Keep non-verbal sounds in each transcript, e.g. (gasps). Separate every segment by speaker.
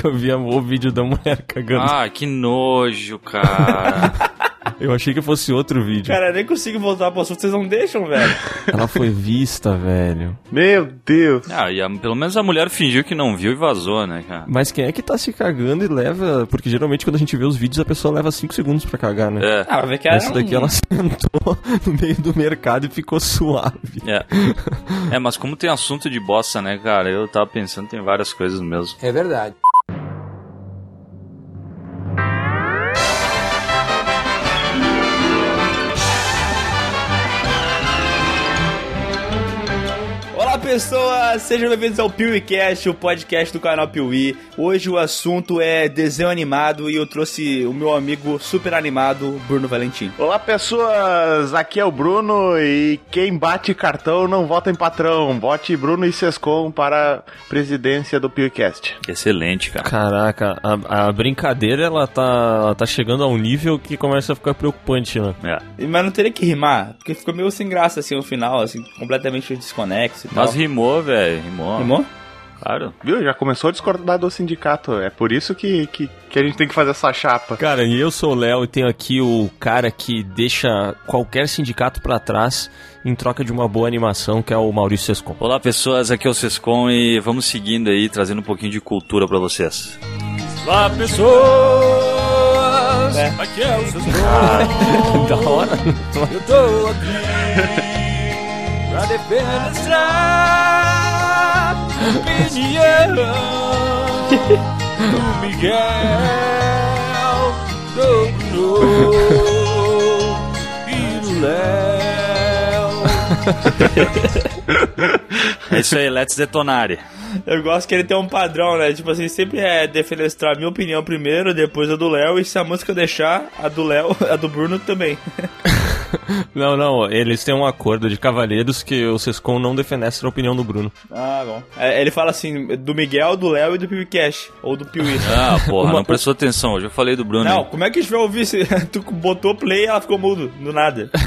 Speaker 1: que eu vi o vídeo da mulher cagando.
Speaker 2: Ah, que nojo, cara.
Speaker 1: Eu achei que fosse outro vídeo.
Speaker 3: Cara, eu nem consigo voltar pro assunto, vocês não deixam, velho.
Speaker 1: Ela foi vista, velho.
Speaker 4: Meu Deus.
Speaker 2: ah, e a- pelo menos a mulher fingiu que não viu e vazou, né, cara?
Speaker 1: Mas quem é que tá se cagando e leva. Porque geralmente quando a gente vê os vídeos a pessoa leva 5 segundos pra cagar, né?
Speaker 2: É.
Speaker 3: (laughs) Ah, vê que era
Speaker 1: Essa daqui
Speaker 3: um-
Speaker 1: ela sentou (laughs) no meio do mercado e ficou suave.
Speaker 2: É. é, mas como tem assunto de bossa, né, cara? Eu tava pensando, tem várias coisas mesmo.
Speaker 5: É verdade.
Speaker 3: Olá pessoas, sejam bem-vindos ao PeeWeeCast, o podcast do canal PeeWee. Hoje o assunto é desenho animado e eu trouxe o meu amigo super animado, Bruno Valentim.
Speaker 4: Olá, pessoas. Aqui é o Bruno e quem bate cartão não vota em patrão. Vote Bruno e Sescom para a presidência do Peercast.
Speaker 2: Excelente, cara.
Speaker 1: Caraca, a, a brincadeira ela tá, ela tá chegando a um nível que começa a ficar preocupante, né?
Speaker 2: É.
Speaker 3: Mas não teria que rimar, porque ficou meio sem graça assim o final, assim, completamente desconexo e tal.
Speaker 2: Mas rimou, velho. Rimou.
Speaker 3: Rimou?
Speaker 2: Claro.
Speaker 4: Viu? Já começou a discordar do sindicato. É por isso que, que, que a gente tem que fazer essa chapa.
Speaker 1: Cara, e eu sou o Léo e tenho aqui o cara que deixa qualquer sindicato pra trás em troca de uma boa animação, que é o Maurício Sescon.
Speaker 2: Olá, pessoas. Aqui é o Sescom e vamos seguindo aí, trazendo um pouquinho de cultura pra vocês. Olá, pessoas.
Speaker 3: É.
Speaker 2: Aqui é o Sescom.
Speaker 1: da hora.
Speaker 2: Eu tô aqui pra defenestrar opinião do Miguel, do Bruno e do Léo. É isso aí, let's detonare.
Speaker 3: Eu gosto que ele tem um padrão, né? Tipo assim, sempre é defenestrar a minha opinião primeiro, depois a do Léo, e se a música deixar, a do Léo, (laughs) a do Bruno também.
Speaker 1: Não, não, eles têm um acordo de cavalheiros que o Sescon não defenestra a opinião do Bruno.
Speaker 3: Ah, bom. É, ele fala assim, do Miguel, do Léo e do PewCast, ou do Piuí.
Speaker 2: Ah, porra, não prestou atenção, hoje eu falei do Bruno.
Speaker 3: (laughs) Não,
Speaker 2: hein?
Speaker 3: como é que a gente vai ouvir se (laughs) tu botou play e ela ficou mudo, do nada?
Speaker 1: (laughs)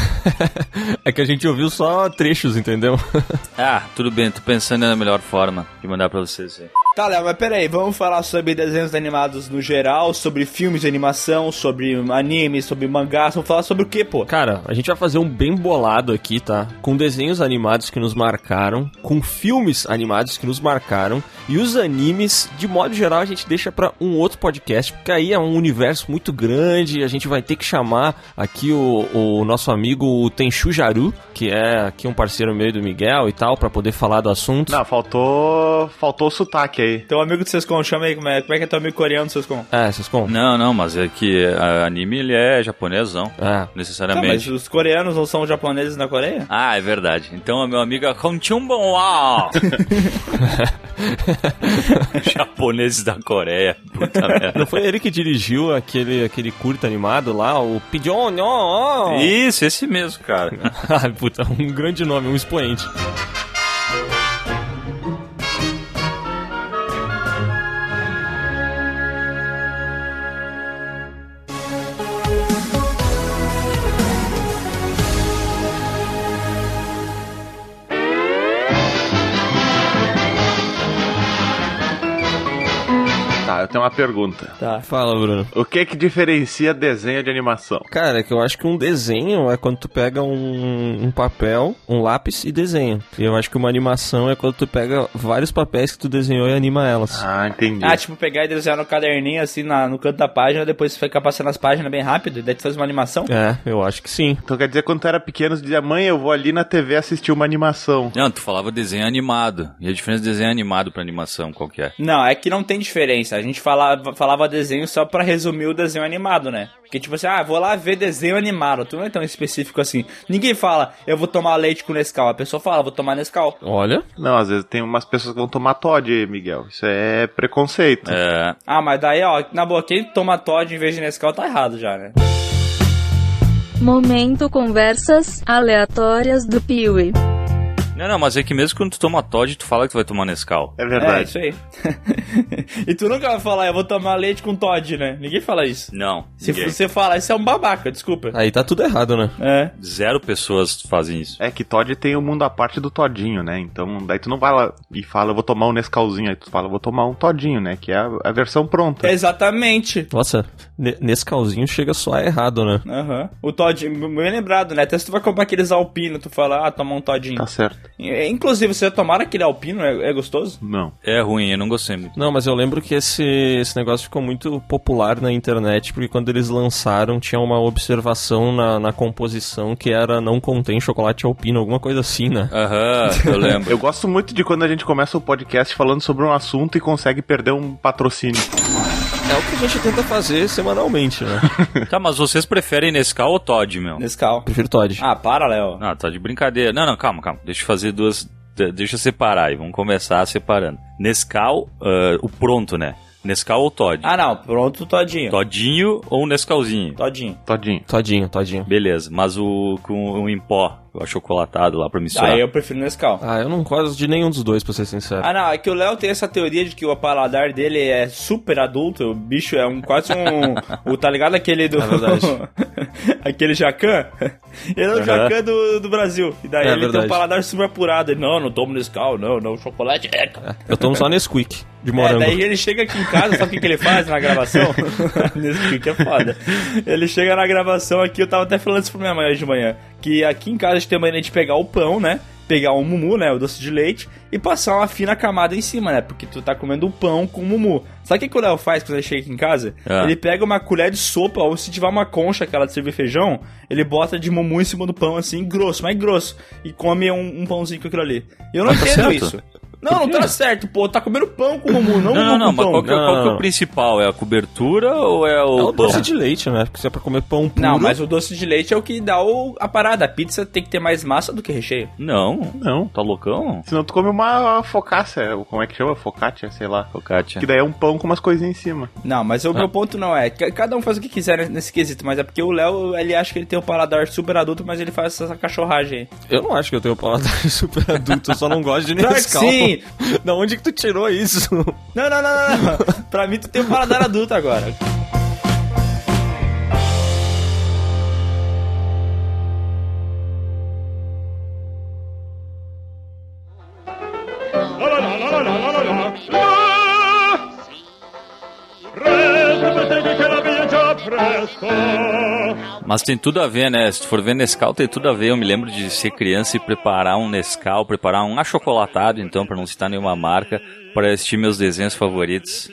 Speaker 1: É que a gente ouviu só trechos, entendeu?
Speaker 2: Ah, tudo bem, tô pensando na melhor forma de mandar pra vocês aí.
Speaker 3: (laughs) Tá, Léo, mas peraí, vamos falar sobre desenhos animados no geral, sobre filmes de animação, sobre anime, sobre mangás, vamos falar sobre o quê,
Speaker 1: (laughs)
Speaker 3: pô?
Speaker 1: Cara, a gente vai fazer um bem bolado aqui, tá? Com desenhos animados que nos marcaram, com filmes animados que nos marcaram, e os animes, de modo geral, a gente deixa pra um outro podcast, porque aí é um universo muito grande, a gente vai ter que chamar aqui o, o nosso amigo Tenchu Jaru, que é aqui um parceiro meu e do Miguel e tal, pra poder falar do assunto.
Speaker 4: Não, faltou, faltou o sotaque aí.
Speaker 3: Teu amigo do Sescon, chama aí, como é, como é que é teu amigo coreano do Sescon?
Speaker 1: É, vocês com?
Speaker 2: Não, não, mas é que a anime ele é japonesão,
Speaker 1: É.
Speaker 3: Tá,
Speaker 2: necessariamente.
Speaker 3: mas os coreanos não são japoneses na Coreia?
Speaker 2: Ah, é verdade. Então a meu amigo
Speaker 3: (laughs)
Speaker 2: Konchumbanwao. Japoneses da Coreia.
Speaker 3: (laughs)
Speaker 2: Puta merda.
Speaker 1: Não foi ele que dirigiu aquele, aquele curto animado lá, o Pidion? (laughs)
Speaker 2: Isso, esse mesmo, cara.
Speaker 1: Ah, puta, um grande nome, um expoente.
Speaker 4: Tá, eu tenho uma pergunta.
Speaker 3: Tá.
Speaker 1: Fala, Bruno.
Speaker 4: O que que diferencia desenho de animação?
Speaker 1: Cara, é que eu acho que um desenho é quando tu pega um, um papel, um lápis e desenha. E eu acho que uma animação é quando tu pega vários papéis que tu desenhou e anima elas.
Speaker 4: Ah, entendi.
Speaker 3: Ah, tipo, pegar e desenhar no caderninho, assim, na- no canto da página, depois ficar passando as páginas bem rápido, e daí tu faz uma animação?
Speaker 1: É, eu acho que sim.
Speaker 4: Então quer dizer, quando tu era pequeno, tu dizia, mãe, eu vou ali na TV assistir uma animação.
Speaker 2: Não, tu falava desenho animado. E a diferença de desenho animado pra animação qual que é?
Speaker 3: Não, é que não tem diferença. A gente falava, falava desenho só pra resumir o desenho animado, né? Porque, tipo assim, ah, vou lá ver desenho animado. Tu não é tão específico assim. Ninguém fala, eu vou tomar leite com Nescau. A pessoa fala, vou tomar Nescau.
Speaker 1: Olha.
Speaker 4: Não, às vezes tem umas pessoas que vão tomar Todd, Miguel. Isso é preconceito.
Speaker 2: É,
Speaker 3: Ah, mas daí, ó, na boa, quem toma Todd em vez de Nescau tá errado já, né?
Speaker 6: Momento Conversas Aleatórias do Piuí.
Speaker 2: Não, não, mas é que mesmo quando tu toma Todd, tu fala que tu vai tomar Nescau.
Speaker 4: É
Speaker 3: É,
Speaker 4: verdade.
Speaker 3: isso aí. (laughs) e tu nunca vai falar, eu vou tomar leite com Todd, né? Ninguém fala isso.
Speaker 2: Não,
Speaker 3: Se
Speaker 2: ninguém.
Speaker 3: você falar, isso é um babaca, desculpa.
Speaker 1: Aí tá tudo errado, né?
Speaker 3: É.
Speaker 2: Zero pessoas fazem isso.
Speaker 4: É que Todd tem o mundo à parte do Todinho, né? Então, daí tu não vai lá e fala, eu vou tomar um Nescauzinho. Aí tu fala, eu vou tomar um Todinho, né? Que é a, a versão pronta.
Speaker 3: É, Exatamente.
Speaker 1: Nossa, ne- nesse calzinho chega só errado, né?
Speaker 3: Aham. O Todd, bem lembrado, né? Até se tu vai comprar aqueles alpino, tu fala, ah, tomar um Toddinho.
Speaker 4: Tá certo.
Speaker 3: É, Inclusive, você tomar aquele alpino é, é gostoso?
Speaker 4: Não.
Speaker 2: É ruim, eu não gostei muito.
Speaker 1: Não, mas eu lembro que esse, esse negócio ficou muito popular na internet, porque quando eles lançaram, tinha uma observação na, na composição que era não contém chocolate alpino, alguma coisa assim, né?
Speaker 2: Aham, eu
Speaker 3: (laughs)
Speaker 2: lembro.
Speaker 4: Eu gosto muito de quando a gente começa o podcast falando sobre um assunto e consegue perder um patrocínio.
Speaker 1: É o que a gente tenta fazer semanalmente,
Speaker 3: (laughs)
Speaker 1: né?
Speaker 2: tá, mas vocês preferem Nescau ou Todd, meu?
Speaker 3: Nescau.
Speaker 1: Prefiro Todd.
Speaker 3: Ah, para, Léo.
Speaker 2: Ah, tá de brincadeira. Não, não, calma, calma. Deixa eu fazer duas. de- Deixa eu separar aí. Vamos começar separando. Nescau, ah, o pronto, né? Nescau ou Todd?
Speaker 3: Ah, não. Pronto, Toddinho.
Speaker 2: Todinho ou Nescauzinho?
Speaker 3: Toddinho.
Speaker 4: Todinho.
Speaker 1: Todinho, Todinho.
Speaker 2: Beleza, mas o com o em pó, o achocolatado lá pra misturar.
Speaker 3: Ah, eu prefiro Nescau.
Speaker 1: Ah, eu não gosto de nenhum dos dois, pra ser sincero.
Speaker 3: Ah, não, é que o Léo tem essa teoria de que o paladar dele é super adulto, o bicho é um
Speaker 1: (laughs)
Speaker 3: quase um. o, tá ligado aquele do.
Speaker 1: É verdade.
Speaker 3: (laughs) aquele Jacan? Ele é o
Speaker 2: Aham.
Speaker 3: Jacan do, do Brasil. E daí
Speaker 1: É
Speaker 3: ele tem
Speaker 1: verdade.
Speaker 3: um paladar super apurado. Ele, não, não tomo Nescau, não, não, chocolate. É, cara."
Speaker 1: Eu tomo só Nesquik, de
Speaker 3: É,
Speaker 1: morango.
Speaker 3: daí ele chega aqui em casa, sabe o que, que ele faz na gravação? Nesse que é foda. Ele chega na gravação aqui, eu tava até falando isso pra minha mãe hoje de manhã, que aqui em casa a gente tem a mania de pegar o pão, né? Pegar o mumu, né? O doce de leite, e passar uma fina camada em cima, né? Porque tu tá comendo o pão com o mumu. Sabe o que, que o Léo faz quando ele chega aqui em casa?
Speaker 2: Ah.
Speaker 3: Ele pega uma colher de sopa, ou se tiver uma concha, aquela de servir feijão, ele bota de mumu em cima do pão, assim, grosso, mais grosso, e come um, um pãozinho com aquilo ali. Eu não
Speaker 2: Mas tá
Speaker 3: entendo
Speaker 2: certo.
Speaker 3: isso. Não, não tá certo, pô. Tá comendo pão com o Mumu, não,
Speaker 2: Não, não, não,
Speaker 3: Mumu com
Speaker 2: mas
Speaker 3: pão.
Speaker 2: qual que, é-
Speaker 1: Não,
Speaker 2: qual
Speaker 1: não,
Speaker 2: que é o
Speaker 1: não.
Speaker 2: principal? É a cobertura ou é
Speaker 1: É
Speaker 2: o
Speaker 1: o
Speaker 2: pão?
Speaker 1: doce de leite, né? Porque se é pra comer pão puro...
Speaker 3: Não, mas o doce de leite é o que dá o- a parada. A pizza tem que ter mais massa do que recheio.
Speaker 2: Não,
Speaker 4: Não.
Speaker 2: tá loucão?
Speaker 4: Senão tu come uma focaccia, ou como é que chama? Focaccia, sei lá.
Speaker 2: Focaccia.
Speaker 4: Que daí é um pão com umas coisinhas em cima.
Speaker 3: Não, mas
Speaker 2: Ah.
Speaker 3: o meu ponto não é. Ca- Cada um faz o que quiser nesse quesito, mas é porque o Léo, ele acha que ele tem o paladar super adulto, mas ele faz essa
Speaker 2: (laughs)
Speaker 3: cachorragem aí.
Speaker 1: Eu não acho que eu tenho paladar (laughs) super adulto, eu só não gosto de
Speaker 3: Claro que
Speaker 1: Nescau.
Speaker 3: sim!
Speaker 1: Da onde que tu tirou isso?
Speaker 3: Não, não, não, não, não. (laughs) pra mim, tu tem o paladar adulto agora.
Speaker 2: Mas tem tudo a ver, né? Se tu for ver Nescau, tem tudo a ver. Eu me lembro de ser criança e preparar um Nescau, preparar um achocolatado, então, pra não citar nenhuma marca, para assistir meus desenhos favoritos.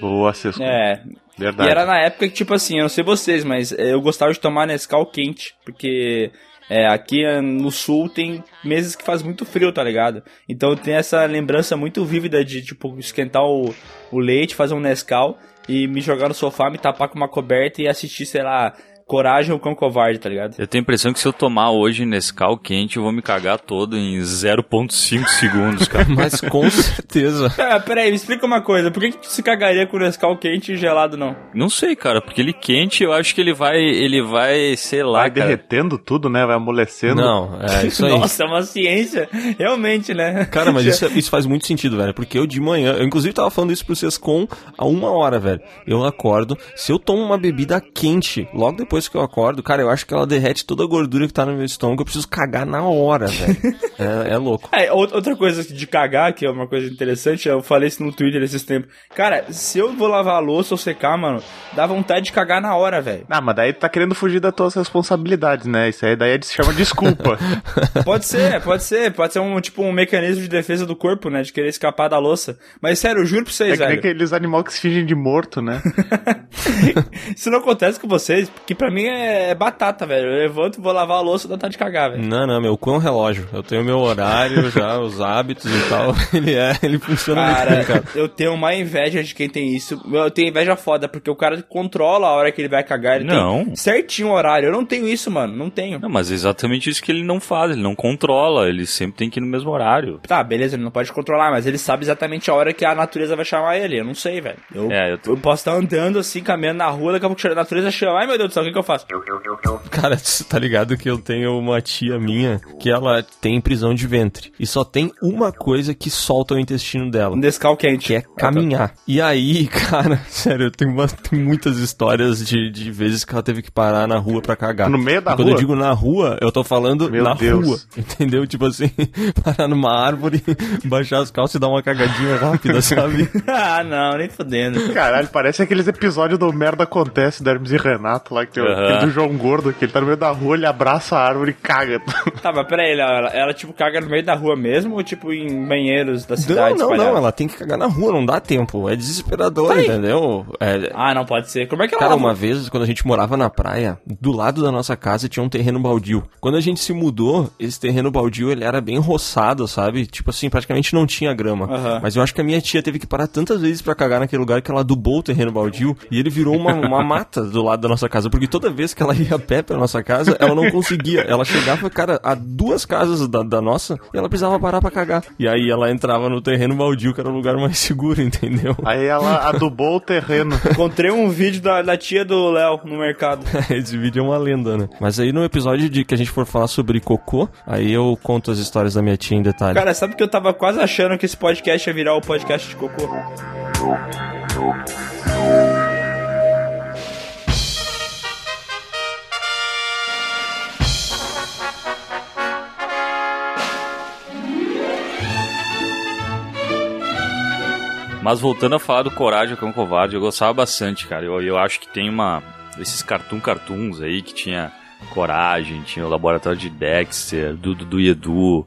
Speaker 4: Boa, Cisco.
Speaker 3: É, E
Speaker 4: Verdade.
Speaker 3: era na época que, tipo assim, eu não sei vocês, mas eh, eu gostava de tomar Nescau quente, porque é, aqui eh, no sul tem meses que faz muito frio, tá ligado? Então tem essa lembrança muito vívida de, tipo, esquentar o, o leite, fazer um Nescau e me jogar no sofá, me tapar com uma coberta e assistir, sei lá, Coragem ou Cão Covarde, tá ligado?
Speaker 2: Eu tenho a impressão que se eu tomar hoje Nescau quente, eu vou me cagar todo em 0.5
Speaker 1: (laughs)
Speaker 2: segundos, cara.
Speaker 1: Mas com certeza.
Speaker 3: (laughs) Ah, peraí, me explica uma coisa, por que, que tu se cagaria com Nescau quente e gelado, não?
Speaker 2: Não sei, cara, porque ele quente, eu acho que ele vai, ele vai, sei lá,
Speaker 4: Vai
Speaker 2: cara.
Speaker 4: derretendo tudo, né? Vai amolecendo.
Speaker 1: Não, é
Speaker 3: (laughs)
Speaker 1: isso aí.
Speaker 3: Nossa, é uma ciência, realmente, né?
Speaker 1: Cara, mas
Speaker 3: (laughs)
Speaker 1: isso, é, isso faz muito sentido, velho. Porque eu de manhã, eu inclusive tava falando isso pro Sescom há uma hora, velho. Eu acordo, se eu tomo uma bebida quente logo depois que eu acordo, cara, eu acho que ela derrete toda a gordura que tá no meu estômago. Eu preciso cagar na hora,
Speaker 3: (laughs)
Speaker 1: velho. É, é louco.
Speaker 3: É, ou- outra coisa de cagar, que é uma coisa interessante, eu falei isso no Twitter esses tempos. Cara, se eu vou lavar a louça ou secar, mano, dá vontade de cagar na hora, velho.
Speaker 4: Ah, mas daí tu tá querendo fugir das tuas responsabilidades, né? Isso aí daí se chama desculpa.
Speaker 3: (laughs) Pode ser, (laughs) pode ser, pode ser um tipo um mecanismo de defesa do corpo, né? De querer escapar da louça. Mas sério, eu juro pra
Speaker 4: é
Speaker 3: vocês,
Speaker 4: que nem
Speaker 3: velho.
Speaker 4: aqueles animais que se fingem de
Speaker 1: (laughs)
Speaker 4: morto, né?
Speaker 3: (laughs) Isso não acontece com vocês, porque pra mim é batata, velho. Eu levanto, vou lavar a louça, dá vontade de cagar, velho.
Speaker 1: Não, não, meu cu é um relógio. Eu tenho meu horário já, os hábitos e tal. (laughs) Ele é, ele funciona muito bem,
Speaker 3: Cara,
Speaker 1: cara.
Speaker 3: eu tenho uma inveja de quem tem isso. Eu tenho inveja foda, porque o cara controla a hora que ele vai cagar. Ele
Speaker 2: Não.
Speaker 3: Tem certinho o horário. Eu não tenho isso, mano. Não tenho.
Speaker 2: Não, mas é exatamente isso que ele não faz, ele não controla, ele sempre tem que ir no mesmo horário.
Speaker 3: Tá, beleza, ele não pode controlar, mas ele sabe exatamente a hora que a natureza vai chamar ele. Eu não sei, velho. Eu,
Speaker 2: É, eu tô-
Speaker 3: eu posso estar andando assim, caminhando na rua, daqui a pouco a natureza chama. Ai, meu Deus do céu, o que, que eu faço?
Speaker 1: Cara, você tá ligado que eu tenho uma tia minha que ela tem prisão de ventre. E só tem uma coisa que solta o intestino dela.
Speaker 3: Um Nescau quente.
Speaker 1: Que é caminhar. E aí, (laughs) cara, sério, eu tenho, uma- tem muitas histórias de, de vezes que ela teve que parar na rua pra cagar.
Speaker 4: No meio da
Speaker 1: E Quando eu
Speaker 4: rua?
Speaker 1: digo na rua, eu tô falando
Speaker 4: Meu
Speaker 1: na
Speaker 4: Deus.
Speaker 1: rua. Entendeu? Tipo assim, (laughs) parar numa árvore, (laughs) baixar as calças e dar uma cagadinha
Speaker 4: (laughs)
Speaker 1: rápida, sabe?
Speaker 3: (laughs) Ah, não, nem fudendo.
Speaker 4: Caralho, parece aqueles episódios do Merda Acontece, do Hermes e Renato, lá que tem o-
Speaker 2: Aham.
Speaker 4: aquele do João Gordo, que ele tá no meio da rua, ele abraça a árvore e caga. (laughs)
Speaker 3: Tá, mas peraí, Léo, ela, ela, tipo caga no meio da rua mesmo ou tipo em banheiros da
Speaker 1: Não,
Speaker 3: cidade?
Speaker 1: não,
Speaker 3: espalhado?
Speaker 1: não. Ela tem que cagar na rua, não dá tempo. É
Speaker 4: Tá
Speaker 1: desesperador, entendeu? É,
Speaker 3: Ah, não pode ser. Como é que ela
Speaker 1: Cara,
Speaker 3: lava-
Speaker 1: uma vez, quando a gente morava na praia, do lado da nossa casa tinha um terreno baldio. Quando a gente se mudou, esse terreno baldio, ele era bem roçado, sabe? Tipo assim, praticamente não tinha grama.
Speaker 3: Aham.
Speaker 1: Mas eu acho que a minha tia teve que parar tantas vezes pra cagar naquele lugar que ela adubou o terreno baldio e ele virou uma,
Speaker 3: (laughs)
Speaker 1: uma mata do lado da nossa casa. Porque toda vez que ela ia a pé pra nossa casa, ela não conseguia. Ela chegava, cara, a duas casas da, da nossa e ela precisava parar pra cagar. E aí ela entrava no terreno baldio, que era o lugar mais seguro, (laughs) entendeu?
Speaker 4: Aí ela adubou o terreno.
Speaker 3: Encontrei um vídeo da, da tia do Léo
Speaker 1: (laughs)
Speaker 3: no mercado.
Speaker 1: Esse vídeo é uma lenda, né? Mas aí no episódio de que a gente for falar sobre cocô, aí eu conto as histórias da minha tia em detalhe.
Speaker 3: Cara, sabe que eu tava quase achando que esse podcast ia virar o podcast de cocô?
Speaker 2: Mas voltando a falar do Coragem com o Covarde, eu gostava bastante, cara. Eu, eu acho que tem uma. Esses cartoon cartoons aí que tinha Coragem, tinha o Laboratório de Dexter, do Dudu e Edu,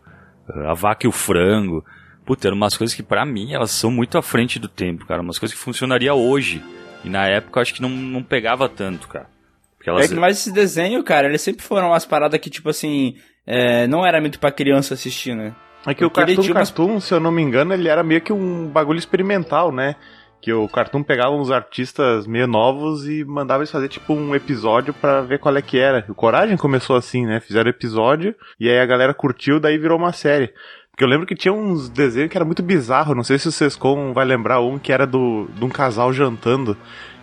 Speaker 2: A Vaca e o Frango. Puta, eram umas coisas que pra mim elas são muito à frente do tempo, cara. Umas coisas que funcionaria hoje. E na época eu acho que não, não pegava tanto, cara. Porque
Speaker 3: É
Speaker 2: elas.
Speaker 3: que mais esse desenho, cara, eles sempre foram umas paradas que, tipo assim, é, não era muito pra criança assistir, né?
Speaker 4: É que o
Speaker 3: Porque ele
Speaker 4: Cartoon
Speaker 3: tinha umas-
Speaker 4: Cartoon, se eu não me engano, ele era meio que um bagulho experimental, né? Que o Cartoon pegava uns artistas meio novos e mandava eles fazer tipo um episódio pra ver qual é que era. O Coragem começou assim, né? Fizeram episódio e aí a galera curtiu, daí virou uma série. Porque eu lembro que tinha uns desenhos que era muito bizarro, não sei se o Sescon vai lembrar um que era do de um casal jantando,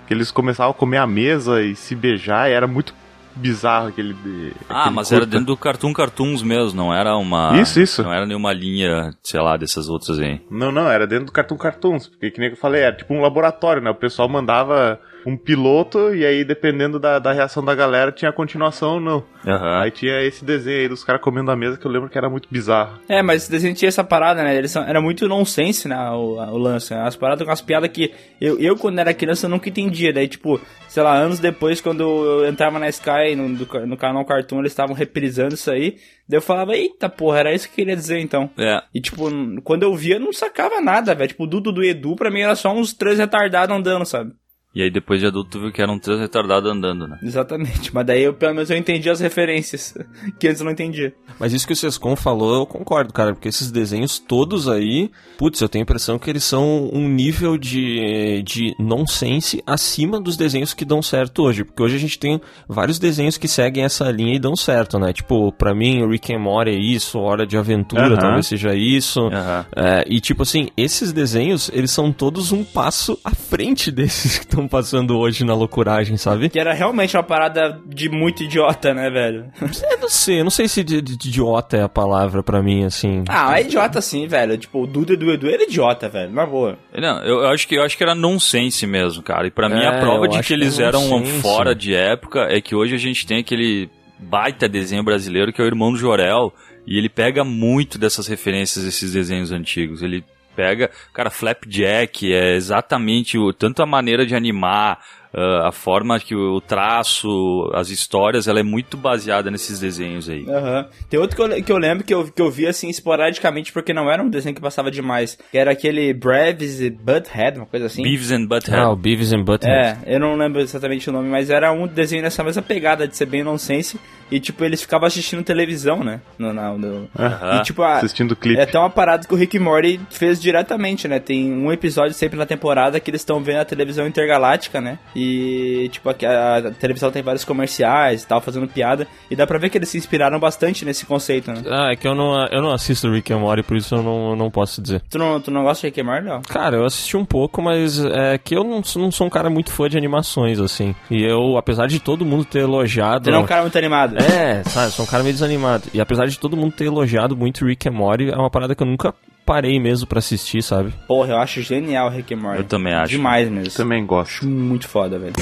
Speaker 4: que eles começavam a comer à mesa e se beijar, e era muito bizarro aquele de-
Speaker 2: Ah,
Speaker 4: aquele
Speaker 2: mas
Speaker 4: curta.
Speaker 2: era dentro do Cartoon Cartoons mesmo, não era uma.
Speaker 4: Isso, isso.
Speaker 2: Não era nenhuma linha, sei lá, dessas outras aí.
Speaker 4: Não, não, era dentro do Cartoon Cartoons, porque que nem eu falei, era tipo um laboratório, né? O pessoal mandava um piloto e aí, dependendo da, da reação da galera, tinha a continuação ou não.
Speaker 2: Aham.
Speaker 4: Aí tinha esse desenho aí dos caras comendo a mesa que eu lembro que era muito bizarro.
Speaker 3: É, mas esse desenho tinha essa parada, né? Eles são- era muito nonsense, né? O, o lance. Né? As paradas com as piadas que eu, eu, quando era criança, eu nunca entendia. Daí, tipo, sei lá, anos depois, quando eu entrava na Sky, no, do- no canal Cartoon, eles estavam reprisando isso aí. Daí eu falava, eita porra, era isso que eu queria dizer então.
Speaker 2: É,
Speaker 3: E, tipo, n- quando eu via, eu não sacava nada, velho. Tipo, o Dudu do Edu, pra mim, era só uns três retardados andando, sabe?
Speaker 2: E aí depois de adulto tu viu que era um trans retardado andando, né?
Speaker 3: Exatamente. Mas daí, eu, pelo menos, eu entendi as referências (laughs) que antes eu não entendia.
Speaker 1: Mas isso que o Sescon falou, eu concordo, cara, porque esses desenhos todos aí, putz, eu tenho a impressão que eles são um nível de, de nonsense acima dos desenhos que dão certo hoje. Porque hoje a gente tem vários desenhos que seguem essa linha e dão certo, né? Tipo, pra mim, Rick and Morty é isso, Hora de Aventura
Speaker 4: Aham.
Speaker 1: talvez seja isso.
Speaker 2: Aham.
Speaker 1: É, e tipo assim, esses desenhos, eles são todos um passo à frente (laughs) desses que estão passando hoje na loucuragem, sabe?
Speaker 3: Que era realmente uma parada de muito idiota, né, velho?
Speaker 1: Eu É, não sei, eu não sei se de- de- de idiota é a palavra pra mim, assim.
Speaker 3: Ah, é idiota sim, velho. Tipo, o Duda do Edu era idiota, velho. Na boa.
Speaker 2: Não, eu, eu acho que eu acho que era nonsense mesmo, cara. E pra mim
Speaker 1: É,
Speaker 2: a prova
Speaker 1: eu
Speaker 2: de
Speaker 1: acho
Speaker 2: que eles
Speaker 1: que é
Speaker 2: eram um
Speaker 1: nonsense.
Speaker 2: fora de época é que hoje a gente tem aquele baita desenho brasileiro que é o Irmão do Jorel, e ele pega muito dessas referências desses desenhos antigos. Ele pega, cara, Flapjack é exatamente o tanto a maneira de animar, ah, a forma que o, o traço, as histórias, ela é muito baseada nesses desenhos aí.
Speaker 3: Aham. Tem outro que eu, le- que eu lembro que eu, que eu vi assim esporadicamente, porque não era um desenho que passava demais. Que era aquele Braves e Butthead, uma coisa assim.
Speaker 2: Beavis and Butthead.
Speaker 1: Ah, o Beavis and Butthead.
Speaker 3: É, eu não lembro exatamente o nome, mas era um desenho nessa mesma pegada de ser bem nonsense. E, tipo, eles ficavam assistindo televisão, né? No, na- no-
Speaker 2: Aham.
Speaker 3: E, tipo, a,
Speaker 4: Assistindo o clipe.
Speaker 3: É até uma parada que o Rick e Morty fez diretamente, né? Tem um episódio sempre na temporada que eles estão vendo a televisão intergaláctica, né? E E, tipo, aqui a, a televisão tem vários comerciais e tal, fazendo piada. E dá pra ver que eles se inspiraram bastante nesse conceito, né?
Speaker 1: Ah, é que eu não, eu não assisto Rick and Morty, por isso eu não, eu não posso dizer.
Speaker 3: Tu não, tu não gosta de Rick and Morty, não?
Speaker 1: Cara, eu assisti um pouco, mas é que eu não, sou- não sou um cara muito fã de animações, assim. E eu, apesar de todo mundo ter elogiado.
Speaker 3: Tu não é um cara muito animado.
Speaker 1: (laughs) É, sabe, sou um cara meio desanimado. E apesar de todo mundo ter elogiado muito Rick and Morty, é uma parada que eu nunca parei mesmo pra assistir, sabe?
Speaker 3: Porra, eu acho genial Rick and Morty.
Speaker 2: Eu também acho.
Speaker 3: Demais mesmo.
Speaker 4: Também gosto.
Speaker 3: Acho muito foda, velho.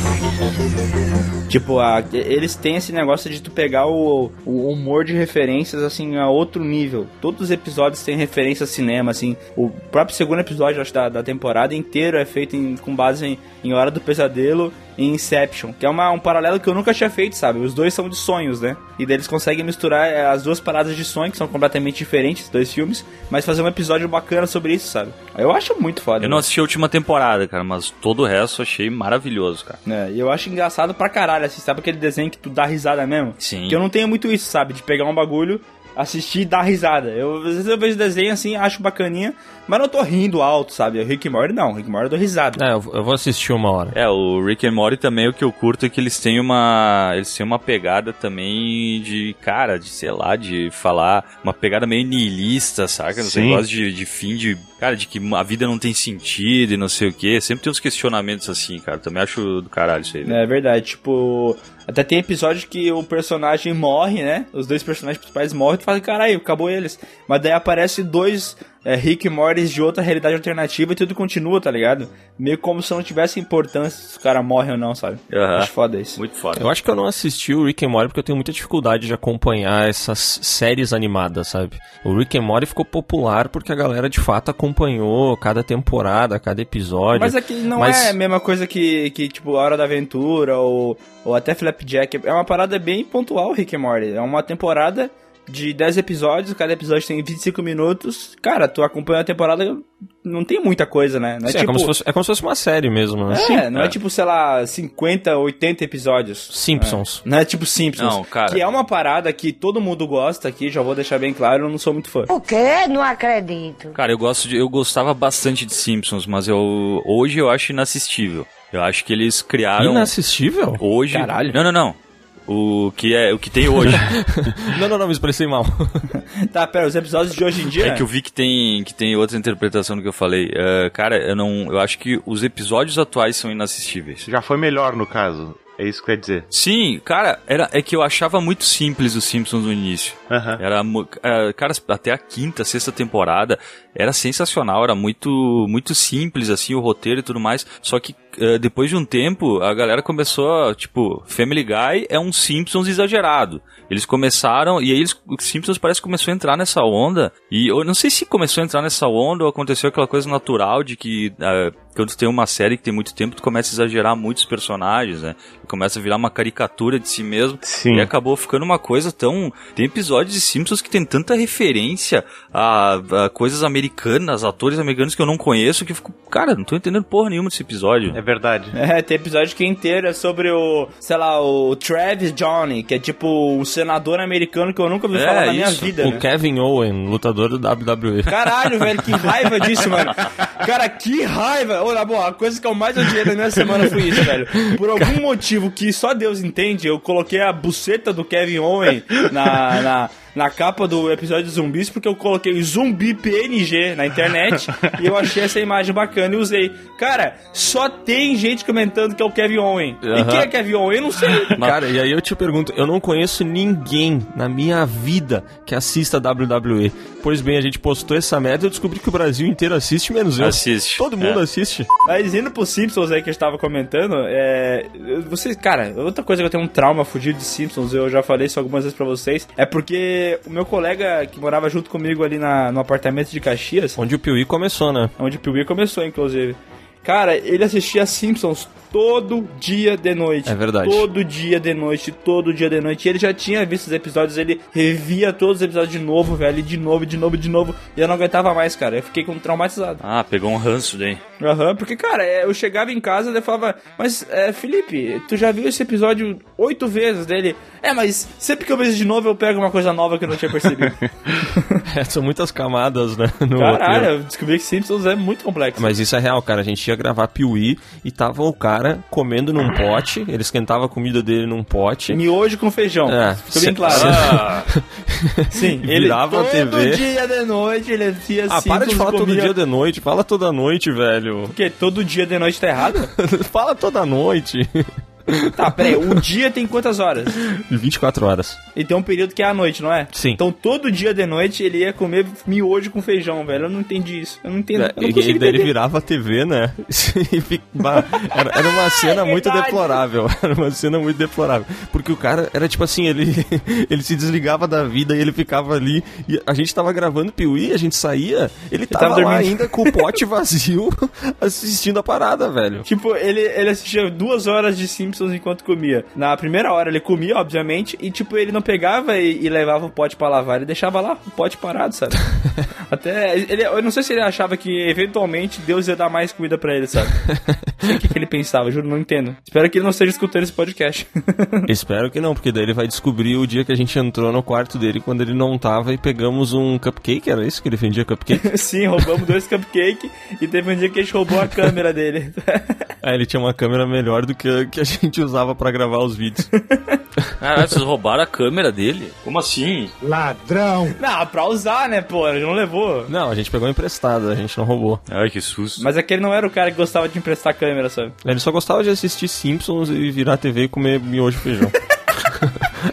Speaker 3: Tipo, a- eles têm esse negócio de tu pegar o, o humor de referências, assim, a outro nível. Todos os episódios têm referência a cinema, assim. O próprio segundo episódio, acho, da, da temporada inteiro é feito em- com base em, em Hora do Pesadelo e Inception. Que é uma, um paralelo que eu nunca tinha feito, sabe? Os dois são de sonhos, né? E daí eles conseguem misturar eh, as duas paradas de sonho, que são completamente diferentes, os dois filmes. Mas fazer um episódio bacana sobre isso, sabe? Eu acho muito foda.
Speaker 2: Eu
Speaker 3: velho.
Speaker 2: não assisti a última temporada, cara, mas todo o resto eu achei maravilhoso, cara.
Speaker 3: É, e eu acho engraçado pra caralho, assim, sabe aquele desenho que tu dá risada mesmo?
Speaker 2: Sim.
Speaker 3: Que eu não tenho muito isso, sabe? De pegar um bagulho, assistir e dar risada. Eu, às vezes eu vejo desenho assim, acho bacaninha, mas não tô rindo alto, sabe? Rick and Morty não, Rick and Morty eu dou risada.
Speaker 1: É, eu, eu vou assistir uma hora.
Speaker 2: É, o Rick and Morty também o que eu curto é que eles têm uma eles têm uma pegada também de cara, de sei lá, de falar uma pegada meio niilista, saca? Esse
Speaker 4: Sim.
Speaker 2: negócio de, de fim de cara de que a vida não tem sentido e não sei o quê. Sempre tem uns questionamentos assim, cara. Também acho do caralho isso aí. né? velho.
Speaker 3: É verdade, tipo, até tem episódio que o personagem morre, né? Os dois personagens principais morrem, tu fala, caralho, acabou eles. Mas daí aparece dois é, Rick e Mortys de outra realidade alternativa e tudo continua, tá ligado? Meio como se não tivesse importância se os caras morrem ou não, sabe?
Speaker 2: Aham.
Speaker 3: Acho foda isso.
Speaker 2: Muito foda.
Speaker 1: Eu acho que eu não assisti o Rick and Morty porque eu tenho muita dificuldade de acompanhar essas séries animadas, sabe? O Rick and Morty ficou popular porque a galera de fato acompanhou cada temporada, cada episódio.
Speaker 3: Mas aqui não
Speaker 1: Mas-
Speaker 3: é a mesma coisa que, que tipo, A Hora da Aventura ou, ou até Flapjack. É uma parada bem pontual, Rick and Morty. É uma temporada de 10 episódios, cada episódio tem 25 minutos. Cara, tu acompanha a temporada, não tem muita coisa, né? Não é
Speaker 1: Sim, é,
Speaker 3: tipo...
Speaker 1: como se fosse, é como se fosse uma série mesmo, né?
Speaker 3: É, não é.
Speaker 2: é.
Speaker 3: tipo, sei lá, 50, 80 episódios.
Speaker 1: Simpsons.
Speaker 3: Não é tipo Simpsons.
Speaker 2: Não, cara.
Speaker 3: Que é uma parada que todo mundo gosta aqui, já vou deixar bem claro, eu não sou muito fã.
Speaker 5: O quê? Não acredito.
Speaker 2: Cara, eu gosto de, eu gostava bastante de Simpsons, mas eu hoje eu acho inassistível. Eu acho que eles criaram (laughs)
Speaker 1: Inassistível?
Speaker 2: hoje.
Speaker 3: Caralho.
Speaker 2: Não, não, não. O que é o que tem hoje?
Speaker 1: Não, não, não, me expressei mal.
Speaker 3: Tá, pera, os episódios de hoje em dia...
Speaker 2: É que eu vi que tem, que tem outra interpretação do que eu falei. Eh, cara, eu não. Eu acho que os episódios atuais são inassistíveis.
Speaker 4: Já foi melhor, no caso. É isso que quer dizer.
Speaker 2: Sim, cara, era, é que eu achava muito simples os Simpsons no início.
Speaker 4: Aham.
Speaker 2: Era, mu- eh, cara, até a quinta, sexta temporada era sensacional, era muito, muito simples assim o roteiro e tudo mais. Só que eh, depois de um tempo a galera começou a, tipo, Family Guy é um Simpsons exagerado. Eles começaram e aí eles, o Simpsons parece que começou a entrar nessa onda e eu não sei se começou a entrar nessa onda ou aconteceu aquela coisa natural de que eh, quando tu tem uma série que tem muito tempo, tu começa a exagerar muitos personagens, né? Começa a virar uma caricatura de si mesmo.
Speaker 4: Sim.
Speaker 2: E acabou ficando uma coisa tão. Tem episódios de Simpsons que tem tanta referência a, a coisas americanas, atores americanos que eu não conheço, que eu fico. Cara, não tô entendendo porra nenhuma desse episódio.
Speaker 4: É verdade.
Speaker 3: É, tem episódio que é inteiro é sobre o, sei lá, o Travis Johnny, que é tipo um senador americano que eu nunca ouvi
Speaker 2: É,
Speaker 3: falar na minha
Speaker 2: isso.
Speaker 3: vida, né?
Speaker 1: O Kevin Owen, lutador do WWE.
Speaker 3: Caralho, velho, que raiva disso, mano. Cara, que raiva. Ô, na boa, a coisa que eu mais odiei na minha semana foi isso, velho. Por algum motivo que só Deus entende, eu coloquei a buceta do Kevin Owen na, na, na capa do episódio de zumbis, porque eu coloquei zumbi PNG na internet e eu achei essa imagem bacana e usei. Cara, só tem gente comentando que é o Kevin Owen. E
Speaker 1: Aham.
Speaker 3: quem é Kevin Owen? Eu não sei.
Speaker 1: Cara, e aí eu te pergunto, eu não conheço ninguém na minha vida que assista WWE. Pois bem, a gente postou essa merda e eu descobri que o Brasil inteiro assiste, menos eu.
Speaker 2: Assiste.
Speaker 1: Todo mundo
Speaker 2: É.
Speaker 1: assiste.
Speaker 3: Mas indo pro Simpsons aí que eu estava comentando, é. eu- Vocês, cara, outra coisa que eu tenho um trauma fudido de Simpsons, eu já falei isso algumas vezes pra vocês, é porque o meu colega que morava junto comigo ali na, no apartamento de Caxias,
Speaker 1: Onde o Piuí começou, né? (laughs)
Speaker 3: onde o Piuí começou, inclusive. Cara, ele assistia Simpsons todo dia de noite.
Speaker 1: É verdade.
Speaker 3: Todo dia de noite, todo dia de noite. E ele já tinha visto os episódios, ele revia todos os episódios de novo, velho, e de novo, de novo, de novo. E eu não aguentava mais, cara. Eu fiquei com um traumatizado.
Speaker 2: Ah, pegou um ranço daí.
Speaker 3: Aham, porque, cara, é, eu chegava em casa e eu falava, mas, é, Felipe, tu já viu esse episódio oito vezes dele? É, mas sempre que eu vejo de novo eu pego uma coisa nova que eu não tinha percebido.
Speaker 1: (laughs) É, são muitas camadas, né? no
Speaker 3: Caralho,
Speaker 1: roteiro.
Speaker 3: eu descobri que Simpsons é muito complexo.
Speaker 1: Mas isso é real, cara. A gente ia ia gravar Piuí e tava o cara comendo num pote, ele esquentava a comida dele num pote.
Speaker 3: Miojo com feijão.
Speaker 1: É,
Speaker 3: Ficou bem
Speaker 1: cê-
Speaker 3: claro.
Speaker 1: cê-
Speaker 2: Ah,
Speaker 3: (laughs) Sim, ele
Speaker 1: virava a
Speaker 3: todo
Speaker 1: TV.
Speaker 3: dia de noite ele via
Speaker 1: Ah, para de
Speaker 3: Simpsons,
Speaker 1: falar todo
Speaker 3: comia-
Speaker 1: dia de noite, fala toda noite, velho. (laughs)
Speaker 3: Porque todo dia de noite tá errado?
Speaker 1: fala toda noite.
Speaker 3: tá, peraí, o dia tem quantas horas?
Speaker 1: 24 horas.
Speaker 3: E tem um período que é a noite, não é?
Speaker 1: Sim.
Speaker 3: Então todo dia de noite ele ia comer miojo com feijão, velho. Eu não entendi isso. Eu não entendo.
Speaker 1: É,
Speaker 3: eu
Speaker 1: e,
Speaker 3: não
Speaker 1: e
Speaker 3: consigo
Speaker 1: daí ele
Speaker 3: entender.
Speaker 1: virava a TV, né? (laughs) E fi- bah, era, era
Speaker 3: (laughs)
Speaker 1: uma cena muito
Speaker 3: É verdade.
Speaker 1: deplorável. (laughs) Era uma cena muito deplorável. Porque o cara era tipo assim, ele, (laughs) ele se desligava da vida e ele ficava ali. E a gente tava gravando Piuí, a gente saía, ele tava,
Speaker 3: tava
Speaker 1: lá
Speaker 3: dormindo.
Speaker 1: ainda com o (laughs) pote vazio assistindo a parada, velho.
Speaker 3: Tipo, ele, ele assistia duas horas de Simpsons enquanto comia. Na primeira hora ele comia, obviamente, e tipo, ele não pegava e, e levava o pote pra lavar, ele deixava lá o pote parado, sabe? Até. Ele, eu não sei se ele achava que eventualmente Deus ia dar mais comida pra ele, sabe? Não sei o que, que ele pensava, juro, não entendo. Espero que ele não esteja escutando esse podcast. (laughs)
Speaker 1: Espero que não, porque daí ele vai descobrir o dia que a gente entrou no quarto dele quando ele não tava e pegamos um cupcake. Era isso que ele vendia cupcake? (laughs)
Speaker 3: Sim, roubamos dois cupcakes e teve um dia que a gente roubou a câmera dele. (laughs)
Speaker 1: Aí ele tinha uma câmera melhor do que a, que a gente usava pra gravar os vídeos.
Speaker 2: Caralho, vocês roubaram a câmera dele? Como assim?
Speaker 3: não, pra usar, né, pô? Ele não levou.
Speaker 1: Não, a gente pegou emprestado, a gente não roubou.
Speaker 2: Ai, que susto.
Speaker 3: Mas aquele não era o cara que gostava de emprestar câmera, sabe?
Speaker 1: Ele só gostava de assistir Simpsons e virar a TV e comer miojo e feijão.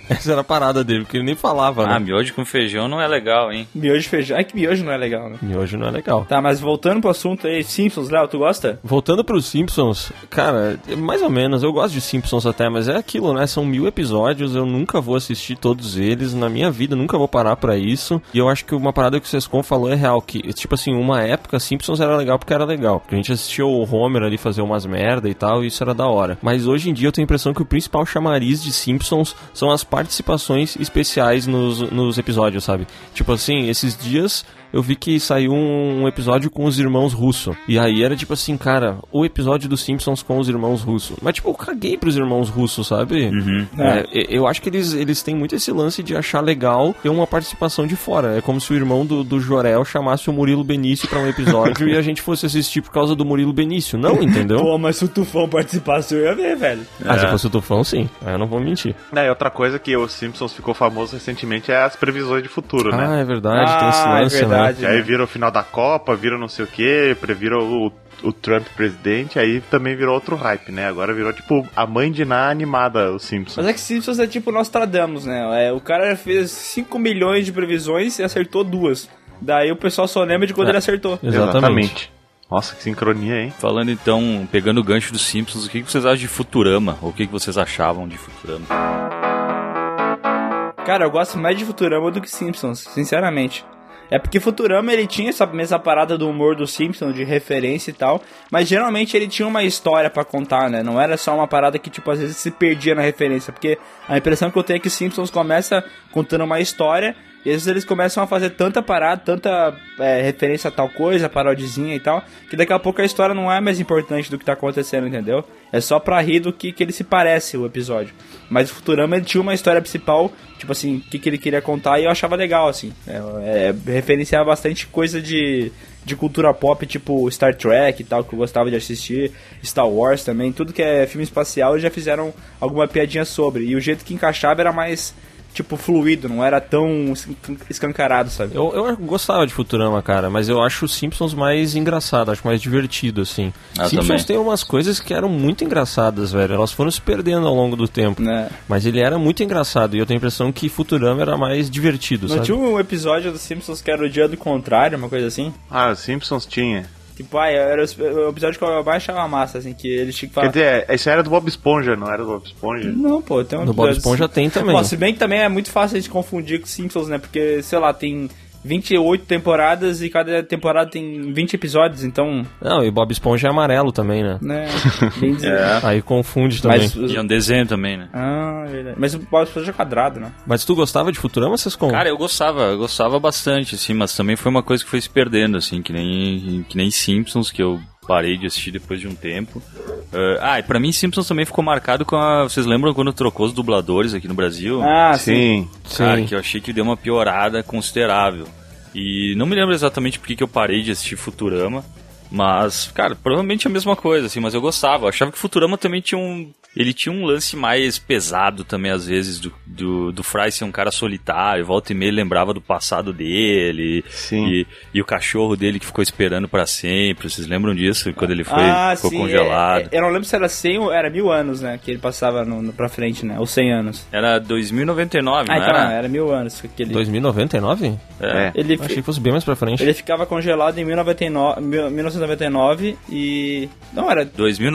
Speaker 1: Essa era a parada dele, porque ele nem falava, né?
Speaker 2: Ah, miojo com feijão não é legal, hein?
Speaker 3: Miojo e feijão. É que miojo não é legal, né?
Speaker 1: Miojo não é legal.
Speaker 3: Tá, mas voltando pro assunto aí, Simpsons, Léo, tu gosta?
Speaker 1: Voltando pros Simpsons, cara, é mais ou menos, eu gosto de Simpsons até, mas é aquilo, né? São mil episódios, eu nunca vou assistir todos eles na minha vida, nunca vou parar pra isso. E eu acho que uma parada que o Sescon falou é real, que, tipo assim, uma época Simpsons era legal porque era legal. Porque a gente assistia o Homer ali fazer umas merda e tal, e isso era da hora. Mas hoje em dia eu tenho a impressão que o principal chamariz de Simpsons são as participações especiais nos, nos episódios, sabe? Tipo assim, esses dias eu vi que saiu um episódio com os irmãos Russo. E aí era tipo assim, cara, o episódio dos Simpsons com os irmãos Russo. Mas tipo, eu caguei pros irmãos Russo, sabe?
Speaker 3: Uhum.
Speaker 1: É, e- eu acho que eles, eles têm muito esse lance de achar legal ter uma participação de fora. É como se o irmão do, do Jorel chamasse o Murilo Benício pra um
Speaker 3: (laughs)
Speaker 1: episódio e a gente fosse assistir por causa do Murilo Benício. Não, entendeu?
Speaker 3: Pô, É. mas se o Tufão participasse, eu ia ver, velho.
Speaker 1: Ah, se fosse o Tufão, sim. Aí Eu não vou mentir.
Speaker 4: É, e outra coisa que o Simpsons ficou famoso recentemente é as previsões de futuro, né?
Speaker 1: Ah, é verdade, tem esse
Speaker 3: Ah, é
Speaker 1: lance, né?
Speaker 3: verdade.
Speaker 4: E aí vira o final da Copa, vira não sei o que, previra o, o Trump presidente, aí também virou outro hype, né? Agora virou tipo a mãe de Ná animada, o Simpsons.
Speaker 3: Mas é que Simpsons é tipo Nostradamus, né? É, o cara fez 5 milhões de previsões e acertou duas. Daí o pessoal só lembra de quando
Speaker 1: É.
Speaker 3: ele acertou.
Speaker 1: Exatamente.
Speaker 4: Nossa, que sincronia, hein?
Speaker 2: Falando então, pegando o gancho dos Simpsons, o que que vocês acham de Futurama? Ou o que que vocês achavam de Futurama?
Speaker 3: Cara, eu gosto mais de Futurama do que Simpsons, sinceramente. É porque Futurama ele tinha essa mesma parada do humor do Simpsons, de referência e tal, mas geralmente ele tinha uma história pra contar, né? Não era só uma parada que, tipo, às vezes se perdia na referência, porque a impressão que eu tenho é que Simpsons começa contando uma história, e às vezes eles começam a fazer tanta parada, tanta é, referência a tal coisa, parodizinha e tal, que daqui a pouco a história não é mais importante do que tá acontecendo, entendeu? É só pra rir do que, que ele se parece o episódio. Mas o Futurama ele tinha uma história principal, tipo assim, o que, que ele queria contar e eu achava legal, assim. É, é, referenciava bastante coisa de, de cultura pop, tipo Star Trek e tal, que eu gostava de assistir, Star Wars também, tudo que é filme espacial já fizeram alguma piadinha sobre. E o jeito que encaixava era mais, tipo, fluido, não era tão escan- escancarado, sabe?
Speaker 1: Eu, eu gostava de Futurama, cara, mas eu acho os Simpsons mais engraçado, acho mais divertido, assim.
Speaker 2: Ah,
Speaker 1: Simpsons
Speaker 2: também.
Speaker 1: tem umas coisas que eram muito engraçadas, velho. Elas foram se perdendo ao longo do tempo.
Speaker 3: Né?
Speaker 1: Mas ele era muito engraçado e eu tenho a impressão que Futurama era mais divertido,
Speaker 3: Não
Speaker 1: sabe?
Speaker 3: tinha um episódio dos Simpsons que era o dia do contrário, uma coisa assim?
Speaker 4: Ah, o Simpsons tinha.
Speaker 3: Tipo, ah, era o episódio que eu mais achava massa, assim, que eles tinham que falar.
Speaker 4: Quer dizer, essa era do Bob Esponja, não era do Bob Esponja?
Speaker 3: Não, pô, tem um
Speaker 1: No Bob
Speaker 3: episódio-
Speaker 1: Esponja tem também.
Speaker 3: Pô, se bem que também é muito fácil de confundir com Simpsons, né? Porque, sei lá, tem 28 temporadas e cada temporada tem 20 episódios, então,
Speaker 1: Não, e Bob Esponja é amarelo também, né?
Speaker 3: né? Bem dizer.
Speaker 1: Aí confunde também.
Speaker 3: Mas,
Speaker 1: Mas,
Speaker 2: E é um desenho também, né?
Speaker 3: ah, verdade. Mas o Bob Esponja é quadrado, né?
Speaker 1: tu gostava de Futurama, Sescon?
Speaker 2: Cara, eu gostava, eu gostava bastante, assim, mas também foi uma coisa que foi se perdendo, assim, que nem, que nem Simpsons, que eu parei de assistir depois de um tempo. Eh, ah, e pra mim Simpsons também ficou marcado com a... Vocês lembram quando trocou os dubladores aqui no Brasil?
Speaker 3: Ah, sim.
Speaker 4: Sim.
Speaker 2: Cara, que eu achei que deu uma piorada considerável. E não me lembro exatamente por que que eu parei de assistir Futurama, Mas, cara, provavelmente é a mesma coisa, assim, mas eu gostava. Eu achava que Futurama também tinha um. Ele tinha um lance mais pesado também, às vezes, do, do, do Fry ser um cara solitário, volta e meia ele lembrava do passado dele,
Speaker 4: Sim.
Speaker 2: e, e o cachorro dele que ficou esperando pra sempre. Vocês lembram disso? Quando ele foi,
Speaker 3: ah,
Speaker 2: ficou
Speaker 3: sim.
Speaker 2: congelado.
Speaker 3: é- é- eu não lembro se era 100 ou era mil anos, né? Que ele passava no, no- pra frente, né? Ou 100 anos.
Speaker 2: Era 2099,
Speaker 3: Ah,
Speaker 2: né?
Speaker 3: então não, era mil anos. que ele,
Speaker 1: 2099?
Speaker 4: É.
Speaker 3: ele,
Speaker 1: Eu achei que fosse bem mais pra frente.
Speaker 3: ele ficava congelado em 1999, mil- 1999 e. Não, era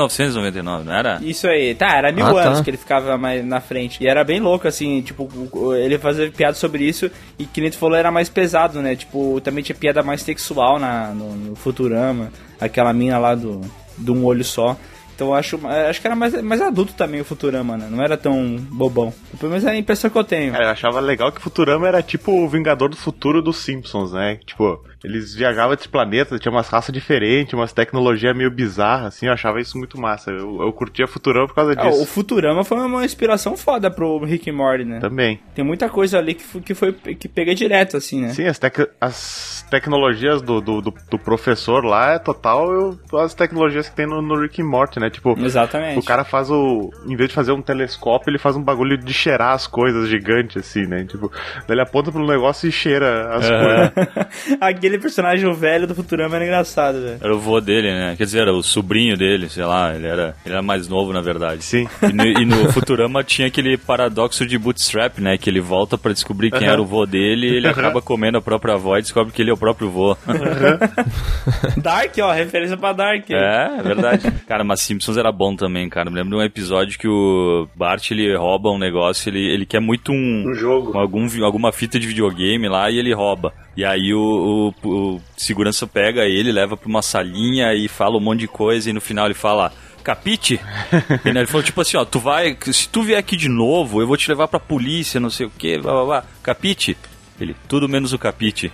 Speaker 2: 2999, não era?
Speaker 3: Isso aí, tá, era mil
Speaker 1: Ah, tá.
Speaker 3: anos que ele ficava mais na frente. E era bem louco, assim, tipo, o- o- ele fazia piada sobre isso e que nem tu falou era mais pesado, né? Tipo, também tinha piada mais sexual na, no, no Futurama, aquela mina lá do, de um olho só. Então eu acho, acho que era mais, mais adulto também o Futurama, né? Não era tão bobão. Pelo menos é a impressão que eu tenho.
Speaker 4: Cara, eu achava legal que Futurama era tipo o Vingador do Futuro dos Simpsons, né? Tipo, eles viajavam desse planeta, tinha umas raças diferentes, umas tecnologias meio bizarras, assim, eu achava isso muito massa. Eu, eu curtia Futurama por causa
Speaker 3: Ah, o
Speaker 4: disso.
Speaker 3: Futurama foi uma inspiração foda pro Rick e Morty, né?
Speaker 4: Também.
Speaker 3: Tem muita coisa ali que, fu- que foi que pega direto, assim, né?
Speaker 4: Sim, as, tec- as tecnologias do, do, do- do professor lá é total eu- as tecnologias que tem no, no Rick and Morty, né? Tipo,
Speaker 3: Exatamente.
Speaker 4: o cara faz o. Em vez de fazer um telescópio, ele faz um bagulho de cheirar as coisas gigante, assim, né? Tipo, daí ele aponta pro negócio e cheira as coisas.
Speaker 3: (laughs) Aquele personagem velho do Futurama era engraçado, velho.
Speaker 2: Era o vô dele, né? Quer dizer, era o sobrinho dele, sei lá, ele era, ele era mais novo, na verdade.
Speaker 4: Sim.
Speaker 2: E no, e no Futurama tinha aquele paradoxo de Bootstrap, né? Que ele volta pra descobrir quem era o vô dele e ele acaba comendo a própria avó e descobre que ele é o próprio vô.
Speaker 3: Dark, ó, referência pra Dark.
Speaker 2: é, é verdade. Cara, mas Simpsons era bom também, cara. Me lembro de um episódio que o Bart, ele rouba um negócio, ele, ele quer muito um...
Speaker 4: No jogo.
Speaker 2: com algum, vi- alguma fita de videogame lá e ele rouba. E aí o, o- o segurança pega ele, leva pra uma salinha e fala um monte de coisa e no final ele fala. Capite? E, né, ele falou tipo assim, ó, tu vai, se tu vier aqui de novo, eu vou te levar pra polícia, não sei o que, blá blá blá. Capite? Ele, tudo menos o capite.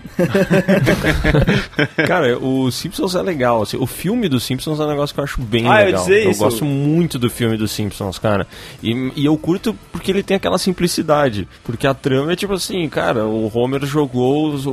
Speaker 1: Cara, o Simpsons é legal. assim, o filme dos Simpsons é um negócio que eu acho bem
Speaker 3: Ah, eu ia
Speaker 1: legal.
Speaker 3: dizer isso.
Speaker 1: gosto muito do filme dos Simpsons, cara. E, e eu curto porque ele tem aquela simplicidade. Porque a trama é tipo assim, cara, o Homer jogou os- o-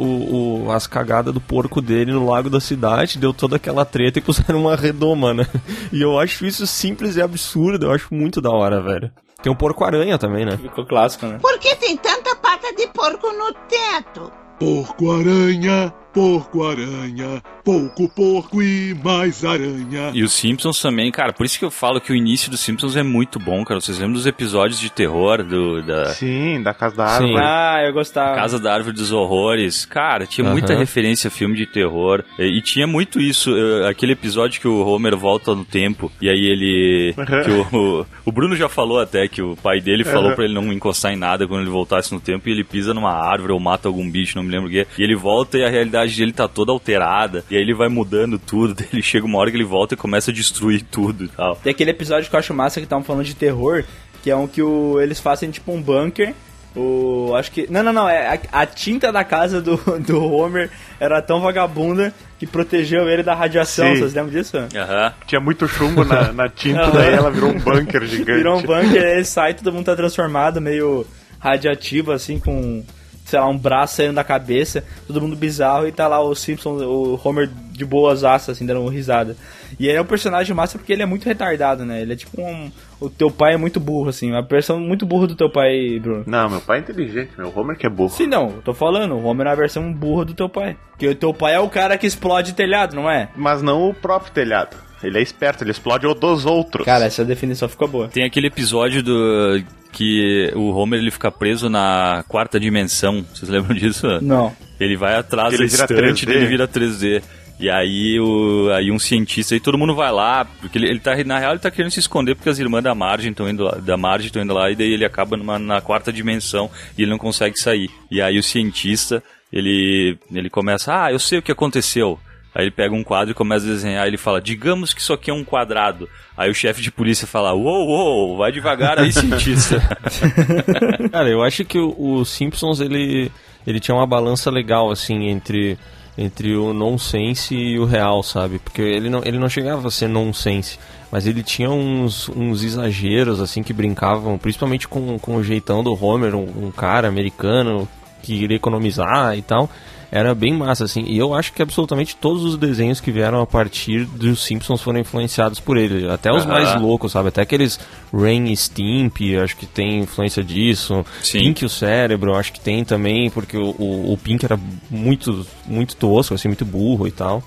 Speaker 1: o- as cagadas do porco dele no lago da cidade, deu toda aquela treta e puseram uma redoma, né? E eu acho isso simples e absurdo, eu acho muito da hora, velho. Tem o porco-aranha também, né?
Speaker 3: Ficou clássico, né?
Speaker 6: Por que tem tanta pata de porco no teto?
Speaker 7: Porco-aranha, porco-aranha, pouco porco e mais aranha.
Speaker 2: E os Simpsons também, cara, por isso que eu falo que o início dos Simpsons é muito bom, cara. Vocês lembram dos episódios de terror, do, da,
Speaker 4: Sim, da casa da
Speaker 1: Sim.
Speaker 4: árvore.
Speaker 3: Ah, eu gostava.
Speaker 2: Casa da Árvore dos Horrores. Cara, tinha
Speaker 1: Aham.
Speaker 2: muita referência a filme de terror. E, e tinha muito isso. eh, Aquele episódio que o Homer volta no tempo. E aí ele. que o, o- o Bruno já falou até que o pai dele falou pra ele não encostar em nada quando ele voltasse no tempo. E ele pisa numa árvore ou mata algum bicho, não me lembro o que. E ele volta e a realidade dele tá toda alterada. E aí ele vai mudando tudo. (laughs) Daí ele chega uma hora que ele volta e começa a destruir tudo e tal.
Speaker 3: Tem aquele episódio que eu acho massa que estavam falando de terror, que é um que o- eles fazem tipo um bunker. O, acho que. Não, não, não. É a, a tinta da casa do, (laughs) do Homer era tão vagabunda que protegeu ele da radiação.
Speaker 4: Sim.
Speaker 3: Vocês lembram disso?
Speaker 2: Aham.
Speaker 4: Tinha muito chumbo na, na tinta,
Speaker 3: Aham.
Speaker 4: daí ela virou
Speaker 3: (laughs)
Speaker 4: um bunker gigante.
Speaker 3: Virou um bunker, ele sai, todo mundo tá transformado, meio radioativo, assim, com, sei lá, um braço saindo da cabeça, todo mundo bizarro, e tá lá o Simpson, o Homer de boas aças, assim, dando uma risada. E ele é um personagem massa porque ele é muito retardado, né? Ele é tipo um. O teu pai é muito burro, assim, uma versão muito burra do teu pai, Bruno.
Speaker 4: Não, meu pai é inteligente, meu. O Homer que é burro.
Speaker 3: Sim, não, eu tô falando, o Homer é a versão burra do teu pai. Porque o teu pai é o cara que explode telhado, não é?
Speaker 4: Mas não o próprio telhado. Ele é esperto, ele explode o dos outros.
Speaker 3: Cara, essa definição ficou boa.
Speaker 2: Tem aquele episódio do que o Homer ele fica preso na quarta dimensão. Vocês lembram (laughs) disso?
Speaker 3: Não.
Speaker 2: Ele vai atrás
Speaker 4: Ele
Speaker 2: do
Speaker 4: vira
Speaker 2: estante
Speaker 4: 3D.
Speaker 2: dele vira 3D. E aí, o, aí um cientista, e todo mundo vai lá, porque ele, ele tá, na real ele tá querendo se esconder porque as irmãs da Margem estão indo lá, da Margem estão indo lá, e daí ele acaba numa, na quarta dimensão e ele não consegue sair. E aí o cientista, ele, ele começa, ah, eu sei o que aconteceu. Aí ele pega um quadro e começa a desenhar, ele fala, digamos que isso aqui é um quadrado. Aí o chefe de polícia fala, uou, uou, vai devagar aí,
Speaker 4: (laughs)
Speaker 2: cientista.
Speaker 1: Cara, eu acho que o, o Simpsons ele, ele tinha uma balança legal assim entre entre o nonsense e o real, sabe? Porque ele não, ele não chegava a ser nonsense, mas ele tinha uns, uns exageros assim que brincavam, principalmente com, com o jeitão do Homer, um, um cara americano que iria economizar e tal. Era bem massa, assim. E eu acho que absolutamente todos os desenhos que vieram a partir dos Simpsons foram influenciados por ele. Até os
Speaker 2: Aham.
Speaker 1: mais loucos, sabe? Até aqueles Rain e Stimp, acho que tem influência disso.
Speaker 2: Sim.
Speaker 1: Pink e o Cérebro, acho que tem também, porque o, o, o Pink era muito, muito tosco, assim, muito burro e tal.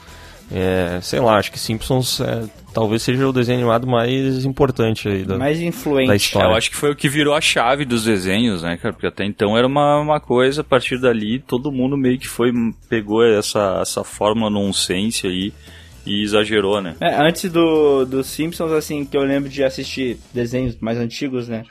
Speaker 1: É, sei lá, acho que Simpsons é, talvez seja o desenho animado mais importante aí da,
Speaker 3: Mais
Speaker 1: da
Speaker 3: influente.
Speaker 1: história.
Speaker 2: É, eu acho que foi o que virou a chave dos desenhos, né, cara? Porque até então era uma, uma coisa, a partir dali todo mundo meio que foi, pegou essa, essa fórmula nonsense aí e exagerou, né?
Speaker 3: É, antes do, do Simpsons, assim, que eu lembro de assistir desenhos mais antigos, né?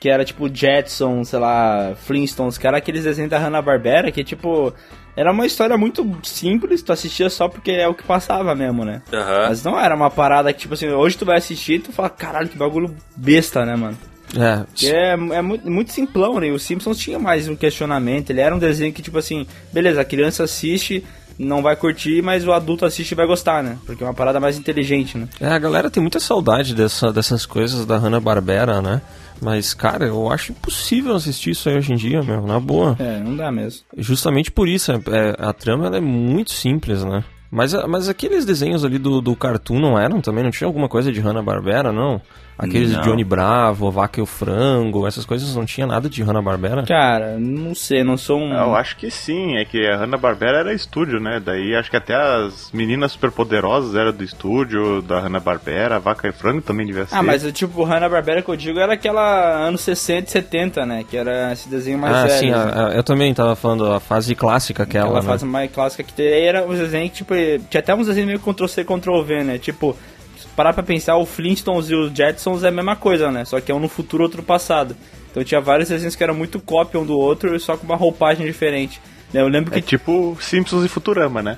Speaker 3: Que era tipo Jetson, sei lá, Flintstones, que era aqueles desenhos da Hanna-Barbera, que tipo. Era uma história muito simples, tu assistia só porque é o que passava mesmo, né?
Speaker 2: Aham.
Speaker 3: Mas não era uma parada que, tipo assim, hoje tu vai assistir e tu fala, caralho, que bagulho besta, né, mano?
Speaker 1: É,
Speaker 3: Que é, é mu- muito simplão, né? E O Simpsons tinha mais um questionamento. Ele era um desenho que, tipo assim, beleza, a criança assiste, não vai curtir, mas o adulto assiste e vai gostar, né? Porque é uma parada mais inteligente, né?
Speaker 1: É, a galera tem muita saudade dessa- dessas coisas da Hanna-Barbera, né? Mas, cara, eu acho impossível assistir isso aí hoje em dia, meu, na boa.
Speaker 3: É, não dá mesmo.
Speaker 1: Justamente por isso, é- é- a trama ela é muito simples, né? Mas, a- mas aqueles desenhos ali do, do Cartoon não eram também? Não tinha alguma coisa de Hanna-Barbera, não? Aqueles de
Speaker 2: Não.
Speaker 1: Johnny Bravo, A Vaca e o Frango, essas coisas não tinha nada de Hanna-Barbera?
Speaker 3: Cara, não sei, não sou um.
Speaker 4: É, Eu acho que sim, é que a Hanna-Barbera era estúdio, né? Daí acho que até as meninas superpoderosas eram do estúdio, da Hanna-Barbera, a Vaca e Frango também devia ser.
Speaker 3: Ah, mas tipo, o Hanna-Barbera que eu digo era aquela anos 60 e 70, né? Que era esse desenho mais
Speaker 1: ah,
Speaker 3: velho.
Speaker 1: sim,
Speaker 3: né?
Speaker 1: a- a- eu também tava falando a fase clássica aquela,
Speaker 3: Aquela
Speaker 1: né? (laughs)
Speaker 3: fase mais clássica que tem. Aí era uns desenhos que, tipo, tinha até uns desenhos meio Ctrl-C, Ctrl-V, né? Tipo, se parar pra pensar, o Flintstones e o Jetsons é a mesma coisa, né? Só que é um no futuro, outro no passado. Então tinha vários desenhos que eram muito cópia um do outro, só com uma roupagem diferente. né? Eu lembro
Speaker 4: É
Speaker 3: que...
Speaker 4: tipo Simpsons e Futurama, né?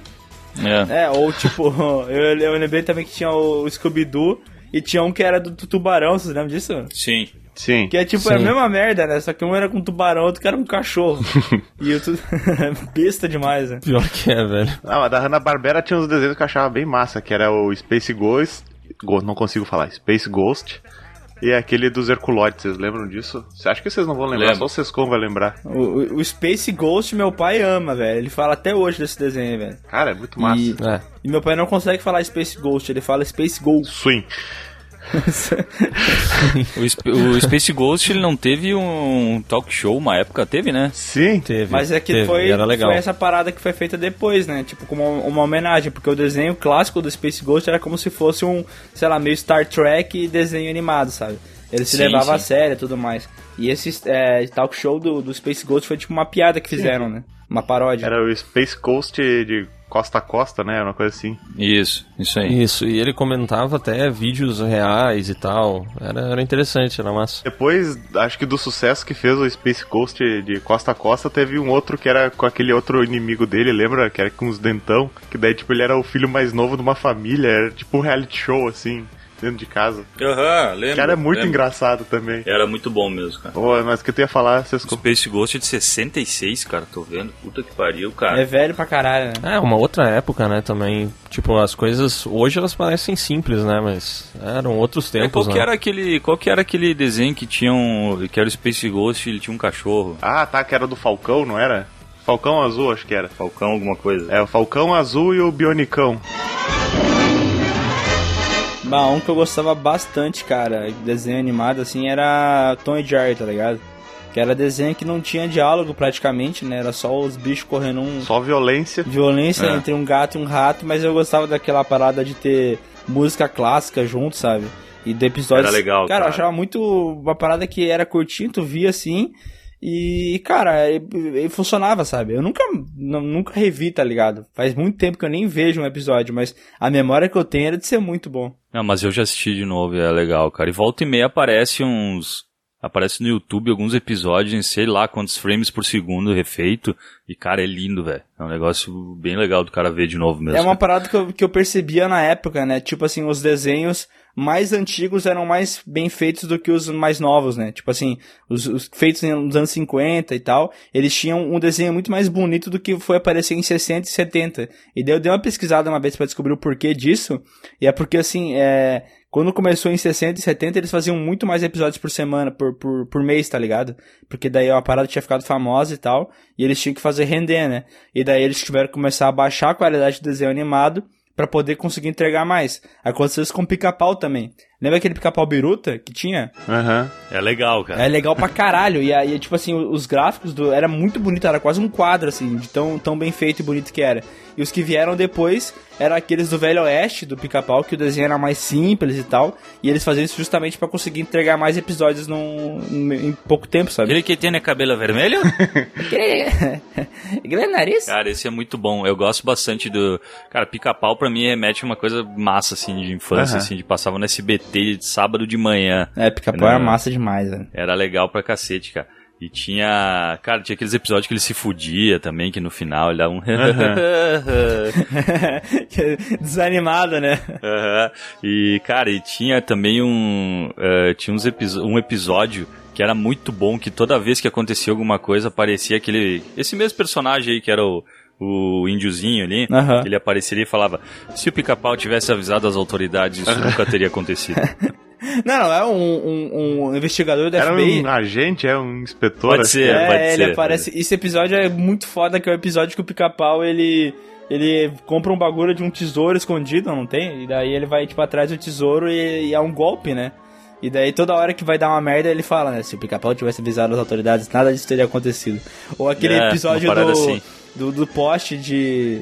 Speaker 2: É.
Speaker 3: É, ou tipo, (laughs) eu, eu lembrei também que tinha o Scooby-Doo e tinha um que era do, do tubarão, vocês lembram disso?
Speaker 2: Sim.
Speaker 4: Sim.
Speaker 3: Que é tipo, era a
Speaker 1: Sim.
Speaker 3: mesma merda, né? Só que um era com tubarão, outro que era um cachorro. e o tu... (laughs) besta demais, né?
Speaker 1: Pior que é, velho.
Speaker 4: Ah, mas da Hanna-Barbera tinha uns desenhos que eu achava bem massa, que era o Space Ghost... Go- Não consigo falar. Space Ghost... E aquele dos Herculoides, vocês lembram disso? Acho que vocês não vão lembrar,
Speaker 2: Lembro.
Speaker 4: só o Sescon vai lembrar.
Speaker 3: O, o- o Space Ghost meu pai ama, velho. Ele fala até hoje desse desenho, velho.
Speaker 4: Cara, é muito massa.
Speaker 3: E,
Speaker 1: É.
Speaker 3: e meu pai não consegue falar Space Ghost, ele fala Space
Speaker 4: (laughs)
Speaker 3: Ghost.
Speaker 4: Swing.
Speaker 2: O, Sp- o Space Ghost ele não teve um talk show uma época, teve, né?
Speaker 4: Sim.
Speaker 1: Teve,
Speaker 3: Mas é que
Speaker 1: teve,
Speaker 3: foi,
Speaker 1: e era legal.
Speaker 3: foi essa parada que foi feita depois, né? Tipo, como uma, uma homenagem, porque o desenho clássico do Space Ghost era como se fosse um, sei lá, meio Star Trek e desenho animado, sabe? Ele se
Speaker 2: Sim,
Speaker 3: levava a
Speaker 2: sim.
Speaker 3: sério e tudo mais. E esse é, talk show do, do Space Ghost foi tipo uma piada que fizeram, né? Uma paródia.
Speaker 4: Era o Space Coast de costa a costa, né? Era uma coisa assim.
Speaker 2: Isso, isso aí.
Speaker 1: Isso, e ele comentava até vídeos reais e tal. Era, era interessante, era massa.
Speaker 4: Depois, acho que do sucesso que fez o Space Coast de costa a costa, teve um outro que era com aquele outro inimigo dele, lembra? Que era com uns dentão. Que daí, tipo, ele era o filho mais novo de uma família. Era tipo um reality show, assim, dentro de casa.
Speaker 2: Aham, lembro.
Speaker 4: O cara é muito
Speaker 2: lembro.
Speaker 4: engraçado também.
Speaker 2: Era muito bom mesmo, cara.
Speaker 4: Pô, mas o que eu ia falar, vocês...
Speaker 2: O Space Ghost é de 66, cara, tô vendo. Puta que pariu, cara.
Speaker 3: É velho pra caralho, né?
Speaker 1: É, uma outra época, né, também. Tipo, as coisas hoje elas parecem simples, né, mas eram outros
Speaker 2: É,
Speaker 1: tempos,
Speaker 2: qual, que
Speaker 1: né?
Speaker 2: era aquele, qual que era aquele desenho que tinha um. que era o Space Ghost e ele tinha um cachorro?
Speaker 4: Ah, tá, que era do Falcão, não era? Falcão Azul, acho que era.
Speaker 2: Falcão, alguma coisa.
Speaker 4: É, o Falcão Azul e o Bionicão.
Speaker 3: Bah, um que eu gostava bastante, cara, desenho animado, assim, era Tom e Jerry, tá ligado? Que era desenho que não tinha diálogo praticamente, né? Era só os bichos correndo um...
Speaker 4: Só violência.
Speaker 3: Violência
Speaker 2: É.
Speaker 3: entre um gato e um rato, mas eu gostava daquela parada de ter música clássica junto, sabe? E de episódios...
Speaker 2: Era legal,
Speaker 3: Cara, eu
Speaker 2: cara.
Speaker 3: achava muito uma parada que era curtinho, tu via assim... E, cara, e- e funcionava, sabe? Eu nunca, nu- nunca revi, tá ligado? Faz muito tempo que eu nem vejo um episódio, mas a memória que eu tenho era de ser muito bom.
Speaker 2: Não, mas eu já assisti de novo, é legal, cara. E volta e meia aparece uns. Aparece no YouTube alguns episódios em sei lá quantos frames por segundo refeito. E, cara, é lindo, velho. É um negócio bem legal do cara ver de novo mesmo.
Speaker 3: É uma parada que eu, que eu percebia na época, né? Tipo assim, os desenhos mais antigos eram mais bem feitos do que os mais novos, né? Tipo assim, os, os feitos nos anos 50 e tal, eles tinham um desenho muito mais bonito do que foi aparecer em 60 e 70. E daí eu dei uma pesquisada uma vez pra descobrir o porquê disso, e é porque assim, é. Quando começou em 60 e 70, eles faziam muito mais episódios por semana, por, por, por mês, tá ligado? Porque daí a parada tinha ficado famosa e tal, e eles tinham que fazer render, né? E daí eles tiveram que começar a baixar a qualidade do desenho animado pra poder conseguir entregar mais. Aconteceu isso com o pica-pau também. Lembra aquele pica-pau biruta que tinha?
Speaker 4: Aham.
Speaker 2: É legal, cara.
Speaker 3: É legal pra caralho. E aí, tipo assim, os gráficos do. Era muito bonito, era quase um quadro, assim, de tão, tão bem feito e bonito que era. E os que vieram depois eram aqueles do Velho Oeste, do Pica-Pau, que o desenho era mais simples e tal. E eles faziam isso justamente pra conseguir entregar mais episódios num, num- em pouco tempo, sabe?
Speaker 2: Aquele que tem né, cabelo
Speaker 3: (laughs)
Speaker 2: vermelho?
Speaker 3: Grande nariz?
Speaker 2: Cara, esse é muito bom. Eu gosto bastante do. Cara, pica-pau pra mim remete a uma coisa massa, assim, de infância,
Speaker 4: Aham.
Speaker 2: assim, de passava no SBT de sábado de manhã.
Speaker 3: É, Pica-Pau era
Speaker 2: Não.
Speaker 3: massa demais, velho.
Speaker 2: Era legal pra cacete, cara. E tinha. Cara, tinha aqueles episódios que ele se fudia também, que no final ele dava um.
Speaker 3: (laughs) Desanimado, né?
Speaker 2: (laughs) Aham. E, cara, e tinha também um. eh, tinha uns episo- um episódio que era muito bom, que toda vez que acontecia alguma coisa, aparecia aquele. Esse mesmo personagem aí, que era o, o índiozinho ali.
Speaker 3: Aham.
Speaker 2: Ele apareceria e falava: se o pica-pau tivesse avisado as autoridades, isso nunca teria acontecido.
Speaker 3: Não, não, é um, um, um investigador da
Speaker 4: Era
Speaker 3: FBI.
Speaker 4: um agente, é um inspetor.
Speaker 2: Pode
Speaker 4: acho
Speaker 2: ser,
Speaker 4: que era.
Speaker 3: É,
Speaker 2: pode
Speaker 3: ele
Speaker 2: ser.
Speaker 3: aparece. Esse episódio é muito foda, que é o episódio que o pica-pau ele. Ele compra um bagulho de um tesouro escondido, não tem? E daí ele vai, tipo, atrás do tesouro e, e é um golpe, né? E daí toda hora que vai dar uma merda, ele fala, né? Se o pica-pau tivesse avisado as autoridades, nada disso teria acontecido. Ou aquele
Speaker 2: É, uma
Speaker 3: episódio do,
Speaker 2: parada assim.
Speaker 3: do, do poste de,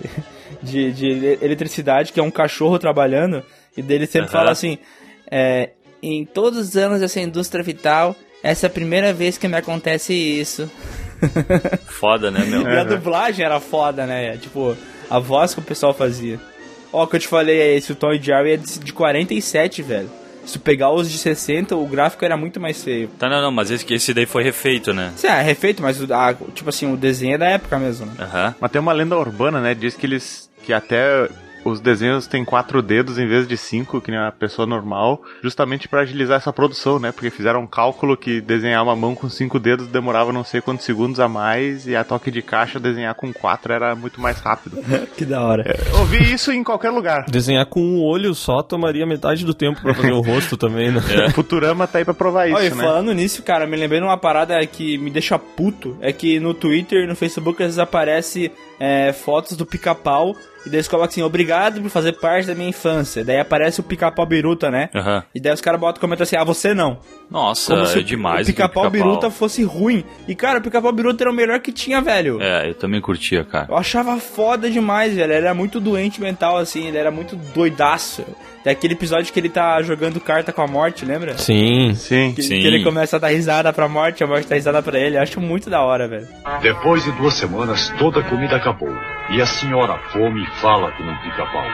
Speaker 3: de, de ele- eletricidade, que é um cachorro trabalhando, e daí ele sempre
Speaker 2: Aham.
Speaker 3: fala assim: é, Em todos os anos dessa indústria vital, essa é a primeira vez que me acontece isso.
Speaker 2: Foda, né, meu?
Speaker 3: E a dublagem era foda, né? Tipo, a voz que o pessoal fazia. Ó, o que eu te falei é esse, o Tom e Jerry é de de 47, velho. Se tu pegar os de 60, o gráfico era muito mais feio.
Speaker 2: Tá, não, não, mas esse, esse daí foi refeito, né?
Speaker 3: Isso é refeito, mas o- a- tipo assim, o desenho é da época mesmo. né?
Speaker 2: Aham.
Speaker 4: Mas tem uma lenda urbana, né? Diz que eles. que até os desenhos têm quatro dedos em vez de cinco, que nem uma pessoa normal, justamente pra agilizar essa produção, né? Porque fizeram um cálculo que desenhar uma mão com cinco dedos demorava não sei quantos segundos a mais, e a toque de caixa desenhar com quatro era muito mais rápido.
Speaker 3: Que da hora.
Speaker 4: Ouvi isso em qualquer lugar.
Speaker 1: Desenhar com um olho só tomaria metade do tempo pra fazer o rosto também,
Speaker 3: (laughs)
Speaker 1: né?
Speaker 3: É.
Speaker 4: Futurama tá aí pra provar isso,
Speaker 3: Olha, e
Speaker 4: né?
Speaker 3: falando nisso, cara, me lembrei de uma parada que me deixa puto. É que no Twitter e no Facebook às vezes aparece é, fotos do pica-pau e daí eles colocam assim, obrigado por fazer parte da minha infância. Daí aparece o pica-pau biruta, né?
Speaker 2: Aham.
Speaker 3: E daí os caras botam e comentam assim, ah, você não.
Speaker 2: Nossa,
Speaker 3: Como se
Speaker 2: é
Speaker 3: o-
Speaker 2: demais.
Speaker 3: o pica-pau tá
Speaker 2: aquele pica-pau.
Speaker 3: biruta fosse ruim. E, cara, o pica-pau biruta era o melhor que tinha, velho.
Speaker 2: É, eu também curtia, cara.
Speaker 3: Eu achava foda demais, velho. Ele era muito doente mental, assim. Ele era muito doidaço. Tem aquele episódio que ele tá jogando carta com a morte, lembra?
Speaker 1: Sim.
Speaker 4: Sim.
Speaker 3: Que,
Speaker 2: Sim.
Speaker 3: que ele começa a dar risada pra morte, a morte dá risada pra ele. Eu acho muito da hora, velho.
Speaker 8: Depois de duas semanas, toda a comida acabou. E a senhora fome fala com o pica-pau.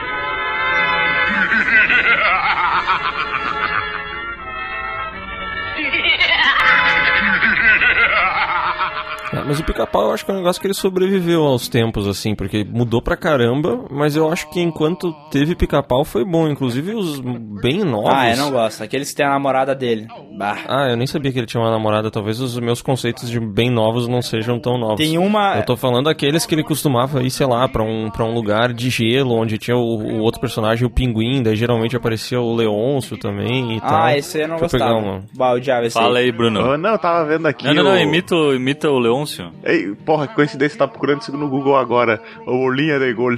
Speaker 1: É, mas o pica-pau eu acho que é um negócio que ele sobreviveu aos tempos, assim, porque mudou pra caramba, mas eu acho que enquanto teve pica-pau foi bom, inclusive os bem novos.
Speaker 3: Ah, eu não gosto. Aqueles que tem a namorada dele. Bah.
Speaker 1: Ah, eu nem sabia que ele tinha uma namorada, talvez os meus conceitos de bem novos não sejam tão novos.
Speaker 3: Tem uma.
Speaker 1: Eu tô falando daqueles que ele costumava ir, sei lá, pra um, pra um lugar de gelo, onde tinha o, o outro personagem, o pinguim, daí geralmente aparecia o Leôncio também e tal.
Speaker 3: Ah, esse aí eu não
Speaker 1: Deixa eu
Speaker 3: gostava.
Speaker 1: pegar uma.
Speaker 3: Bah, o diabo, esse aí.
Speaker 2: Fala aí, Bruno.
Speaker 4: Ah, não, eu tava vendo aqui.
Speaker 2: Não, não, não,
Speaker 4: o-
Speaker 2: imita, o- imita o Leôncio.
Speaker 4: Ei, porra, que coincidência, tá procurando isso no Google agora. O linha de gol.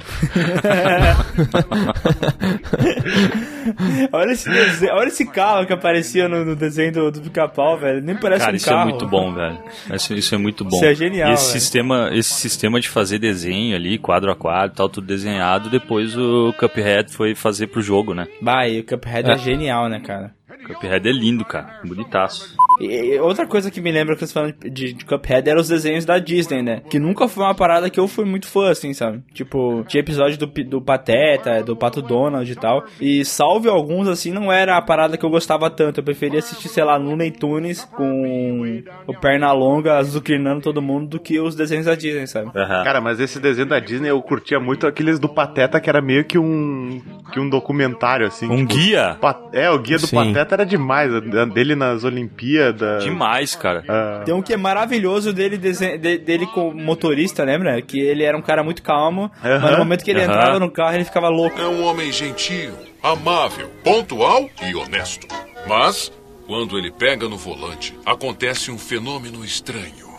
Speaker 3: Olha esse, dese- olha esse carro que aparecia no, no desenho do, do pica-pau, velho. Nem parece
Speaker 2: Cara,
Speaker 3: um
Speaker 2: isso
Speaker 3: carro.
Speaker 2: é muito bom, velho. Isso, isso é muito bom.
Speaker 3: Isso é genial,
Speaker 2: E esse
Speaker 3: velho.
Speaker 2: sistema, esse sistema de fazer desenho ali, quadro a quadro, e tal, tudo desenhado, depois o Cuphead foi fazer pro jogo, né?
Speaker 3: Bah, e o Cuphead é.
Speaker 1: É.
Speaker 3: genial, né, cara?
Speaker 2: O Cuphead é lindo, cara. Bonitaço.
Speaker 3: E, e outra coisa que me lembra que vocês falam de, de Cuphead eram os desenhos da Disney, né? Que nunca foi uma parada que eu fui muito fã, assim, sabe? Tipo, tinha episódio do, Pi- do Pateta, do Pato Donald e tal. E salve alguns, assim, não era a parada que eu gostava tanto. Eu preferia assistir, sei lá, Looney Tunes com o Pernalonga azucrinando todo mundo do que os desenhos da Disney, sabe?
Speaker 2: Aham.
Speaker 4: Cara, mas esse desenho da Disney eu curtia muito aqueles do Pateta, que era meio que um que um documentário assim.
Speaker 2: Um
Speaker 4: tipo,
Speaker 2: guia?
Speaker 4: Pa- É, o guia do
Speaker 1: Sim.
Speaker 4: Pateta era demais, a a dele nas Olimpíadas, da.
Speaker 2: Demais, cara.
Speaker 4: ah,
Speaker 3: Tem um que é maravilhoso dele, desen- de- dele com motorista, lembra? Que ele era um cara muito calmo,
Speaker 4: Aham.
Speaker 3: mas no momento que ele
Speaker 2: Aham.
Speaker 3: entrava no carro ele ficava louco.
Speaker 7: É um homem gentil, amável, pontual e honesto. Mas, quando ele pega no volante, acontece um fenômeno estranho.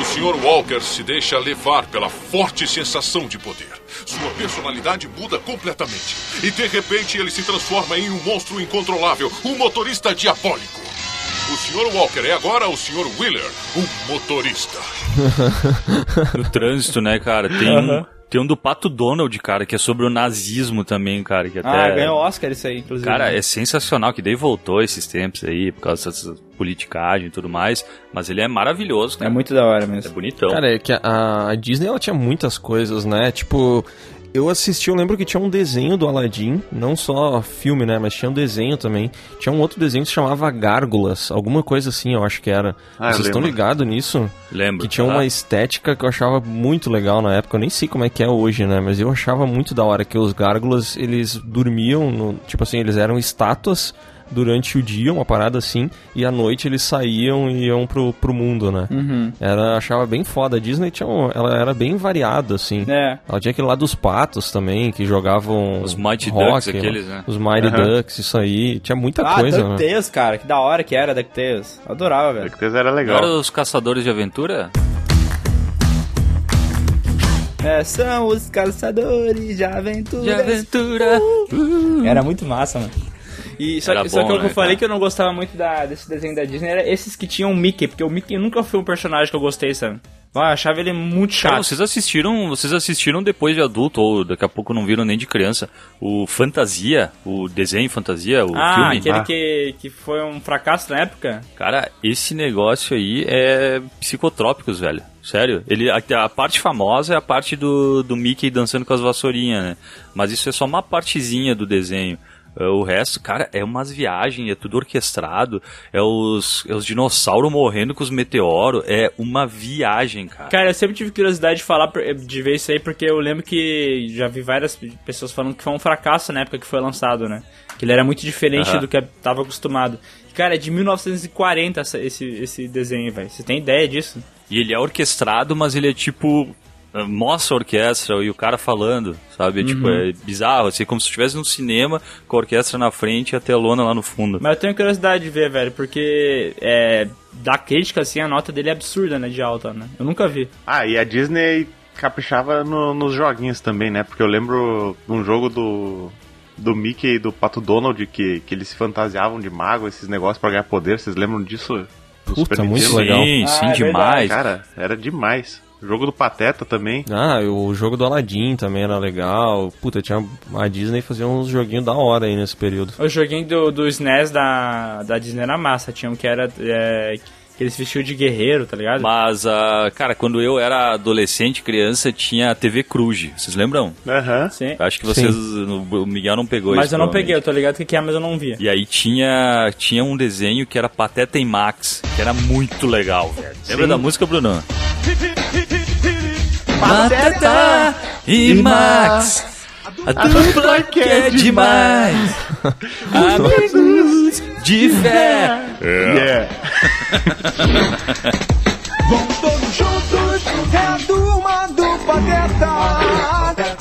Speaker 7: O Sr. Walker se deixa levar pela forte sensação de poder. Sua personalidade muda completamente. E de repente ele se transforma em um monstro incontrolável, um motorista diabólico. O Sr. Walker é agora o Sr. Wheeler, um motorista.
Speaker 2: No trânsito, né, cara? Tem um, tem um do Pato Donald, cara, que é sobre o nazismo também, cara. Que até...
Speaker 3: Ah, ganhou Oscar isso aí, inclusive.
Speaker 2: Cara, é sensacional que daí voltou esses tempos aí, por causa dessas politicagem e tudo mais. Mas ele é maravilhoso,
Speaker 3: É
Speaker 2: cara.
Speaker 3: muito da hora
Speaker 2: É
Speaker 3: mesmo.
Speaker 2: bonitão.
Speaker 1: Cara, é que a, a Disney ela tinha muitas coisas, né? Tipo, eu assisti, eu lembro que tinha um desenho do Aladdin, não só filme, né? Mas tinha um desenho também. Tinha um outro desenho que se chamava Gárgulas, alguma coisa assim, eu acho que era.
Speaker 4: Ah, eu
Speaker 1: Vocês estão
Speaker 4: lembro.
Speaker 1: ligados nisso?
Speaker 2: Lembro.
Speaker 1: Que tinha um
Speaker 2: tá?
Speaker 1: uma estética que eu achava muito legal na época. Eu nem sei como é que é hoje, né? Mas eu achava muito da hora que os gárgulas, eles dormiam, no- tipo assim, eles eram estátuas durante o dia, uma parada assim, e à noite eles saíam e iam pro, pro mundo, né?
Speaker 3: Uhum.
Speaker 1: Era, achava bem foda. A Disney tinha um- ela era bem variada, assim.
Speaker 3: É.
Speaker 1: Ela tinha aquele lá dos patos também, que jogavam.
Speaker 2: Os Mighty Ducks,
Speaker 1: rock,
Speaker 2: aqueles, né?
Speaker 1: Os Mighty
Speaker 4: Aham.
Speaker 1: Ducks, isso aí. Tinha muita
Speaker 3: ah,
Speaker 1: coisa, né?
Speaker 3: DuckTales, cara, que da hora que era DuckTales. Adorava, velho.
Speaker 4: certeza era
Speaker 2: Não era
Speaker 4: legal.
Speaker 2: os Caçadores de Aventura?
Speaker 3: É, são os caçadores de aventuras.
Speaker 2: aventura!
Speaker 3: Era muito massa, mano. E só,
Speaker 2: Era
Speaker 3: que- só
Speaker 2: bom,
Speaker 3: que eu
Speaker 2: né,
Speaker 3: falei
Speaker 2: cara?
Speaker 3: que eu não gostava muito da- desse desenho da Disney era esses que tinham o Mickey, porque o Mickey nunca foi um personagem que eu gostei, sabe? Eu achava ele muito
Speaker 2: Cara,
Speaker 3: chato.
Speaker 2: vocês assistiram, vocês assistiram depois de adulto, ou daqui a pouco não viram nem de criança, o Fantasia, o desenho Fantasia, o
Speaker 3: ah,
Speaker 2: filme.
Speaker 3: aquele
Speaker 4: Ah.
Speaker 3: Que, que foi um fracasso na época?
Speaker 2: Cara, esse negócio aí é psicotrópicos, velho. Sério. Ele, a, a parte famosa é a parte do, do Mickey dançando com as vassourinhas, né? Mas isso é só uma partezinha do desenho. É, O resto, cara, é umas viagens, é tudo orquestrado, é os, é os dinossauros morrendo com os meteoros, é uma viagem, cara.
Speaker 3: Cara, eu sempre tive curiosidade de falar, por- de ver isso aí, porque eu lembro que já vi várias pessoas falando que foi um fracasso na época que foi lançado, né? Que ele era muito diferente
Speaker 2: Aham.
Speaker 3: do que eu tava acostumado. Cara, é de 1940 essa- esse, esse desenho, velho. Você tem ideia disso?
Speaker 2: E ele é orquestrado, mas ele é tipo. eh, Mostra a orquestra e o cara falando, sabe? É Tipo, é bizarro, assim, como se estivesse num cinema com a orquestra na frente e a telona lá no fundo.
Speaker 3: Mas eu tenho curiosidade de ver, velho, porque é, da crítica, assim, a nota dele é absurda, né? De alta, né? Eu nunca vi.
Speaker 4: Ah, e a Disney caprichava no- nos joguinhos também, né? Porque eu lembro de um jogo do. Do Mickey e do Pato Donald, que, que eles se fantasiavam de mago, esses negócios pra ganhar poder, vocês lembram disso? Do
Speaker 1: Puta, muito
Speaker 4: Nintendo?
Speaker 2: sim,
Speaker 1: legal.
Speaker 2: sim,
Speaker 3: Ah, é
Speaker 2: demais.
Speaker 4: Cara, era demais. O jogo do Pateta também.
Speaker 1: Ah, o jogo do Aladdin também era legal. Puta, tinha a Disney fazia uns joguinhos da hora aí nesse período.
Speaker 3: O joguinho do, do SNES da, da Disney era massa. Tinha um que era... É, que eles vestiam de guerreiro, tá ligado?
Speaker 2: Mas, ah, cara, quando eu era adolescente, criança, tinha a TV Cruz. Vocês lembram?
Speaker 4: Aham.
Speaker 3: Sim.
Speaker 2: Acho que vocês. O Miguel não pegou
Speaker 3: Mas
Speaker 2: isso.
Speaker 3: eu não
Speaker 2: provavelmente.
Speaker 3: peguei, eu tô ligado que que é, mas eu não via.
Speaker 2: E aí tinha, tinha um desenho que era Pateta e Max, que era muito legal, velho. Lembra da música, Bruno? Pateta e Max, a dupla que é demais, (laughs) É. amigos de fé.
Speaker 4: Yeah.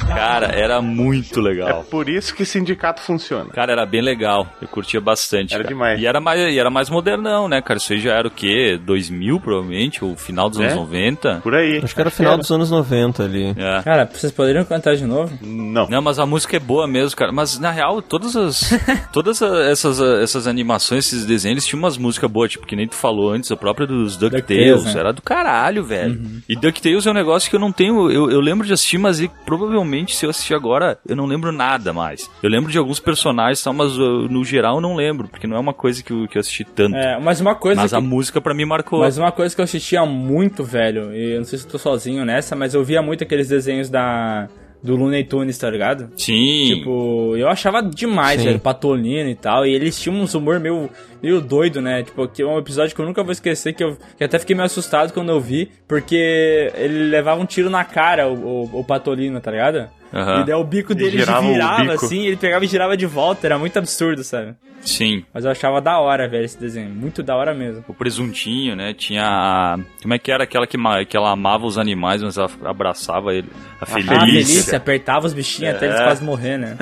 Speaker 2: Cara, era muito legal.
Speaker 4: É Por isso que sindicato funciona.
Speaker 2: Cara, era bem legal. Eu curtia bastante.
Speaker 4: Era
Speaker 2: cara.
Speaker 4: demais.
Speaker 2: E era mais, e era mais modernão, né, cara? Isso aí já era o quê? 2000, provavelmente, ou final dos anos
Speaker 4: É?
Speaker 2: 90.
Speaker 4: Por aí.
Speaker 1: Acho que era final dos anos 90 ali.
Speaker 2: É.
Speaker 3: Cara, vocês poderiam cantar de novo?
Speaker 4: Não.
Speaker 2: Não, mas a música é boa mesmo, cara. Mas na real, todas
Speaker 4: (laughs)
Speaker 2: as todas a- essas essas animações, esses desenhos, eles tinham umas músicas boas, tipo que nem tu falou antes, a própria dos DuckTales,
Speaker 3: DuckTales, né?
Speaker 2: era do caralho, velho. E DuckTales é um negócio que eu não tenho, eu, eu lembro de assistir, mas e provavelmente se eu assistir agora, eu não lembro nada mais. Eu lembro de alguns personagens, e tal, mas uh, no geral eu não lembro, porque não é uma coisa que eu, que eu assisti tanto.
Speaker 3: É, mas uma coisa
Speaker 2: mas
Speaker 3: que...
Speaker 2: a música pra mim marcou.
Speaker 3: Mas uma coisa que eu assistia muito, velho, e eu não sei se eu tô sozinho nessa, mas eu via muito aqueles desenhos da do Looney Tunes, tá ligado?
Speaker 2: Sim.
Speaker 3: Tipo, eu achava demais,
Speaker 1: Sim.
Speaker 3: velho, Patolino e tal, e eles tinham uns humor meio, meio doido, né? Tipo, que é um episódio que eu nunca vou esquecer, que eu que até fiquei meio assustado quando eu vi, porque ele levava um tiro na cara, o, o, o Patolino, tá ligado?
Speaker 2: Aham.
Speaker 3: E daí o bico dele
Speaker 4: girava o
Speaker 3: virava
Speaker 4: bico.
Speaker 3: assim, ele pegava e girava de volta, era muito absurdo, sabe?
Speaker 2: Sim.
Speaker 3: Mas eu achava da hora, velho, esse desenho. Muito da hora mesmo.
Speaker 2: O presuntinho, né? Tinha a... Como é que era aquela que, ma- que ela amava os animais, mas ela abraçava ele? A
Speaker 3: Ah,
Speaker 2: Felícia.
Speaker 3: delícia, apertava os bichinhos até eles quase morrer, né?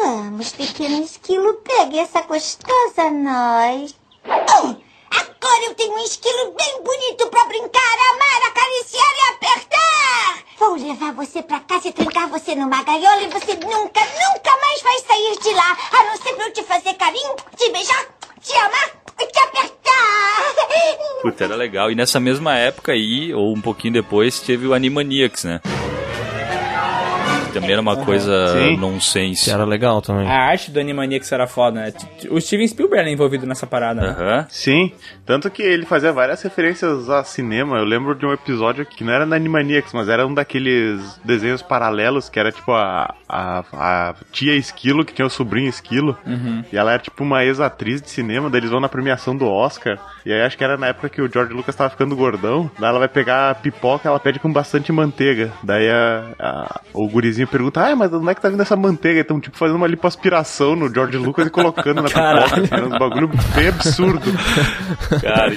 Speaker 9: Vamos, pequeno esquilo, pegue essa gostosa nós.
Speaker 5: Agora eu tenho um esquilo bem bonito pra brincar, amar, acariciar e apertar!
Speaker 9: Vou levar você pra casa e trancar você numa gaiola e você nunca, nunca mais vai sair de lá. A não ser pra eu te fazer carinho, te beijar, te amar e te apertar.
Speaker 2: Puta, era legal. E nessa mesma época aí, ou um pouquinho depois, teve o Animaniacs, né? Que Também era uma coisa
Speaker 4: Sim.
Speaker 1: Isso
Speaker 2: nonsense.
Speaker 1: era legal também.
Speaker 3: A arte do Animaniacs era foda, né? O Steven Spielberg era envolvido nessa parada, né?
Speaker 2: Aham.
Speaker 4: Sim, tanto que ele fazia várias referências a cinema. Eu lembro de um episódio que não era na Animaniacs, mas era um daqueles desenhos paralelos que era tipo a, a, a tia esquilo, que tinha o sobrinho esquilo. E ela era tipo uma ex-atriz de cinema, daí eles vão na premiação do Oscar. E aí acho que era na época que o George Lucas tava ficando gordão. Daí ela vai pegar a pipoca, ela pede com bastante manteiga. Daí a- a- o gurizinho pergunta: Ah, mas onde é que tá vindo essa manteiga? Então, tipo, fazendo uma lipoaspiração no George Lucas e colocando na pipoca. Era um bagulho bem absurdo.
Speaker 1: (laughs)
Speaker 2: Cara,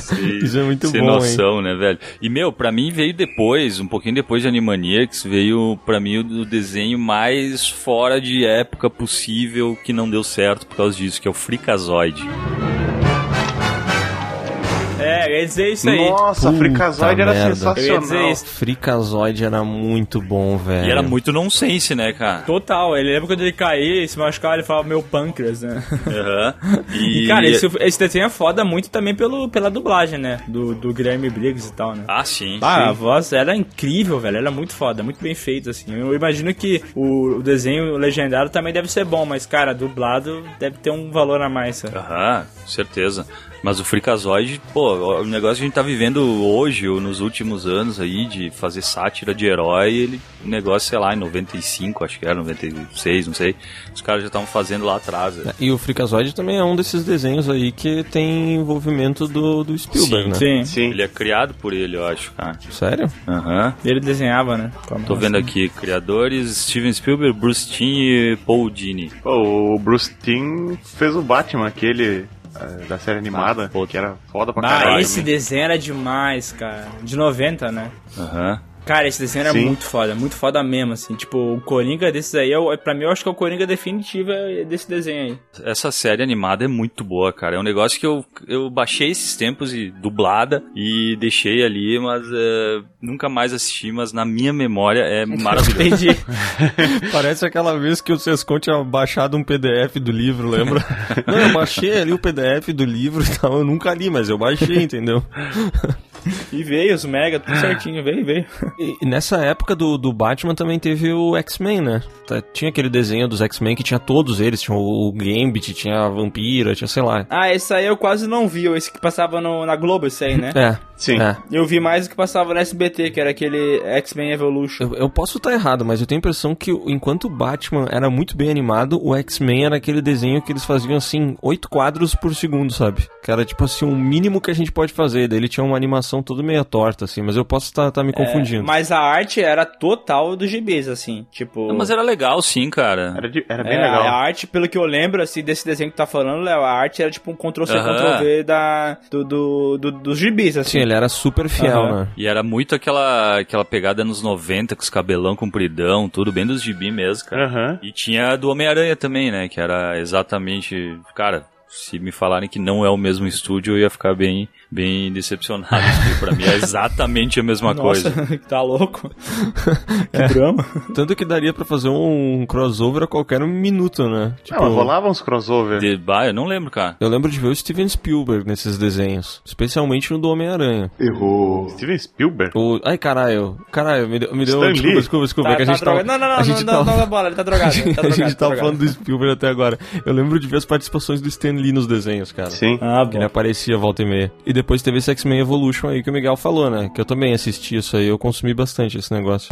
Speaker 2: sem-
Speaker 1: Isso é muito
Speaker 2: sem
Speaker 1: bom,
Speaker 2: noção, né, velho? E, meu, pra mim veio depois, um pouquinho depois de Animaniacs, veio pra mim o- o desenho mais fora de época possível que não deu certo por causa disso, que é o Frikazoid.
Speaker 3: É, eu ia dizer isso aí.
Speaker 4: Nossa,
Speaker 1: Puta
Speaker 4: Freakazoid era
Speaker 1: merda.
Speaker 3: Eu ia
Speaker 4: sensacional.
Speaker 3: dizer isso.
Speaker 1: Frikazoid era muito bom, velho.
Speaker 2: E era muito nonsense, né, cara?
Speaker 3: Total, ele lembra quando ele caía e se machucava, ele falava meu pâncreas, né? (laughs)
Speaker 2: Aham.
Speaker 3: E,
Speaker 2: E,
Speaker 3: cara, esse, esse desenho é foda muito também pelo, pela dublagem, né? Do, do Guilherme Briggs e tal, né?
Speaker 2: Ah, sim.
Speaker 3: Ah, a
Speaker 2: sim.
Speaker 3: voz era incrível, velho. Era muito foda, muito bem feito, assim. Eu imagino que o, o desenho legendado também deve ser bom, mas, cara, dublado deve ter um valor a mais, sabe?
Speaker 2: Aham, com certeza. Mas o Frikazoid, pô, o negócio que a gente tá vivendo hoje, ou nos últimos anos aí, de fazer sátira de herói, ele, o negócio, sei lá, em 95, acho que era, 96, não sei, os caras já estavam fazendo lá atrás. né?
Speaker 1: E o Frikazoid também é um desses desenhos aí que tem envolvimento do, do Spielberg, né?
Speaker 3: Sim.
Speaker 4: Sim.
Speaker 2: Ele é criado por ele, eu acho, cara.
Speaker 1: Sério?
Speaker 2: Aham.
Speaker 3: Ele desenhava, né?
Speaker 2: Tô vendo aqui, criadores, Steven Spielberg, Bruce Timm e Paul Dini.
Speaker 4: Pô, o Bruce Timm fez o Batman, aquele eh, da série animada,
Speaker 2: Ah, pô.
Speaker 4: que era foda pra
Speaker 3: Ah,
Speaker 4: caralho. né?
Speaker 3: esse desenho era demais, cara. De 90, né?
Speaker 2: Aham.
Speaker 3: Cara, esse desenho era
Speaker 4: Sim.
Speaker 3: muito foda, muito foda mesmo, assim. Tipo, o Coringa desses aí, é o- pra mim, eu acho que é o Coringa definitivo é desse desenho
Speaker 1: (laughs)
Speaker 3: aí.
Speaker 2: Essa série animada é muito boa, cara. É um negócio que eu, eu baixei esses tempos e dublada e deixei ali, mas é, nunca mais assisti, mas na minha memória é maravilhoso.
Speaker 3: Entendi.
Speaker 1: (laughs) Parece aquela vez que o Sescon tinha baixado um PDF do livro, (laughs) lembra? Não, eu baixei ali o PDF do livro e tal, eu nunca li, mas eu (laughs) baixei, entendeu?
Speaker 3: e veio os Mega,
Speaker 1: (laughs)
Speaker 3: tudo certinho, veio, veio.
Speaker 1: E e nessa época do, do Batman também teve o X-Men, né? Tá- Tinha aquele desenho dos X-Men que tinha todos eles, tinha o o Gambit, tinha a Vampira, tinha sei lá.
Speaker 3: Ah, esse aí eu quase não vi, esse que passava no- na Globo, esse aí, né?
Speaker 1: (laughs) É,
Speaker 4: Sim.
Speaker 1: é.
Speaker 3: Eu vi mais o que passava no SBT, que era aquele X-Men Evolution.
Speaker 1: Eu, eu posso estar errado, mas eu tenho a impressão que o- enquanto o Batman era muito bem animado, o X-Men era aquele desenho que eles faziam assim, oito quadros por segundo, sabe? Que era tipo assim, o mínimo que a gente pode fazer. Daí ele tinha uma animação toda meia torta, assim, mas eu posso estar me confundindo.
Speaker 3: Mas a arte era total dos gibis, assim. Tipo.
Speaker 2: Não, mas era legal, sim, cara.
Speaker 4: Era, de- era bem
Speaker 3: é, A
Speaker 4: legal.
Speaker 3: arte, pelo que eu lembro, assim, desse desenho que tu tá falando, Léo, a arte era tipo um Ctrl-C,
Speaker 2: Aham.
Speaker 3: Ctrl-V da, do, do, do- dos gibis,
Speaker 1: Sim,
Speaker 3: assim.
Speaker 1: ele era super fiel,
Speaker 3: Aham.
Speaker 1: né?
Speaker 2: E era muito aquela, aquela pegada anos 90, com os cabelão compridão, tudo bem dos gibi mesmo, cara.
Speaker 4: Aham.
Speaker 2: E tinha a do Homem-Aranha também, né? Que era exatamente. Cara, se me falarem que não é o mesmo estúdio, eu ia ficar bem, bem decepcionado. Porque pra mim é exatamente a mesma
Speaker 3: (laughs) Nossa,
Speaker 2: coisa.
Speaker 3: tá louco? que drama.
Speaker 1: Tanto que daria pra fazer um crossover a qualquer minuto, né?
Speaker 4: Não, mas rolava uns crossover.
Speaker 2: De, bah, eu não lembro, cara.
Speaker 1: eu lembro de ver o Steven Spielberg nesses desenhos, especialmente no do Homem-Aranha.
Speaker 8: Errou.
Speaker 4: Steven Spielberg?
Speaker 1: O... Ai, caralho, caralho, me deu. Me deu...
Speaker 4: Stan
Speaker 1: Desculpa,
Speaker 4: Lee.
Speaker 1: desculpa, desculpa, é
Speaker 3: Tá,
Speaker 1: que a
Speaker 3: tá
Speaker 1: gente
Speaker 3: drogado.
Speaker 1: tava.
Speaker 3: Não, não, não,
Speaker 1: a
Speaker 3: não,
Speaker 1: gente
Speaker 3: não,
Speaker 1: tava- (laughs)
Speaker 3: não dá bola, ele tá drogado. Ele tá
Speaker 1: a
Speaker 3: drogado,
Speaker 1: gente
Speaker 3: tá
Speaker 1: tava
Speaker 3: drogado.
Speaker 1: falando do Spielberg até agora. Eu lembro de ver as participações do Stan Lee nos desenhos, cara.
Speaker 4: Sim.
Speaker 3: Ah,
Speaker 1: Ele
Speaker 3: bom.
Speaker 1: aparecia volta e meia. E depois teve esse X-Men Evolution aí que o Miguel falou, né? Que eu também assisti isso aí, eu consumi bastante esse negócio.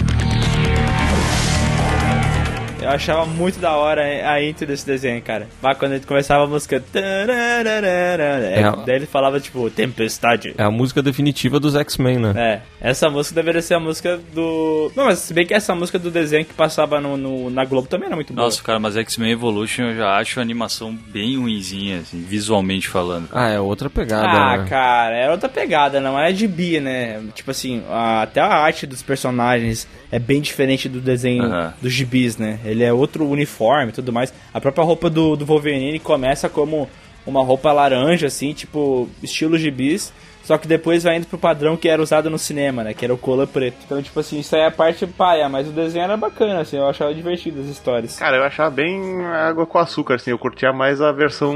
Speaker 3: Eu achava muito da hora a intro desse desenho, cara. Mas quando ele começava a música.
Speaker 1: É.
Speaker 3: Daí ele falava tipo, Tempestade.
Speaker 1: É a música definitiva dos X-Men, né?
Speaker 3: É, essa música deveria ser a música do. Não, mas se bem que essa música do desenho que passava no, no- na Globo também era muito boa.
Speaker 2: Nossa, cara, mas X-Men Evolution eu já acho a animação bem ruinzinha, assim, visualmente falando.
Speaker 1: Ah, é outra pegada.
Speaker 3: Ah,
Speaker 1: né?
Speaker 3: cara, era outra pegada, não era de bi, né? Tipo assim, a- até a arte dos personagens é bem diferente do desenho
Speaker 2: Aham.
Speaker 3: dos gibis, né? Ele é outro uniforme e tudo mais. A própria roupa do, do Wolverine começa como uma roupa laranja, assim, tipo, estilo gibis. Só que depois vai indo pro padrão que era usado no cinema, né? Que era o cola preto. Então, tipo assim, isso aí é a parte paia, mas o desenho era bacana, assim, eu achava divertido as histórias.
Speaker 4: Cara, eu achava bem água com açúcar, assim. Eu curtia mais a versão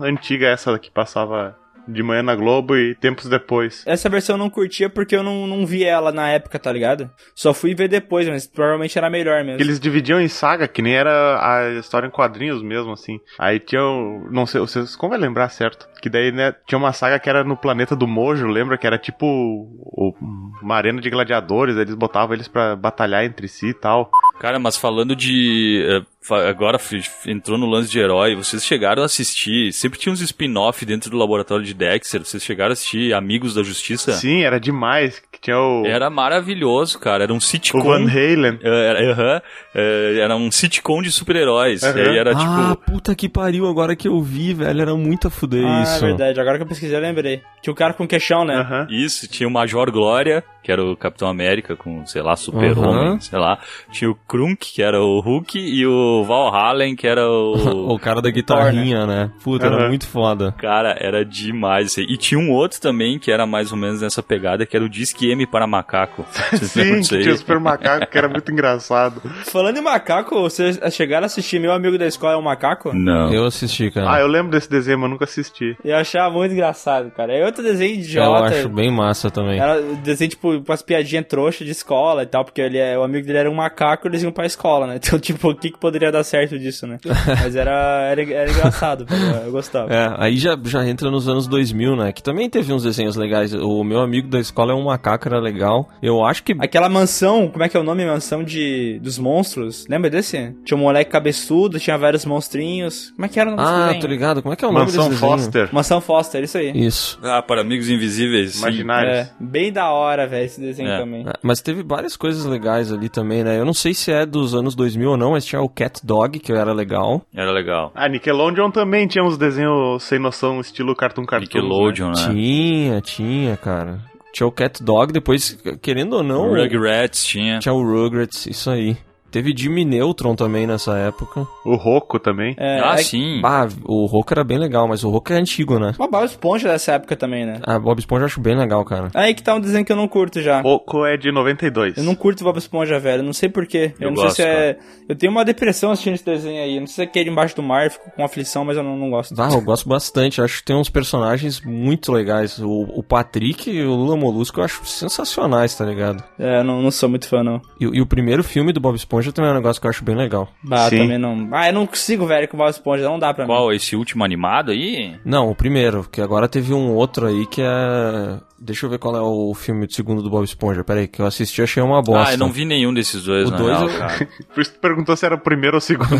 Speaker 4: antiga, essa que passava de manhã na Globo e tempos depois.
Speaker 3: Essa versão eu não curtia porque eu não, não vi ela na época, tá ligado? Só fui ver depois, mas provavelmente era melhor mesmo.
Speaker 4: Eles dividiam em saga, que nem era a história em quadrinhos mesmo, assim. Aí tinha. o- Não sei, vocês como vai lembrar certo? Que daí, né, tinha uma saga que era no planeta do Mojo, lembra? Que era tipo o- uma arena de gladiadores, aí eles botavam eles pra batalhar entre si e tal.
Speaker 2: Cara, mas falando de. eh, fa- Agora f- f- entrou no lance de herói, vocês chegaram a assistir. Sempre tinha uns spin-off dentro do laboratório de Dexter, vocês chegaram a assistir Amigos da Justiça?
Speaker 4: Sim, era demais. Que tinha o,
Speaker 2: Tá. Era maravilhoso, cara. Era um
Speaker 4: o
Speaker 2: sitcom.
Speaker 4: Van Halen.
Speaker 2: Eh, Era, aham. Eh, era um sitcom de super-heróis.
Speaker 4: Aham.
Speaker 2: E aí era
Speaker 1: Ah,
Speaker 2: tipo.
Speaker 1: puta que pariu, agora que eu vi, velho, era muito a fuder
Speaker 3: ah, é
Speaker 1: isso. É.
Speaker 3: verdade. Agora que eu pesquisei, eu lembrei. Tinha um cara com queixão, né?
Speaker 4: Aham.
Speaker 2: Isso, tinha o Major Glória, que era o Capitão América com, sei lá, Super-Homem,
Speaker 1: Aham.
Speaker 2: sei lá. Tinha o Krunk, que era o Hulk, e o Valhallen, que era
Speaker 1: (laughs) O
Speaker 2: o.
Speaker 1: cara da guitarrinha, né? Puta, era
Speaker 4: Aham.
Speaker 1: muito foda.
Speaker 2: Cara, era demais isso aí. E tinha um outro também que era mais ou menos nessa pegada, que era o Disque M para Macaco. Vocês lembram
Speaker 4: Sim,
Speaker 2: disso
Speaker 4: que
Speaker 2: aí?
Speaker 4: tinha o Super Macaco, que era muito engraçado.
Speaker 3: Falando em macaco, vocês chegaram a assistir Meu Amigo da Escola é um Macaco?
Speaker 2: Não.
Speaker 1: Eu assisti, cara.
Speaker 4: Ah, eu lembro desse desenho, mas eu nunca assisti.
Speaker 3: Eu achava muito engraçado, cara. É outro desenho
Speaker 1: eu
Speaker 3: idiota.
Speaker 1: acho bem massa também.
Speaker 3: Era um desenho, tipo, com as piadinhas trouxa de escola e tal, porque ele é, o amigo dele era um macaco e eles iam pra escola, né? (laughs) Então, tipo, o que, que poderia dar certo
Speaker 1: (laughs)
Speaker 3: disso, né? Mas era, era, era engraçado, (laughs) pô, eu gostava.
Speaker 1: É, aí já, já entra nos anos 2000, né? Que também teve uns desenhos legais. O meu amigo da escola é um macaco, era legal. Eu acho que.
Speaker 3: Aquela mansão, como é que é o nome? Mansão de dos monstros. Lembra desse? Tinha um moleque cabeçudo, tinha vários monstrinhos. Como é que era o nome desse
Speaker 1: Ah,
Speaker 3: desenho?
Speaker 1: tô ligado. Como é que é o nome
Speaker 4: um Mansão
Speaker 1: desse desenho?
Speaker 4: Foster.
Speaker 3: Mansão Foster, isso aí.
Speaker 1: Isso.
Speaker 2: Ah, para Amigos Invisíveis. sim.
Speaker 4: Imaginários.
Speaker 3: É, bem da hora, velho, esse desenho
Speaker 2: É.
Speaker 3: também.
Speaker 1: É, Mas teve várias coisas legais ali também, né? Eu não sei se é dos anos 2000 ou não, mas tinha o Cat Dog, que era legal.
Speaker 2: Era legal.
Speaker 4: Ah, Nickelodeon também tinha uns desenhos sem noção, estilo Cartoon Cartoon. É.
Speaker 2: Nickelodeon, né?
Speaker 1: Tinha, tinha, cara. Tinha o Cat Dog, depois, querendo ou não,
Speaker 2: Rugrats tinha.
Speaker 1: tinha o Rugrats, isso aí. Teve Jimmy Neutron também nessa época.
Speaker 2: Hum.
Speaker 4: O Roco também.
Speaker 3: É,
Speaker 2: ah,
Speaker 3: é-
Speaker 2: sim.
Speaker 1: Ah, o Hulk era bem legal, mas o Hulk é antigo, né?
Speaker 3: Uma Bob Esponja dessa época também, né?
Speaker 1: Ah, Bob Esponja eu acho bem legal, cara.
Speaker 3: Aí que tá um desenho que eu não curto já.
Speaker 4: Roco é de 92.
Speaker 3: Eu não curto Bob Esponja, velho. Não sei porquê. Eu,
Speaker 2: Eu
Speaker 3: não
Speaker 2: gosto,
Speaker 3: sei se é. Eu tenho uma depressão assistindo esse desenho aí. Eu Não sei se é aquele embaixo do mar, eu fico com aflição, mas eu não, não gosto.
Speaker 1: Ah, eu gosto bastante. Acho que tem uns personagens muito legais. O, o Patrick e o Lula Molusco eu acho sensacionais, tá ligado?
Speaker 3: É, eu não, não sou muito fã, não.
Speaker 1: E, e o primeiro filme do Bob Esponja também é um negócio que eu acho bem legal.
Speaker 3: Ah,
Speaker 4: Sim.
Speaker 3: também não. Ah, eu não consigo, velho, com Bob Esponja. Não dá pra mim.
Speaker 2: Qual? Esse último animado aí? Ah,
Speaker 1: Não, o primeiro, que agora teve um outro aí que é. Deixa eu ver qual é o filme do segundo do Bob Esponja. Pera aí, que eu assisti e achei uma bosta.
Speaker 2: Ah, eu não vi nenhum desses dois,
Speaker 1: O
Speaker 2: na
Speaker 1: dois
Speaker 2: real,
Speaker 1: eu-
Speaker 2: cara.
Speaker 4: (laughs) Por isso que tu perguntou se era o primeiro ou o segundo.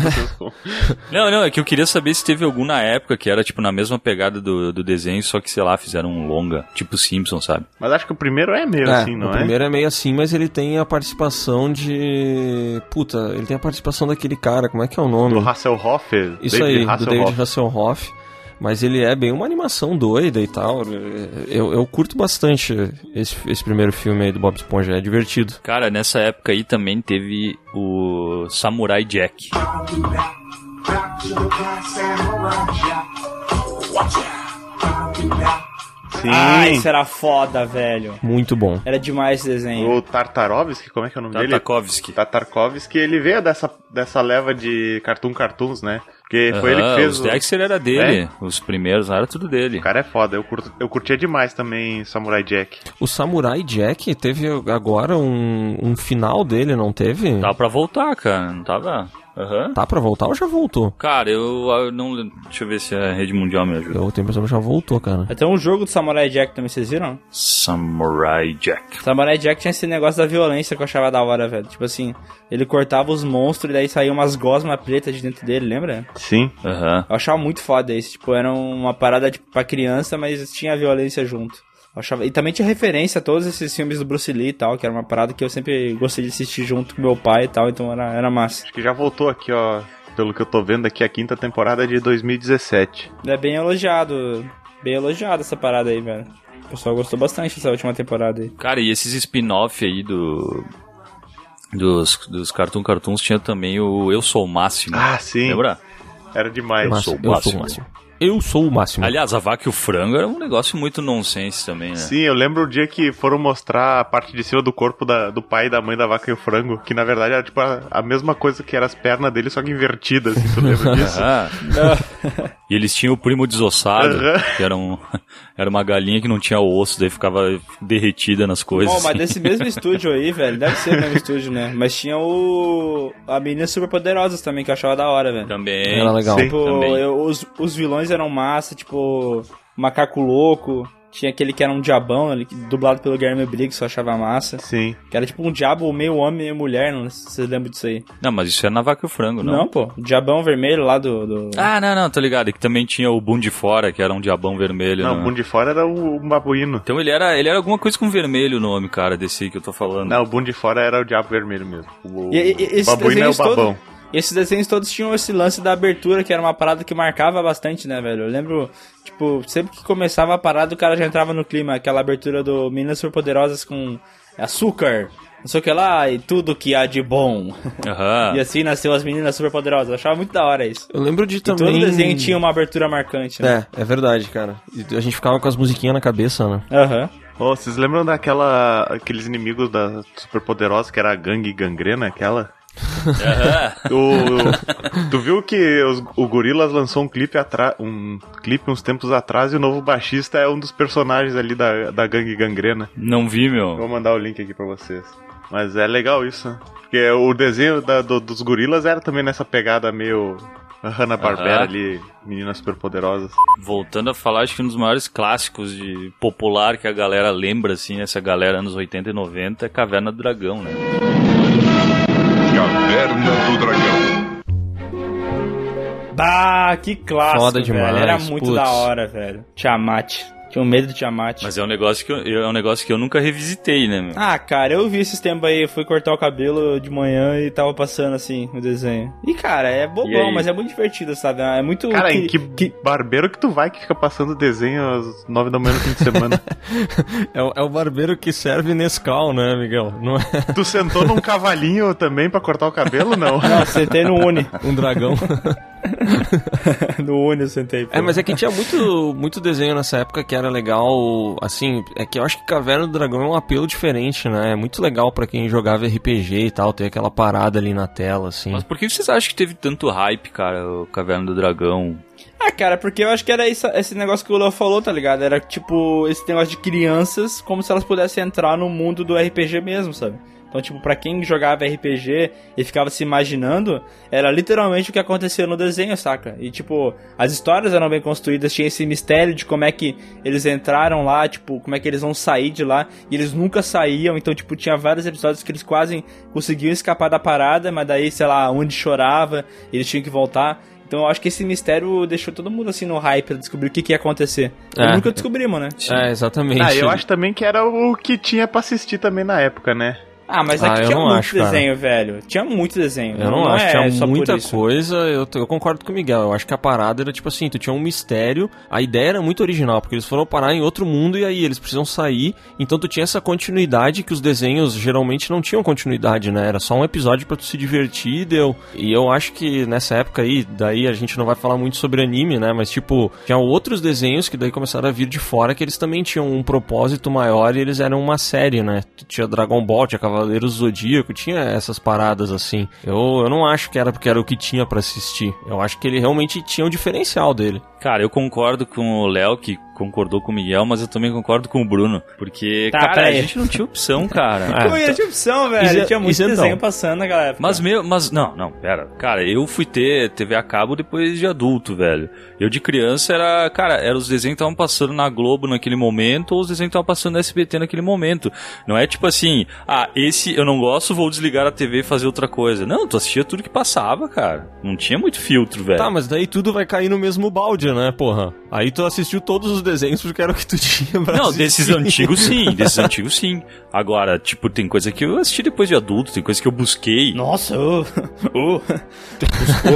Speaker 2: Não, não, é que eu queria saber se teve algum na época que era, tipo, na mesma pegada do, do desenho, só que, sei lá, fizeram um longa, tipo Simpson, sabe?
Speaker 4: Mas acho que o primeiro é meio
Speaker 1: É,
Speaker 4: assim, não
Speaker 1: o
Speaker 4: é?
Speaker 1: primeiro é meio assim, mas ele tem a participação de. Puta, ele tem a participação daquele cara, como é que é o nome?
Speaker 4: Do Hasselhoff.
Speaker 1: Isso
Speaker 4: David
Speaker 1: aí, do David
Speaker 4: Hasselhoff.
Speaker 1: Hasselhoff. Mas ele é bem uma animação doida e tal. eh, Eu, eu curto bastante esse, esse primeiro filme aí do Bob Esponja, é divertido.
Speaker 2: Cara, nessa época aí também teve o Samurai Jack. tá?
Speaker 4: Sim.
Speaker 3: Ah, isso era foda, velho.
Speaker 1: Muito bom.
Speaker 3: Era demais esse desenho.
Speaker 4: O Tartarovski, como é que é o nome dele?
Speaker 2: Tartakovsky.
Speaker 4: Tartakovsky, ele veio dessa, dessa leva de Cartoon Cartoons, né? Porque foi ele que
Speaker 2: Aham,
Speaker 4: fez.
Speaker 2: Os
Speaker 4: o- É?
Speaker 2: Dexter era dele, os primeiros era tudo dele.
Speaker 4: O cara é foda, eu, curto, eu curtia demais também Samurai Jack.
Speaker 1: O Samurai Jack teve agora um, um final dele, não teve?
Speaker 4: Tá.
Speaker 2: Tava pra voltar, cara, não tava...
Speaker 3: Aham.
Speaker 1: Tá pra voltar ou já voltou?
Speaker 2: Cara, eu, eu não. Deixa eu ver se a rede mundial me ajuda.
Speaker 1: Eu tenho a impressão que já voltou, cara.
Speaker 3: Até um jogo do Samurai Jack também, vocês viram?
Speaker 2: Samurai Jack.
Speaker 3: Samurai Jack tinha esse negócio da violência que eu achava da hora, velho. Tipo assim, ele cortava os monstros e daí saía umas gosmas pretas de dentro dele, lembra?
Speaker 4: Sim.
Speaker 2: Aham.
Speaker 3: Eu achava muito foda isso. Tipo, era uma parada tipo, pra criança, mas tinha violência junto. Eu achava... E também tinha referência a todos esses filmes do Bruce Lee e tal, que era uma parada que eu sempre gostei de assistir junto com meu pai e tal, então era, era massa.
Speaker 4: Acho que já voltou aqui, ó. Pelo que eu tô vendo aqui, a quinta temporada de 2017.
Speaker 3: É bem elogiado, bem elogiado essa parada aí, velho. O pessoal gostou bastante dessa última temporada aí.
Speaker 2: Cara, e esses spin-off aí do. Dos, dos Cartoon Cartoons tinha também o Eu Sou o Máximo.
Speaker 4: Ah, sim.
Speaker 2: Lembra?
Speaker 4: Era demais.
Speaker 2: Mas- sou o
Speaker 1: eu sou
Speaker 2: máximo.
Speaker 1: o máximo. Eu sou o máximo.
Speaker 2: Aliás, a vaca e o frango era um negócio muito nonsense também,
Speaker 3: É.
Speaker 2: né?
Speaker 4: Sim, eu lembro o dia que foram mostrar a parte de cima do corpo da- do pai e da mãe da vaca e o frango, que na verdade era tipo a, a mesma coisa que era as pernas dele, só que invertidas, assim, tu
Speaker 3: (laughs)
Speaker 4: lembra disso? (laughs)
Speaker 2: Aham. Ah. e eles tinham o primo desossado,
Speaker 4: Aham.
Speaker 2: que era, um, (laughs) era uma galinha que não tinha osso, daí ficava derretida nas coisas. assim.
Speaker 3: Bom, mas desse mesmo estúdio aí, velho, deve ser o mesmo estúdio, né? Mas tinha o. A menina super poderosas também, que eu achava da hora, velho.
Speaker 2: Também.
Speaker 1: Era legal.
Speaker 4: Sim.
Speaker 3: Tipo,
Speaker 2: também.
Speaker 3: eu- os, os vilões eram massa, tipo, Macaco Louco. Tinha aquele que era um diabão, ele- dublado pelo Guilherme Briggs, eu achava massa.
Speaker 4: Sim.
Speaker 3: Que era tipo um diabo meio homem, meio mulher, não sei se vocês lembram disso aí.
Speaker 2: Não, mas isso é na vaca e o frango, não?
Speaker 3: Não, pô, o diabão vermelho lá do. do...
Speaker 2: Ah, não, não, tô ligado. Que também tinha o Boom de Fora, que era um diabão vermelho.
Speaker 4: Não,
Speaker 2: né?
Speaker 4: o Bunde de Fora era o, um babuíno.
Speaker 2: Então ele era, ele era alguma coisa com vermelho o nome, cara, desse aí que eu tô falando.
Speaker 4: Não, o Bunde de Fora era o Diabo Vermelho mesmo. O,
Speaker 3: E- e- e-
Speaker 4: o babuíno é o babão.
Speaker 3: todos, esses desenhos todos tinham esse lance da abertura, que era uma parada que marcava bastante, né, velho? Eu lembro, tipo, sempre que começava a parada, o cara já entrava no clima. Aquela abertura do Meninas Superpoderosas com açúcar, não sei o que lá, e tudo que há de bom.
Speaker 4: (laughs)
Speaker 2: Aham.
Speaker 3: E assim nasceu as Meninas Superpoderosas. Eu achava muito da hora isso.
Speaker 1: Eu lembro de
Speaker 3: E
Speaker 1: também...
Speaker 3: todo desenho tinha uma abertura marcante, né?
Speaker 1: É, é verdade, cara. E a gente ficava com as musiquinhas na cabeça, né?
Speaker 3: Aham.
Speaker 4: Ô, vocês lembram daquela. aqueles inimigos da Superpoderosa, que era a gangue gangrena, aquela?
Speaker 2: Aham.
Speaker 4: O- tu viu que os- o Gorilas lançou um clipe, atra- um clipe uns tempos atrás e o novo baixista é um dos personagens ali da, da gangue gangrena.
Speaker 2: Não vi,
Speaker 4: Eu
Speaker 2: meu.
Speaker 4: Vou mandar o link aqui pra vocês. Mas é legal isso, né? Porque o desenho da- do- dos gorilas era também nessa pegada meio Hanna-Barbera
Speaker 2: Aham.
Speaker 4: ali, meninas superpoderosas.
Speaker 2: Voltando a falar, acho que um dos maiores clássicos de popular que a galera lembra, assim, essa galera anos 80 e 90 é Caverna do Dragão, né?
Speaker 7: Caverna do Dragão.
Speaker 3: Bah, que clássico,
Speaker 1: Foda
Speaker 3: velho.
Speaker 1: demais,
Speaker 3: Era muito
Speaker 1: putz.
Speaker 3: da hora, velho. Tiamat. Tinha um medo de Tiamat.
Speaker 2: Mas é um negócio que eu, eu- é um negócio que eu nunca revisitei, né, meu?
Speaker 3: Ah, cara, eu vi esses tempos aí, eu fui cortar o cabelo de manhã e tava passando assim o desenho. E cara, é
Speaker 2: E
Speaker 3: bobão,
Speaker 2: aí?
Speaker 3: mas é muito divertido, sabe? É muito.
Speaker 4: Cara,
Speaker 3: que-
Speaker 4: em que, barbeiro que tu vai que fica passando desenho às nove da manhã no fim de semana?
Speaker 1: É, o- é o barbeiro que serve Nescau, né, amigão? Não é
Speaker 4: tu sentou num cavalinho também pra cortar o cabelo? Não.
Speaker 3: (laughs) Não, eu sentei no Uni.
Speaker 1: (laughs) um dragão.
Speaker 3: (laughs) no Uni eu sentei. pô.
Speaker 1: é, mas é que tinha muito, muito desenho nessa época que era legal, assim, é que eu acho que Caverna do Dragão é um apelo diferente, né? É muito legal pra quem jogava RPG e tal, ter aquela parada ali na tela, assim.
Speaker 2: Mas por que vocês acham que teve tanto hype, cara, o Caverna do Dragão?
Speaker 3: Ah, cara, porque eu acho que era isso- esse negócio que o Léo falou, tá ligado? Era tipo esse negócio de crianças, como se elas pudessem entrar no mundo do RPG mesmo, sabe? Então, tipo, pra quem jogava RPG e ficava se imaginando, era literalmente o que acontecia no desenho, saca? E, tipo, as histórias eram bem construídas, tinha esse mistério de como é que eles entraram lá, tipo, como é que eles vão sair de lá, e eles nunca saíam, então, tipo, tinha vários episódios que eles quase conseguiam escapar da parada, mas daí, sei lá, onde chorava, eles tinham que voltar. Então eu acho que esse mistério deixou todo mundo assim no hype pra descobrir o que, que ia acontecer.
Speaker 1: É.
Speaker 3: Eu nunca descobrimos, né?
Speaker 1: É, exatamente.
Speaker 4: Ah, eu acho também que era o que tinha pra assistir também na época, né?
Speaker 3: Ah, mas
Speaker 1: Ah,
Speaker 3: aqui
Speaker 1: eu
Speaker 3: tinha
Speaker 1: não
Speaker 3: muito
Speaker 1: acho, cara.
Speaker 3: desenho, velho. Tinha muito desenho.
Speaker 1: Eu não, acho,
Speaker 3: é
Speaker 1: tinha
Speaker 3: só por
Speaker 1: muita
Speaker 3: isso.
Speaker 1: coisa, eu, t- eu concordo com o Miguel, eu acho que a parada era tipo assim, tu tinha um mistério, a ideia era muito original, porque eles foram parar em outro mundo e aí eles precisam sair, então tu tinha essa continuidade que os desenhos geralmente não tinham continuidade, né, era só um episódio pra tu se divertir e deu, e eu acho que nessa época aí, daí a gente não vai falar muito sobre anime, né, mas tipo, tinha outros desenhos que daí começaram a vir de fora que eles também tinham um propósito maior e eles eram uma série, né, tinha Dragon Ball, tinha Cavaleiros do Zodíaco, tinha essas paradas assim, eu, eu não acho que era porque era o que tinha pra assistir, eu acho que ele realmente tinha o um diferencial dele.
Speaker 2: Cara, eu concordo com o Léo que concordou com o Miguel, mas eu também concordo com o Bruno. Porque,
Speaker 3: Tá,
Speaker 2: cara, a
Speaker 3: peraí.
Speaker 2: gente não tinha opção,
Speaker 3: (laughs)
Speaker 2: cara.
Speaker 1: Ah,
Speaker 3: eu ia de opção,
Speaker 1: Isso
Speaker 3: velho.
Speaker 1: é-
Speaker 3: tinha muito
Speaker 1: isso é
Speaker 3: desenho
Speaker 1: não.
Speaker 3: passando naquela época.
Speaker 2: Mas meu, mas não, não, pera. Cara, eu fui ter TV a cabo depois de adulto, velho. Eu de criança era, cara, era os desenhos que estavam passando na Globo naquele momento ou os desenhos que estavam passando na SBT naquele momento. Não é tipo assim, ah, esse eu não gosto, vou desligar a TV e fazer outra coisa. Não, tu assistia tudo que passava, cara. Não tinha muito filtro, velho.
Speaker 1: Tá, mas daí tudo vai cair no mesmo balde, né, porra? Aí tu assistiu todos os desenhos porque era o que tu (laughs) tinha pra
Speaker 2: Não,
Speaker 1: assistir.
Speaker 2: desses antigos sim, desses antigos sim. Agora, tipo, tem coisa que eu assisti depois de adulto, tem coisa que eu busquei.
Speaker 3: Nossa, ô. ô.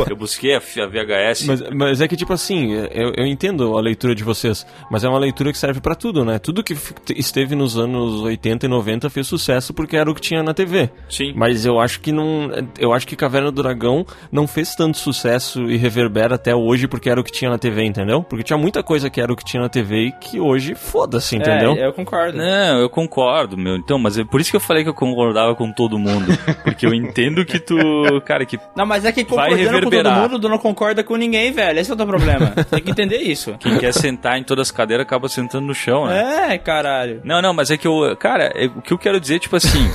Speaker 2: Eu busquei a fi- a VHS.
Speaker 1: Mas, mas é que, tipo assim, eu, eu entendo a leitura de vocês, mas é uma leitura que serve pra tudo, né? Tudo que f- esteve nos anos 80 e 90 fez sucesso porque era o que tinha na TV.
Speaker 2: Sim.
Speaker 1: Mas eu acho que não. Eu acho que Caverna do Dragão não fez tanto sucesso e reverbera até hoje porque era o que tinha na TV, entendeu? Porque tinha muita coisa que era o que tinha na TV e que hoje foda-se, entendeu?
Speaker 3: É, eu concordo.
Speaker 2: Não, eu concordo, meu. Então, mas é por isso que eu falei que eu concordava com todo mundo. Porque eu entendo que tu. Cara, que
Speaker 3: Não, mas é que
Speaker 2: Vai
Speaker 3: concordando com todo
Speaker 2: reverberar.
Speaker 3: mundo, tu não concorda com ninguém, velho. Esse é o teu problema. Tem que entender isso.
Speaker 2: quem quer sentar em todas as cadeiras acaba sentando no chão, né?
Speaker 3: É, caralho.
Speaker 2: Não, não, mas é que eu. Cara, é- o que eu quero dizer, tipo
Speaker 3: (laughs)
Speaker 2: assim,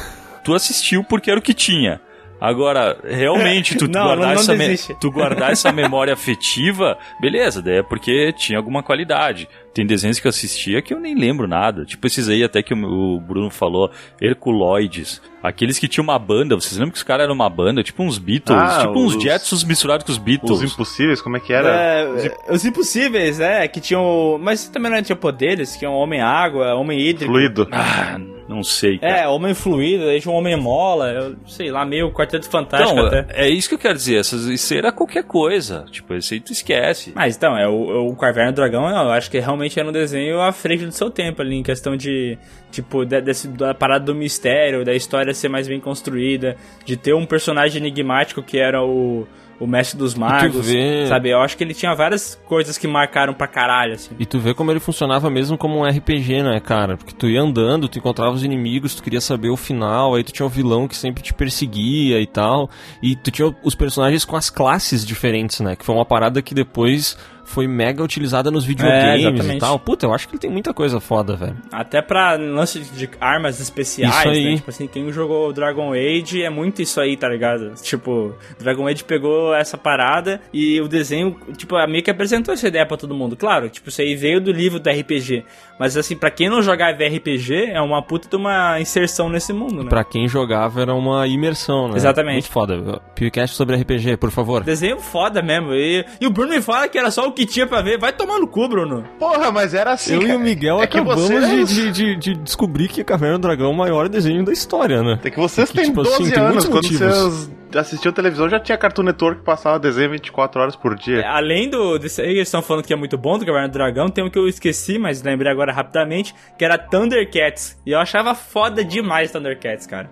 Speaker 2: tu assistiu porque era o que tinha. Agora, realmente, tu,
Speaker 3: (laughs) Não,
Speaker 2: guardar,
Speaker 3: não- não
Speaker 2: essa me-
Speaker 3: desiste.
Speaker 2: tu guardar essa memória afetiva, beleza, daí é porque tinha alguma qualidade. Tem desenhos que eu assistia que eu nem lembro nada. Tipo esses aí, até que o o Bruno falou, Herculoides. Aqueles que tinham uma banda, vocês lembram que os caras eram uma banda? Tipo uns Beatles,
Speaker 4: Ah,
Speaker 2: tipo uns
Speaker 4: os-
Speaker 2: Jetsons misturados com os
Speaker 4: Os
Speaker 2: Beatles.
Speaker 4: impossíveis, como é que era?
Speaker 3: É, os impossíveis, é, que tinham. Mas também não tinha poderes, que é um homem água, homem hídrico.
Speaker 4: Fluido.
Speaker 2: Ah, não sei, cara.
Speaker 3: É, homem fluido, aí tinha um homem mola, eu sei lá, meio quarteto fantástico
Speaker 2: então,
Speaker 3: até.
Speaker 2: é isso que eu quero dizer. Essas, isso era qualquer coisa. Tipo, esse aí tu esquece.
Speaker 3: Mas então, é o, o Caverna do Dragão, eu acho que realmente era um desenho à frente do seu tempo ali, em questão de, tipo, de- desse- da parada do mistério, da história ser mais bem construída, de ter um personagem enigmático que era o, o mestre dos magos,
Speaker 1: vê-
Speaker 3: sabe? Eu acho que ele tinha várias coisas que marcaram pra caralho, assim.
Speaker 1: E tu vê como ele funcionava mesmo como um RPG, né, cara? Porque tu ia andando, tu encontrava os inimigos, tu queria saber o final, aí tu tinha o vilão que sempre te perseguia e tal. E tu tinha os personagens com as classes diferentes, né? Que foi uma parada que depois foi mega utilizada nos videogames e
Speaker 3: É, exatamente.
Speaker 1: tal. Puta, eu acho que ele tem muita coisa foda, velho.
Speaker 3: Até pra lance de armas especiais,
Speaker 1: Isso aí.
Speaker 3: né? Tipo assim, quem jogou Dragon Age é muito isso aí, tá ligado? Tipo, Dragon Age pegou essa parada e o desenho, tipo, a meio que apresentou essa ideia pra todo mundo. Claro, tipo, isso aí veio do livro do RPG. Mas assim, pra quem não jogava RPG, é uma puta de uma inserção nesse mundo, né?
Speaker 1: Pra quem jogava era uma imersão, né?
Speaker 3: Exatamente.
Speaker 1: Muito foda. Podcast sobre RPG, por favor.
Speaker 3: Desenho foda mesmo. E, e o Bruno me fala que era só o que tinha pra ver. Vai tomar no cu, Bruno.
Speaker 4: Porra, mas era assim.
Speaker 1: Eu e
Speaker 4: cara.
Speaker 1: o Miguel
Speaker 4: É que
Speaker 1: acabamos
Speaker 4: vocês-
Speaker 1: de, de- de- de descobrir que Caverna do Dragão é o maior desenho da história, né?
Speaker 4: É que vocês
Speaker 1: É que,
Speaker 4: têm
Speaker 1: tipo
Speaker 4: 12
Speaker 1: assim, tem
Speaker 4: anos.
Speaker 1: muitos
Speaker 4: Quando
Speaker 1: motivos.
Speaker 4: vocês assistiam televisão, já tinha Cartoon Network que passava desenho 24 horas por
Speaker 1: É,
Speaker 4: dia.
Speaker 3: É, Além do desse aí, eles estão falando que é muito bom do Caverna do Dragão, tem um que eu esqueci, mas lembrei agora rapidamente, que era Thundercats. E eu achava foda demais Thundercats, cara.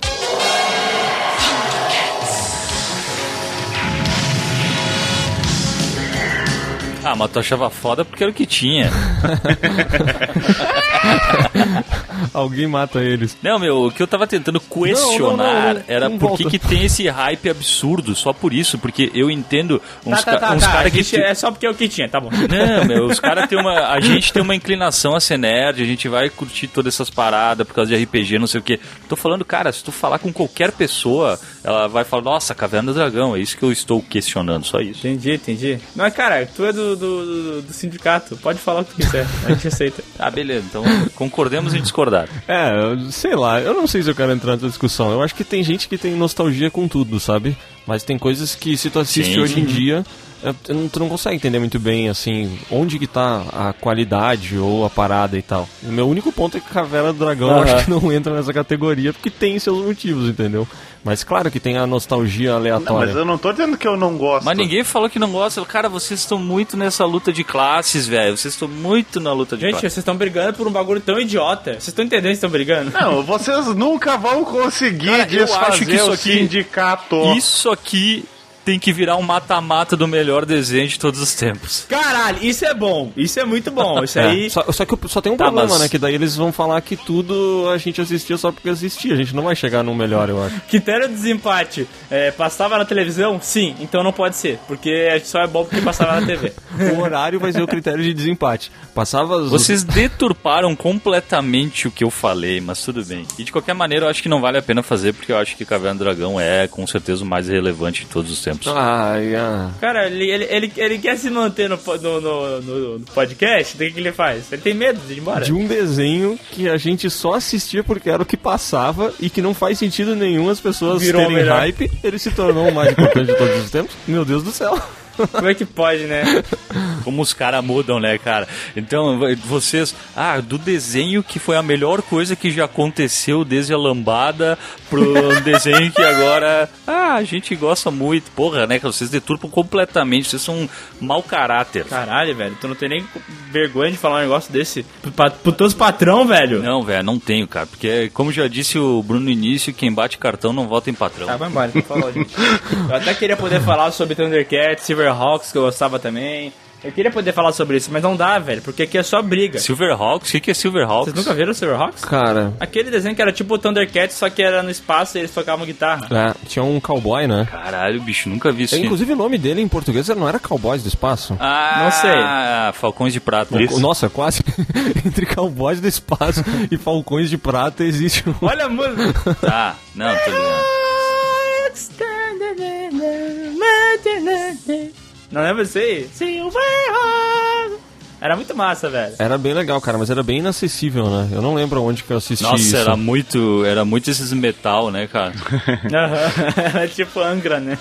Speaker 2: Ah, mas tu achava foda porque era o que tinha.
Speaker 1: Alguém mata eles.
Speaker 2: Não, meu, o que eu tava tentando questionar
Speaker 1: Não, não, não, não,
Speaker 2: era
Speaker 1: não
Speaker 2: por que,
Speaker 1: volta.
Speaker 2: que tem esse hype absurdo só por isso, porque eu entendo uns,
Speaker 3: tá, tá,
Speaker 2: ca-
Speaker 3: tá,
Speaker 2: uns
Speaker 3: tá.
Speaker 2: cara
Speaker 3: a
Speaker 2: que.
Speaker 3: gente-
Speaker 2: te-
Speaker 3: É só porque é o que tinha, tá bom.
Speaker 2: Não,
Speaker 3: (laughs)
Speaker 2: meu, os caras tem uma. A gente tem uma inclinação a ser nerd, a gente vai curtir todas essas paradas por causa de RPG, não sei o quê. Tô falando, cara, se tu falar com qualquer pessoa, ela vai falar, nossa, Caverna do Dragão, é isso que eu estou questionando, só isso.
Speaker 3: Entendi, entendi. Mas, cara, tu é do, do, do- do sindicato, pode falar o que tu quiser, a gente aceita.
Speaker 2: Ah, beleza, então concordemos em discordar.
Speaker 1: É, eu- sei lá, eu não sei se eu quero entrar nessa discussão. Eu acho que tem gente que tem nostalgia com tudo, sabe? Mas tem coisas que se tu assiste
Speaker 2: Sim.
Speaker 1: hoje em dia, é, tu não- tu não consegue entender muito bem, assim, onde que tá a qualidade ou a parada e tal. O meu único ponto é que Caverna do Dragão eu acho que não entra nessa categoria, porque tem seus motivos, entendeu? Mas claro que tem a nostalgia
Speaker 4: Não, mas
Speaker 1: aleatória.
Speaker 4: eu não tô dizendo que eu não gosto.
Speaker 2: Mas ninguém falou que não gosta. Cara, vocês estão muito nessa luta de classes, velho. Vocês estão muito na luta de
Speaker 3: (laughs) Gente,
Speaker 2: classes.
Speaker 3: vocês estão brigando por um bagulho tão idiota. Vocês estão entendendo que estão brigando?
Speaker 4: Não, vocês nunca vão conseguir
Speaker 2: Cara, eu
Speaker 4: desfazer
Speaker 2: acho que isso
Speaker 4: o
Speaker 2: aqui-
Speaker 4: sindicato.
Speaker 2: Isso aqui tem que virar um mata-mata do melhor desenho de todos os tempos.
Speaker 3: Caralho, isso é bom. Isso é muito (laughs) bom. Isso
Speaker 1: É,
Speaker 3: aí.
Speaker 1: Só, só que só tem um
Speaker 2: Tá,
Speaker 1: problema,
Speaker 2: mas-
Speaker 1: né? Que daí eles vão falar que tudo a gente assistia só porque assistia. A gente não vai chegar num melhor, eu acho.
Speaker 3: Critério de desempate. É, passava na televisão? Sim, então não pode ser. Porque só é bom porque passava na (laughs) TV.
Speaker 1: O horário vai ser o critério de desempate. Passava as.
Speaker 2: Vocês deturparam completamente o que eu falei, mas tudo bem. E de qualquer maneira, eu acho que não vale a pena fazer, porque eu acho que Caverna do Dragão é com certeza o mais relevante de todos os tempos.
Speaker 1: Ai, ah.
Speaker 3: Cara, ele, ele, ele, ele quer se manter no, po- no, no, no- no podcast, então o que que ele faz? Ele tem medo de ir embora.
Speaker 1: De um desenho que a gente só assistia porque era o que passava e que não faz sentido nenhum as pessoas
Speaker 3: Virou o
Speaker 1: terem
Speaker 3: melhor.
Speaker 1: hype, ele se tornou o mais importante de todos os tempos. Meu Deus do céu.
Speaker 3: Como é que pode, né?
Speaker 2: Como os caras mudam, né, cara? Então, v- vocês. Ah, do desenho que foi a melhor coisa que já aconteceu desde a lambada pro desenho que agora. Ah, a gente gosta muito. Porra, né? Que vocês deturpam completamente. Vocês são um mau caráter.
Speaker 3: Caralho, velho, tu não tem nem vergonha de falar um negócio desse pro, pa- pro teus patrão, velho.
Speaker 2: Não, velho, não tenho, cara. Porque, como já disse o Bruno no início, quem bate cartão não vota em patrão.
Speaker 3: Ah, vai embora, então falou, gente. Eu até queria poder falar sobre Thundercats, Silverhawks, que eu gostava também. Eu queria poder falar sobre isso, mas não dá, velho, porque aqui é só briga.
Speaker 2: Silverhawks? O que, que é Silverhawks?
Speaker 3: Vocês nunca viram Silverhawks?
Speaker 1: Cara,
Speaker 3: Aquele desenho que era tipo o Thundercats, só que era no espaço e eles tocavam guitarra.
Speaker 1: é, tinha um cowboy, né?
Speaker 2: Caralho, bicho, nunca vi isso.
Speaker 1: Inclusive o nome dele em português não era Cowboys do Espaço?
Speaker 2: Ah,
Speaker 3: Não
Speaker 2: sei. Falcões de Prata.
Speaker 1: Falco- Nossa, quase. (laughs) Entre Cowboys do Espaço e Falcões de Prata existe um.
Speaker 3: Olha a música!
Speaker 2: Tá, não, tô ligado.
Speaker 3: Não lembra isso aí? Silverhawks! Era muito massa, velho.
Speaker 1: Era bem legal, cara, mas era bem inacessível, né? Eu não lembro onde que eu assisti
Speaker 2: Nossa,
Speaker 1: isso.
Speaker 2: era muito, era muito esses metal, né, (laughs) cara?
Speaker 3: Aham, (laughs) Era tipo
Speaker 1: (laughs)
Speaker 3: Angra, né?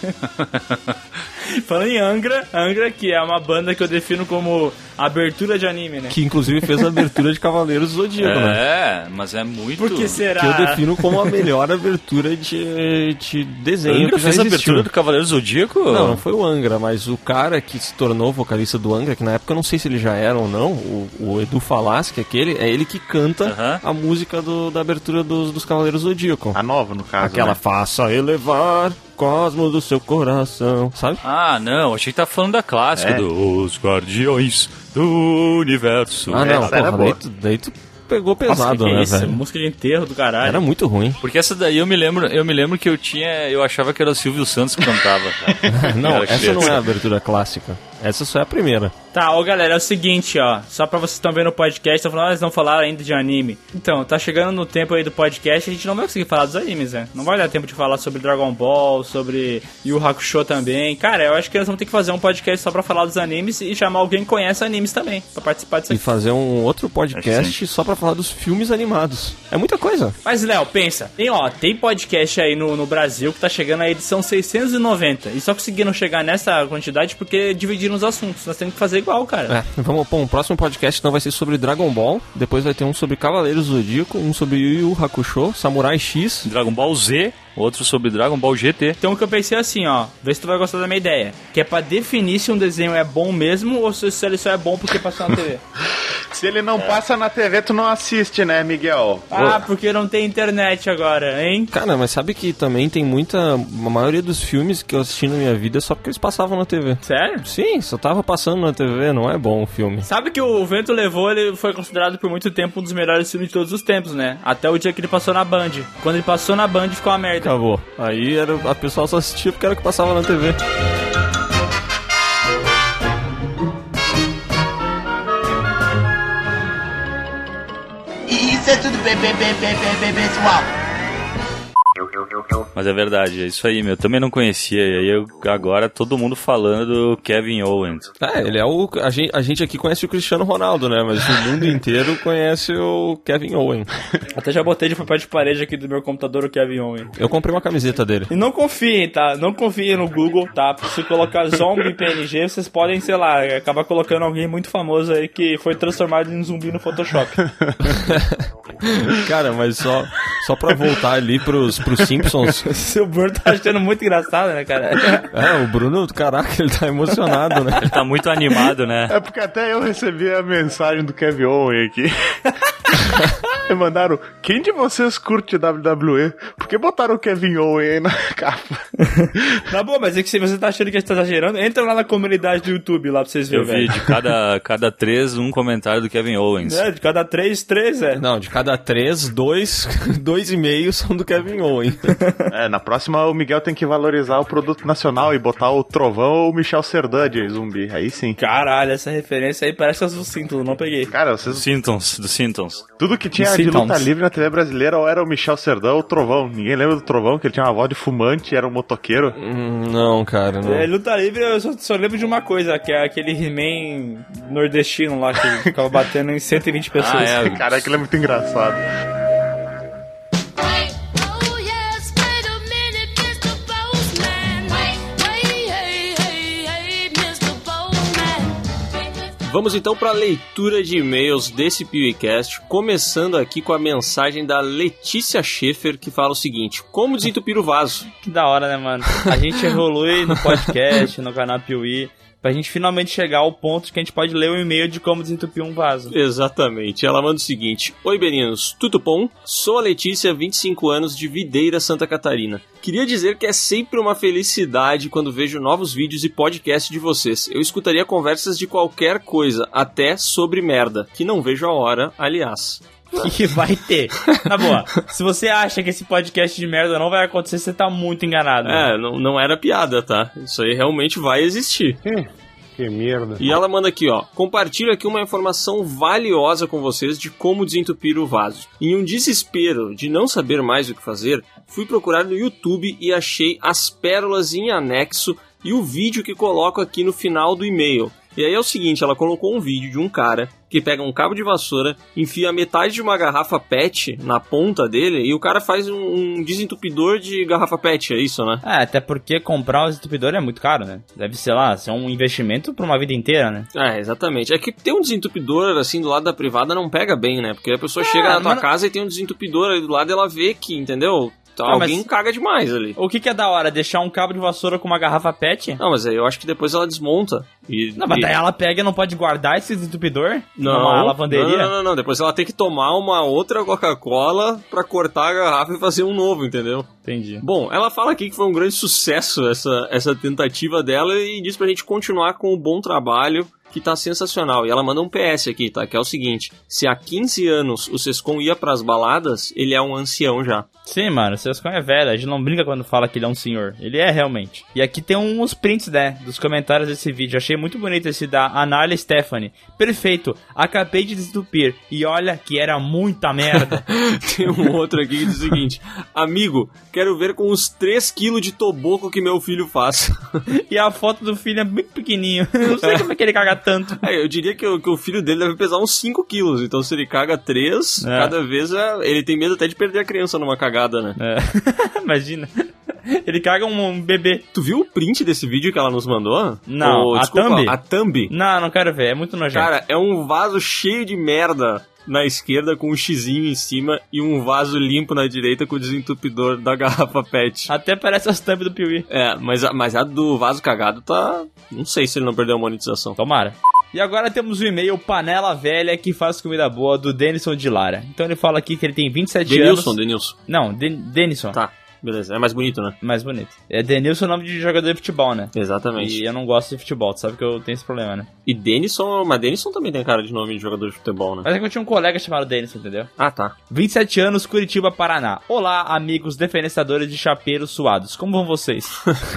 Speaker 3: Falando em Angra, Angra que é uma banda que eu defino como abertura de anime, né?
Speaker 1: Que inclusive fez a abertura de Cavaleiros do Zodíaco, né?
Speaker 2: é, mas é muito.
Speaker 3: Por que será?
Speaker 1: Que eu defino como a melhor abertura de, de desenho
Speaker 2: Angra
Speaker 1: que já
Speaker 2: fez a
Speaker 1: existiu.
Speaker 2: abertura do Cavaleiro Zodíaco?
Speaker 1: Não, não foi o Angra, mas o cara que se tornou vocalista do Angra, que na época eu não sei se ele já era ou não, o, o Edu Falaschi, aquele, é ele que canta
Speaker 2: Aham. Ah,
Speaker 1: a música do- da abertura dos, dos Cavaleiros do Zodíaco.
Speaker 4: A nova, no caso.
Speaker 1: Aquela
Speaker 4: né?
Speaker 1: faça elevar o cosmo do seu coração, sabe?
Speaker 2: Ah, não, achei que tá falando da clássica
Speaker 4: É.
Speaker 2: dos Guardiões do Universo.
Speaker 1: Ah, não,
Speaker 4: essa era
Speaker 1: porra,
Speaker 4: boa.
Speaker 1: daí tu, daí tu pegou
Speaker 3: Nossa,
Speaker 1: pesado,
Speaker 3: que que é
Speaker 1: né,
Speaker 3: isso?
Speaker 1: velho?
Speaker 3: Música de enterro do caralho.
Speaker 1: Era muito ruim.
Speaker 2: Porque essa daí eu me lembro, eu me lembro que eu tinha, eu achava que era o Silvio Santos que cantava. (laughs) cara.
Speaker 1: Não,
Speaker 2: Era
Speaker 1: essa
Speaker 2: criança.
Speaker 1: não é a abertura clássica. Essa só é a primeira.
Speaker 3: Tá, ó galera, é o seguinte, ó. Só pra vocês que estão vendo o podcast, estão falando, ah, eles não falaram ainda de anime. Então, tá chegando no tempo aí do podcast, a gente não vai conseguir falar dos animes, né? Não vai dar tempo de falar sobre Dragon Ball, sobre Yu Hakusho também. Cara, eu acho que eles vão ter que fazer um podcast só pra falar dos animes e chamar alguém que conhece animes também, pra participar
Speaker 1: E
Speaker 3: disso aqui.
Speaker 1: fazer um outro podcast só pra falar dos filmes animados. É muita coisa.
Speaker 3: Mas, Léo, pensa. Tem, ó, tem podcast aí no, no Brasil que tá chegando à edição 690. E só conseguiram chegar nessa quantidade porque dividiram os assuntos. Nós temos que fazer igual, cara.
Speaker 1: É, vamos, bom, o próximo podcast então vai ser sobre Dragon Ball, depois vai ter um sobre Cavaleiros do Zodíaco, um sobre Yu Yu Hakusho, Samurai X.
Speaker 2: Dragon Ball Z, outro sobre Dragon Ball GT.
Speaker 3: Então o que eu pensei assim, ó, vê se tu vai gostar da minha ideia. Que é pra definir se um desenho é bom mesmo ou se se ele só é bom porque passou na (laughs) TV.
Speaker 4: Se ele não passa na TV, tu não assiste, né, Miguel?
Speaker 3: ah, porque não tem internet agora, hein?
Speaker 1: Cara, mas sabe que também tem muita. A maioria dos filmes que eu assisti na minha vida é só porque eles passavam na TV.
Speaker 3: Sério?
Speaker 1: Sim, só tava passando na TV, não é bom o filme.
Speaker 3: Sabe que o Vento Levou, ele foi considerado por muito tempo um dos melhores filmes de todos os tempos, né? Até o dia que ele passou na Band. Quando ele passou na Band, ficou uma merda.
Speaker 1: Acabou. Aí era, a pessoa só assistia porque era o que passava na TV.
Speaker 6: E isso é tudo bem, bem, bem, bem, bem, bem, pessoal.
Speaker 2: Mas é verdade, é isso aí, meu. Também não conhecia. E aí eu, agora todo mundo falando do Kevin Owens.
Speaker 1: É, ele é o. A gente, a gente aqui conhece o Cristiano Ronaldo, né? Mas o mundo inteiro conhece o Kevin Owen.
Speaker 3: Até já botei de papel de parede aqui do meu computador o Kevin Owen.
Speaker 1: Eu comprei uma camiseta dele.
Speaker 3: E não confiem, tá? Não confiem no Google, tá? Se colocar zombie PNG, vocês podem, sei lá, acabar colocando alguém muito famoso aí que foi transformado em zumbi no Photoshop.
Speaker 1: Cara, mas só, só pra voltar ali pros, pros Simpsons.
Speaker 3: (laughs) Seu Bruno tá achando muito engraçado, né, cara? (laughs)
Speaker 1: É, o Bruno, caraca, ele tá emocionado, né?
Speaker 2: Ele tá muito animado, né?
Speaker 4: (laughs) É porque até eu recebi a mensagem do Kevin Owen aqui. Aí mandaram, quem de vocês curte WWE? Por que botaram o Kevin Owen aí na (laughs) capa?
Speaker 3: Tá bom, mas é que se você tá achando que a gente tá exagerando, entra lá na comunidade do YouTube lá pra vocês
Speaker 2: Eu
Speaker 3: verem,
Speaker 2: vi
Speaker 3: velho.
Speaker 2: de cada, cada três um comentário do Kevin Owens.
Speaker 3: É, de cada três, três é.
Speaker 1: Não, de cada três, dois, dois e meio são do Kevin Owen.
Speaker 4: É, na próxima o Miguel tem que valorizar o produto nacional e botar o Trovão ou o Michel Serdan de zumbi. Aí sim.
Speaker 3: Caralho, essa referência aí parece as do Cinto, não peguei.
Speaker 4: Cara, vocês,
Speaker 2: Symptoms, dos Symptoms.
Speaker 4: tudo que tinha de
Speaker 3: Sintomas.
Speaker 4: luta livre na TV brasileira ou era o Michel Serdan ou o Trovão. Ninguém lembra do Trovão, que ele tinha uma voz de fumante, era um motoqueiro.
Speaker 1: Hum, não, cara, não.
Speaker 3: É, luta livre eu só, só lembro de uma coisa, que é aquele He-Man nordestino lá que ficava batendo em 120 pessoas.
Speaker 2: Ah,
Speaker 3: (laughs)
Speaker 2: é.
Speaker 4: Cara, aquilo é muito engraçado.
Speaker 1: Vamos então para a leitura de e-mails desse PewCast, começando aqui com a mensagem da Letícia Schaefer, que fala o seguinte: Como desentupir o vaso?
Speaker 3: Que da hora, né, mano? A gente evolui no podcast, no canal Piuí, pra gente finalmente chegar ao ponto que a gente pode ler o e-mail de como desentupir um vaso.
Speaker 1: Exatamente. Ela manda o seguinte: Oi, meninos, tudo bom? Sou a Letícia, 25 anos, de Videira, Santa Catarina. Queria dizer que é sempre uma felicidade quando vejo novos vídeos e podcasts de vocês. Eu escutaria conversas de qualquer coisa, até sobre merda, que não vejo a hora, aliás.
Speaker 3: Que vai ter. Na boa, se você acha que esse podcast de merda não vai acontecer, você tá muito enganado. mano.
Speaker 1: É, não, não era piada, tá? Isso aí realmente vai existir.
Speaker 4: Que merda.
Speaker 1: E ela manda aqui, ó. Compartilho aqui uma informação valiosa com vocês de como desentupir o vaso. Em um desespero de não saber mais o que fazer, fui procurar no YouTube e achei as pérolas em anexo e o vídeo que coloco aqui no final do e-mail. E aí é o seguinte, ela colocou um vídeo de um cara que pega um cabo de vassoura, enfia metade de uma garrafa PET na ponta dele e o cara faz um, um desentupidor de garrafa PET, é isso, né?
Speaker 3: É, até porque comprar um desentupidor é muito caro, né? Deve, sei lá, ser um investimento pra uma vida inteira, né?
Speaker 1: É, exatamente. É que ter um desentupidor assim do lado da privada não pega bem, né? Porque a pessoa chega na tua
Speaker 3: mas-
Speaker 1: casa e tem um desentupidor ali do lado e ela vê que, entendeu? Tá,
Speaker 3: Ah, mas-
Speaker 1: alguém caga demais ali.
Speaker 3: O que que é da hora? Deixar um cabo de vassoura com uma garrafa pet?
Speaker 1: Não, mas aí eu acho que depois ela desmonta. E,
Speaker 3: Não, mas
Speaker 1: e-
Speaker 3: daí ela pega e não pode guardar esse desentupidor
Speaker 1: não,
Speaker 3: numa
Speaker 1: Não,
Speaker 3: lavanderia?
Speaker 1: não, não, não. Depois ela tem que tomar uma outra Coca-Cola pra cortar a garrafa e fazer um novo, entendeu?
Speaker 3: Entendi.
Speaker 1: Bom, ela fala aqui que foi um grande sucesso essa, essa tentativa dela e diz pra gente continuar com o bom trabalho que tá sensacional. E ela manda um PS aqui, tá? Que é o seguinte: se há 15 anos o Sescon ia pras baladas, ele é um ancião já. (laughs)
Speaker 3: Sim, mano, o Sescon é velho, a gente não brinca quando fala que ele é um senhor. Ele é realmente. E aqui tem uns prints, né, dos comentários desse vídeo. Achei muito bonito esse da Anarla Stephanie. Perfeito, acabei de desentupir. E olha que era
Speaker 1: (laughs)
Speaker 3: muita merda.
Speaker 1: Tem um outro aqui que diz o seguinte: Amigo, quero ver com os 3 kg de toboco que meu filho faz.
Speaker 3: e a foto do filho é muito pequenininho. (laughs) não sei como é que ele caga tanto. (laughs)
Speaker 1: É, eu diria que, o- que o filho dele deve pesar uns 5 quilos. Então, se ele caga 3,
Speaker 3: É.
Speaker 1: cada vez é- ele tem medo até de perder a criança numa cagada, né?
Speaker 3: É. Imagina. Ele caga um, um bebê.
Speaker 1: Tu viu o print desse vídeo que ela nos mandou?
Speaker 3: Não,
Speaker 1: Ô,
Speaker 3: a
Speaker 1: desculpa,
Speaker 3: thumb?
Speaker 1: A thumb?
Speaker 3: Não, não quero ver, é muito nojento.
Speaker 1: Cara, é um vaso cheio de merda na esquerda com um xizinho em cima e um vaso limpo na direita com o desentupidor da (laughs) garrafa PET.
Speaker 3: Até parece as thumb do Piuí.
Speaker 1: É, mas a, mas a do vaso cagado tá. Não sei se ele não perdeu a monetização.
Speaker 3: Tomara. E agora temos o e-mail Panela Velha que faz comida boa do Denison de Lara. Então ele fala aqui que ele tem 27
Speaker 1: Denilson,
Speaker 3: anos.
Speaker 1: Denilson.
Speaker 3: Não, Den Denison.
Speaker 1: Tá, beleza. É mais bonito, né?
Speaker 3: Mais bonito. É Denilson é o nome de jogador de futebol, né?
Speaker 1: Exatamente.
Speaker 3: E
Speaker 1: E,
Speaker 3: eu não gosto de futebol, tu sabe que eu tenho esse problema, né?
Speaker 1: Denison, mas Denison também tem cara de nome de jogador de futebol, né?
Speaker 3: Mas é que eu tinha um colega chamado Denison, entendeu?
Speaker 1: Ah, tá.
Speaker 3: 27 anos, Curitiba, Paraná. Olá, amigos defenestadores de chapeiros suados. Como vão vocês?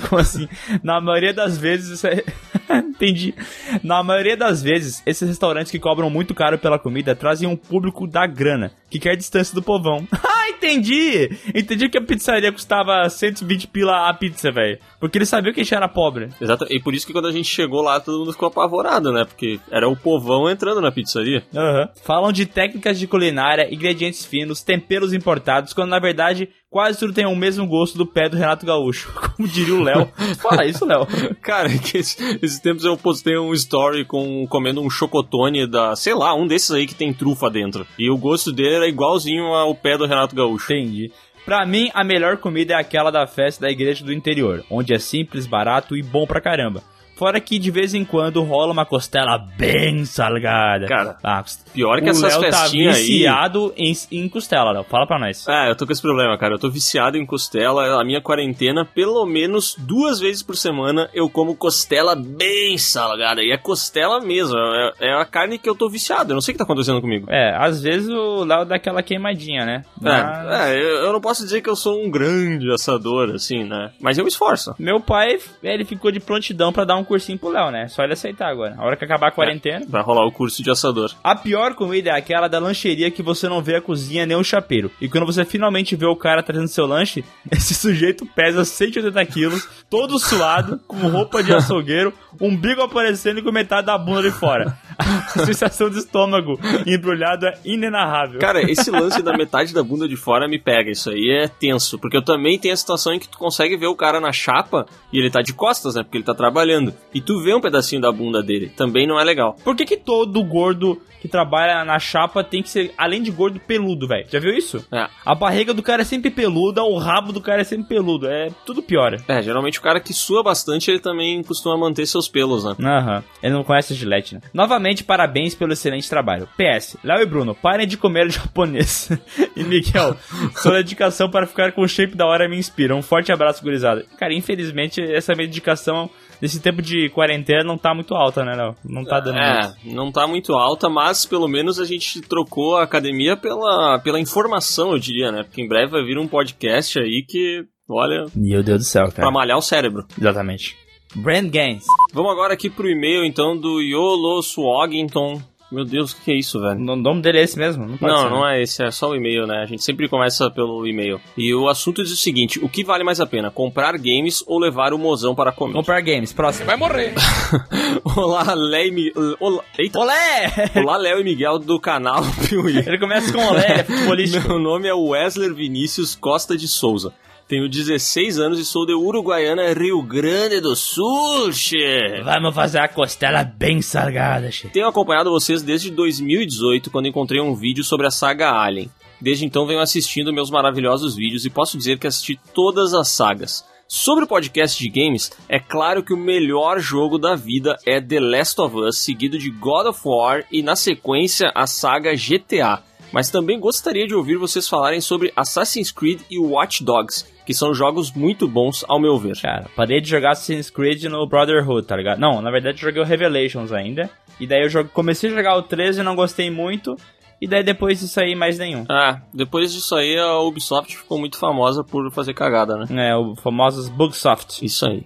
Speaker 3: Como assim? Na maioria das vezes, isso é... (laughs) entendi. Na maioria das vezes, esses restaurantes que cobram muito caro pela comida trazem um público da grana, que quer distância do povão. (laughs) ah, entendi! Entendi que a pizzaria custava 120 pila a pizza, velho. Porque eles sabiam que a gente era pobre.
Speaker 1: Exato. E por isso que quando a gente chegou lá, todo mundo ficou apavorado, né? Porque era o povão entrando na pizzaria.
Speaker 3: Aham. Falam de técnicas de culinária, ingredientes finos, temperos importados, quando na verdade quase tudo tem o mesmo gosto do pé do Renato Gaúcho. (laughs) Como diria o Léo. Fala isso, Léo.
Speaker 1: Cara, é que esse- esses tempos eu postei um story com comendo um chocotone da, sei lá, um desses aí que tem trufa dentro. E o gosto dele era igualzinho ao pé do Renato Gaúcho.
Speaker 3: Entendi. Pra mim, a melhor comida é aquela da festa da igreja do interior, onde é simples, barato e bom pra caramba. Fora que de vez em quando rola uma costela bem salgada.
Speaker 1: Cara,
Speaker 3: Ah, cost-
Speaker 1: pior que
Speaker 3: o
Speaker 1: essas
Speaker 3: Léo tá
Speaker 1: festinhas aí-
Speaker 3: viciado em, em costela, Léo. Fala pra nós.
Speaker 1: Ah, eu tô com esse problema, cara. Eu tô viciado em costela. A minha quarentena, pelo menos duas vezes por semana, eu como costela bem salgada. E é costela mesmo. É, é a carne que eu tô viciado. Eu não sei o que tá acontecendo comigo.
Speaker 3: É, às vezes o Léo dá aquela queimadinha, né? Mas-
Speaker 1: É, é, eu, eu não posso dizer que eu sou um grande assador, assim, né? Mas eu me esforço.
Speaker 3: Meu pai, ele ficou de prontidão pra dar um cursinho pro Léo, né? Só ele aceitar agora. A hora que acabar a quarentena.
Speaker 1: É, Vai rolar o curso de assador.
Speaker 3: A pior comida é aquela da lancheria que você não vê a cozinha nem o chapeiro. E quando você finalmente vê o cara trazendo seu lanche, (laughs) esse sujeito pesa 180 quilos, todo suado, com roupa de açougueiro, um umbigo aparecendo e com metade da bunda de fora. (laughs) A sensação de estômago embrulhado é inenarrável.
Speaker 1: Cara, esse lance da metade da bunda de fora me pega. Isso aí é tenso. Porque eu também tenho a situação em que tu consegue ver o cara na chapa e ele tá de costas, né? Porque ele tá trabalhando. E tu vê um pedacinho da bunda dele. Também não é legal.
Speaker 3: Por que, que todo gordo que trabalha na chapa tem que ser, além de gordo, peludo, velho? Já viu isso?
Speaker 1: É.
Speaker 3: A barriga do cara é sempre peluda, o rabo do cara é sempre peludo. É tudo piora.
Speaker 1: É, geralmente o cara que sua bastante, ele também costuma manter seus pelos, né?
Speaker 3: Aham. Ele não conhece a Gillette, né? Novamente, parabéns pelo excelente trabalho. PS, Léo e Bruno, parem de comer (laughs) japonês. e Miguel, sua dedicação para ficar com o shape da hora me inspira. Um forte abraço, gurizada. Cara, infelizmente, essa minha dedicação nesse tempo de quarentena não tá muito alta, né, Léo? Não tá dando muito.
Speaker 1: É, não tá muito alta, mas pelo menos a gente trocou a academia pela, pela informação, eu diria, né? Porque em breve vai vir um podcast aí que, olha,
Speaker 3: Meu Deus do céu, cara.
Speaker 1: pra malhar o cérebro.
Speaker 3: Exatamente. Brand Gains.
Speaker 1: Vamos agora aqui pro e-mail, então, do Yolo Swogington. Meu Deus, o que que é isso, velho?
Speaker 3: O nome dele é esse mesmo? Não, pode
Speaker 1: Não,
Speaker 3: ser,
Speaker 1: não
Speaker 3: né?
Speaker 1: é esse, é só o e-mail, né? A gente sempre começa pelo e-mail. E o assunto diz o seguinte: o que vale mais a pena, comprar games ou levar o mozão para comer?
Speaker 3: Comprar games, próximo. é. Vai morrer.
Speaker 1: (laughs) Olá, Leime. Olá,
Speaker 3: (laughs)
Speaker 1: eita.
Speaker 3: Olé!
Speaker 1: Olá, Léo e Miguel do canal (laughs) Piuí.
Speaker 3: Ele começa com olé, ele é (laughs) futebolístico.
Speaker 1: Meu nome é Wesley Vinícius Costa de Souza. Tenho 16 anos e sou de Uruguaiana, Rio Grande do Sul, che.
Speaker 3: Vamos fazer a costela bem salgada, che.
Speaker 1: Tenho acompanhado vocês desde 2018, quando encontrei um vídeo sobre a saga Alien. Desde então venho assistindo meus maravilhosos vídeos e posso dizer que assisti todas as sagas. Sobre o podcast de games, é claro que o melhor jogo da vida é The Last of Us, seguido de God of War e na sequência a saga GTA. Mas também gostaria de ouvir vocês falarem sobre Assassin's Creed e Watch Dogs, que são jogos muito bons ao meu ver.
Speaker 3: Cara, parei de jogar Assassin's Creed no Brotherhood, tá ligado? Não, na verdade eu joguei o Revelations ainda. E daí eu jogo- comecei a jogar o 13 e não gostei muito. E daí depois disso aí, mais nenhum.
Speaker 1: Ah, depois disso aí a Ubisoft ficou muito famosa por fazer cagada, né?
Speaker 3: É, o famoso Bugsoft.
Speaker 1: Isso aí.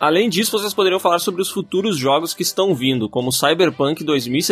Speaker 1: Além disso, vocês poderiam falar sobre os futuros jogos que estão vindo, como Cyberpunk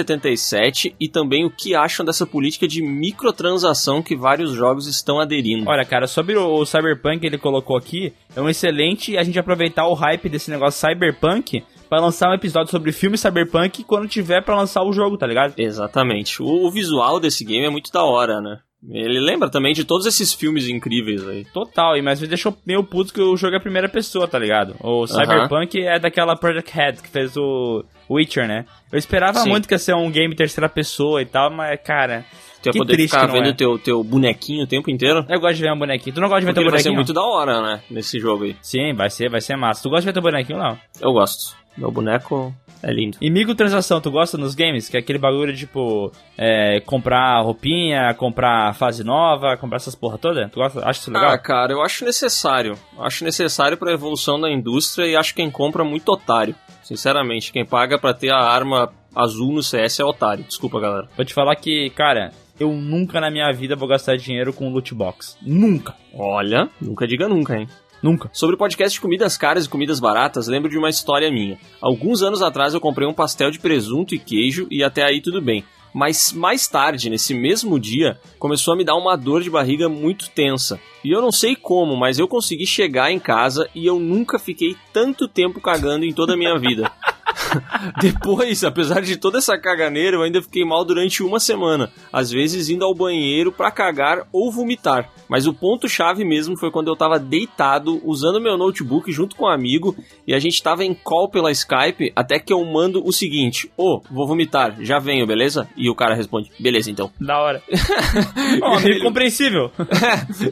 Speaker 1: 2077 e também o que acham dessa política de microtransação que vários jogos estão aderindo.
Speaker 3: Olha, cara, sobre o o Cyberpunk que ele colocou aqui, é um excelente a gente aproveitar o hype desse negócio Cyberpunk pra lançar um episódio sobre filme Cyberpunk quando tiver pra lançar o jogo, tá ligado?
Speaker 1: Exatamente. O, o visual desse game é muito da hora, né? Ele lembra também de todos esses filmes incríveis aí.
Speaker 3: Total, e mas me deixou meio puto que o jogo é a primeira pessoa, tá ligado? O Cyberpunk é daquela Project Head que fez o Witcher, né? Eu esperava
Speaker 1: Sim.
Speaker 3: muito que ia ser um game terceira pessoa e tal, mas, cara,
Speaker 1: Tu ia
Speaker 3: Que
Speaker 1: poder
Speaker 3: triste
Speaker 1: ficar
Speaker 3: que não
Speaker 1: vendo
Speaker 3: é.
Speaker 1: teu, teu bonequinho o tempo inteiro.
Speaker 3: eu gosto de ver um bonequinho. Tu não gosta de ver
Speaker 1: Porque
Speaker 3: teu
Speaker 1: ele vai ser
Speaker 3: bonequinho?
Speaker 1: muito da hora, né? Nesse jogo aí.
Speaker 3: Sim, vai ser, vai ser massa. Tu gosta de ver teu bonequinho, não?
Speaker 1: Eu gosto. Meu boneco é lindo.
Speaker 3: E microtransação, tu gosta nos games? Que é aquele bagulho, tipo, é, comprar roupinha, comprar fase nova, comprar essas porra toda? Tu gosta? Acha isso legal?
Speaker 1: Ah, cara, eu acho necessário. Acho necessário pra evolução da indústria e acho quem compra é muito otário. Sinceramente, quem paga pra ter a arma azul no CS é otário. Desculpa, galera.
Speaker 3: Vou te falar que, cara, eu nunca na minha vida vou gastar dinheiro com loot box. Nunca.
Speaker 1: Olha, nunca diga nunca, hein?
Speaker 3: Nunca.
Speaker 1: Sobre o podcast de comidas caras e comidas baratas, lembro de uma história minha. Alguns anos atrás eu comprei um pastel de presunto e queijo e até aí tudo bem. Mas mais tarde, nesse mesmo dia, começou a me dar uma dor de barriga muito tensa. E eu não sei como, mas eu consegui chegar em casa e eu nunca fiquei tanto tempo cagando em toda a minha vida. (laughs) Depois, apesar de toda essa caganeira, eu ainda fiquei mal durante uma semana, às vezes indo ao banheiro pra cagar ou vomitar. Mas o ponto-chave mesmo foi quando eu tava deitado, usando meu notebook junto com um amigo, e a gente tava em call pela Skype, até que eu mando o seguinte: Ô, vou vomitar, já venho, beleza? E o cara responde: Beleza, então. (laughs)
Speaker 3: Da hora. (laughs) Ó, (laughs) meio compreensível.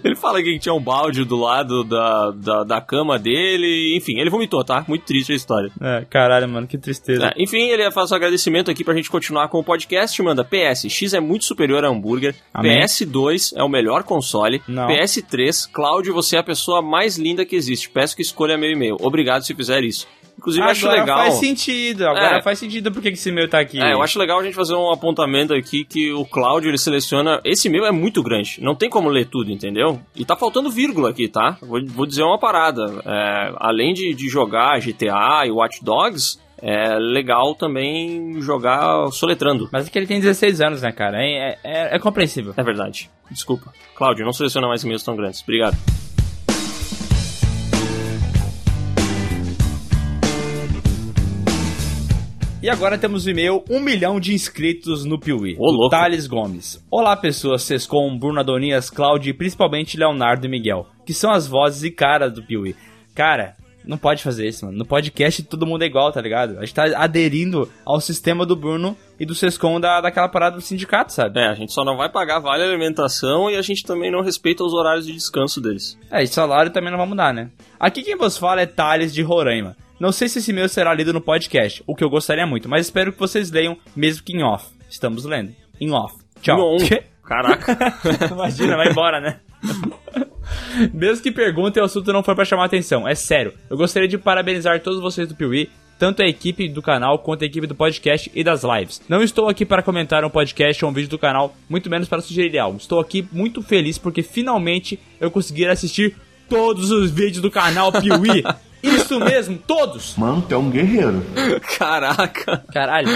Speaker 1: ele fala que tinha um balde do lado da, da, da cama dele, enfim, ele vomitou, tá? Muito triste a história.
Speaker 3: É, caralho, mano, que tristeza.
Speaker 1: É, enfim, ele faz um agradecimento aqui pra gente continuar com o podcast. Manda PS, X é muito superior a hambúrguer.
Speaker 3: Amém.
Speaker 1: PS2 é o melhor console.
Speaker 3: Não.
Speaker 1: PS3, Cláudio, você é a pessoa mais linda que existe. Peço que escolha meu e-mail. Obrigado se fizer isso. Inclusive, eu acho
Speaker 3: agora
Speaker 1: legal.
Speaker 3: faz sentido, agora
Speaker 1: É.
Speaker 3: faz sentido porque que esse meu tá aqui.
Speaker 1: É, eu acho legal a gente fazer um apontamento aqui que o Cláudio ele seleciona. Esse meu é muito grande, não tem como ler tudo, entendeu? E tá faltando vírgula aqui, tá? Vou, vou dizer uma parada. É, além de, de jogar GTA e Watch Dogs, é legal também jogar soletrando.
Speaker 3: Mas é que ele tem 16 anos, né, cara? É, é, é compreensível.
Speaker 1: É verdade. Desculpa. Cláudio, não seleciona mais e-mails tão grandes. Obrigado.
Speaker 3: E agora temos o e-mail 1 milhão de inscritos no Piuí.
Speaker 1: Ô, louco.
Speaker 3: Thales Gomes. Olá, pessoas Sescom, Bruno Adonias, Cláudio e principalmente Leonardo e Miguel, que são as vozes e caras do Piuí. Cara, não pode fazer isso, mano. No podcast todo mundo é igual, tá ligado? A gente tá aderindo ao sistema do Bruno e do Sescom da, daquela parada do sindicato, sabe?
Speaker 1: É, a gente só não vai pagar vale alimentação e a gente também não respeita os horários de descanso deles.
Speaker 3: É, e salário também não vai mudar, né? Aqui quem vos fala é Thales de Roraima. Não sei se esse meu será lido no podcast, o que eu gostaria muito, mas espero que vocês leiam, mesmo que em off. Estamos lendo. Em off. Tchau.
Speaker 1: Bom,
Speaker 3: (laughs) Quê?
Speaker 1: Caraca. (laughs)
Speaker 3: (laughs) Imagina, vai embora, né? (laughs) Mesmo que perguntem, o assunto não foi pra chamar atenção. É sério. Eu gostaria de parabenizar todos vocês do Piuí, tanto a equipe do canal quanto a equipe do podcast e das lives. Não estou aqui para comentar um podcast ou um vídeo do canal, muito menos para sugerir algo. Estou aqui muito feliz porque finalmente eu consegui assistir todos os vídeos do canal (laughs) Piuí. Isso mesmo, todos!
Speaker 8: Mano, tu é um guerreiro.
Speaker 1: Caraca.
Speaker 3: Caralho.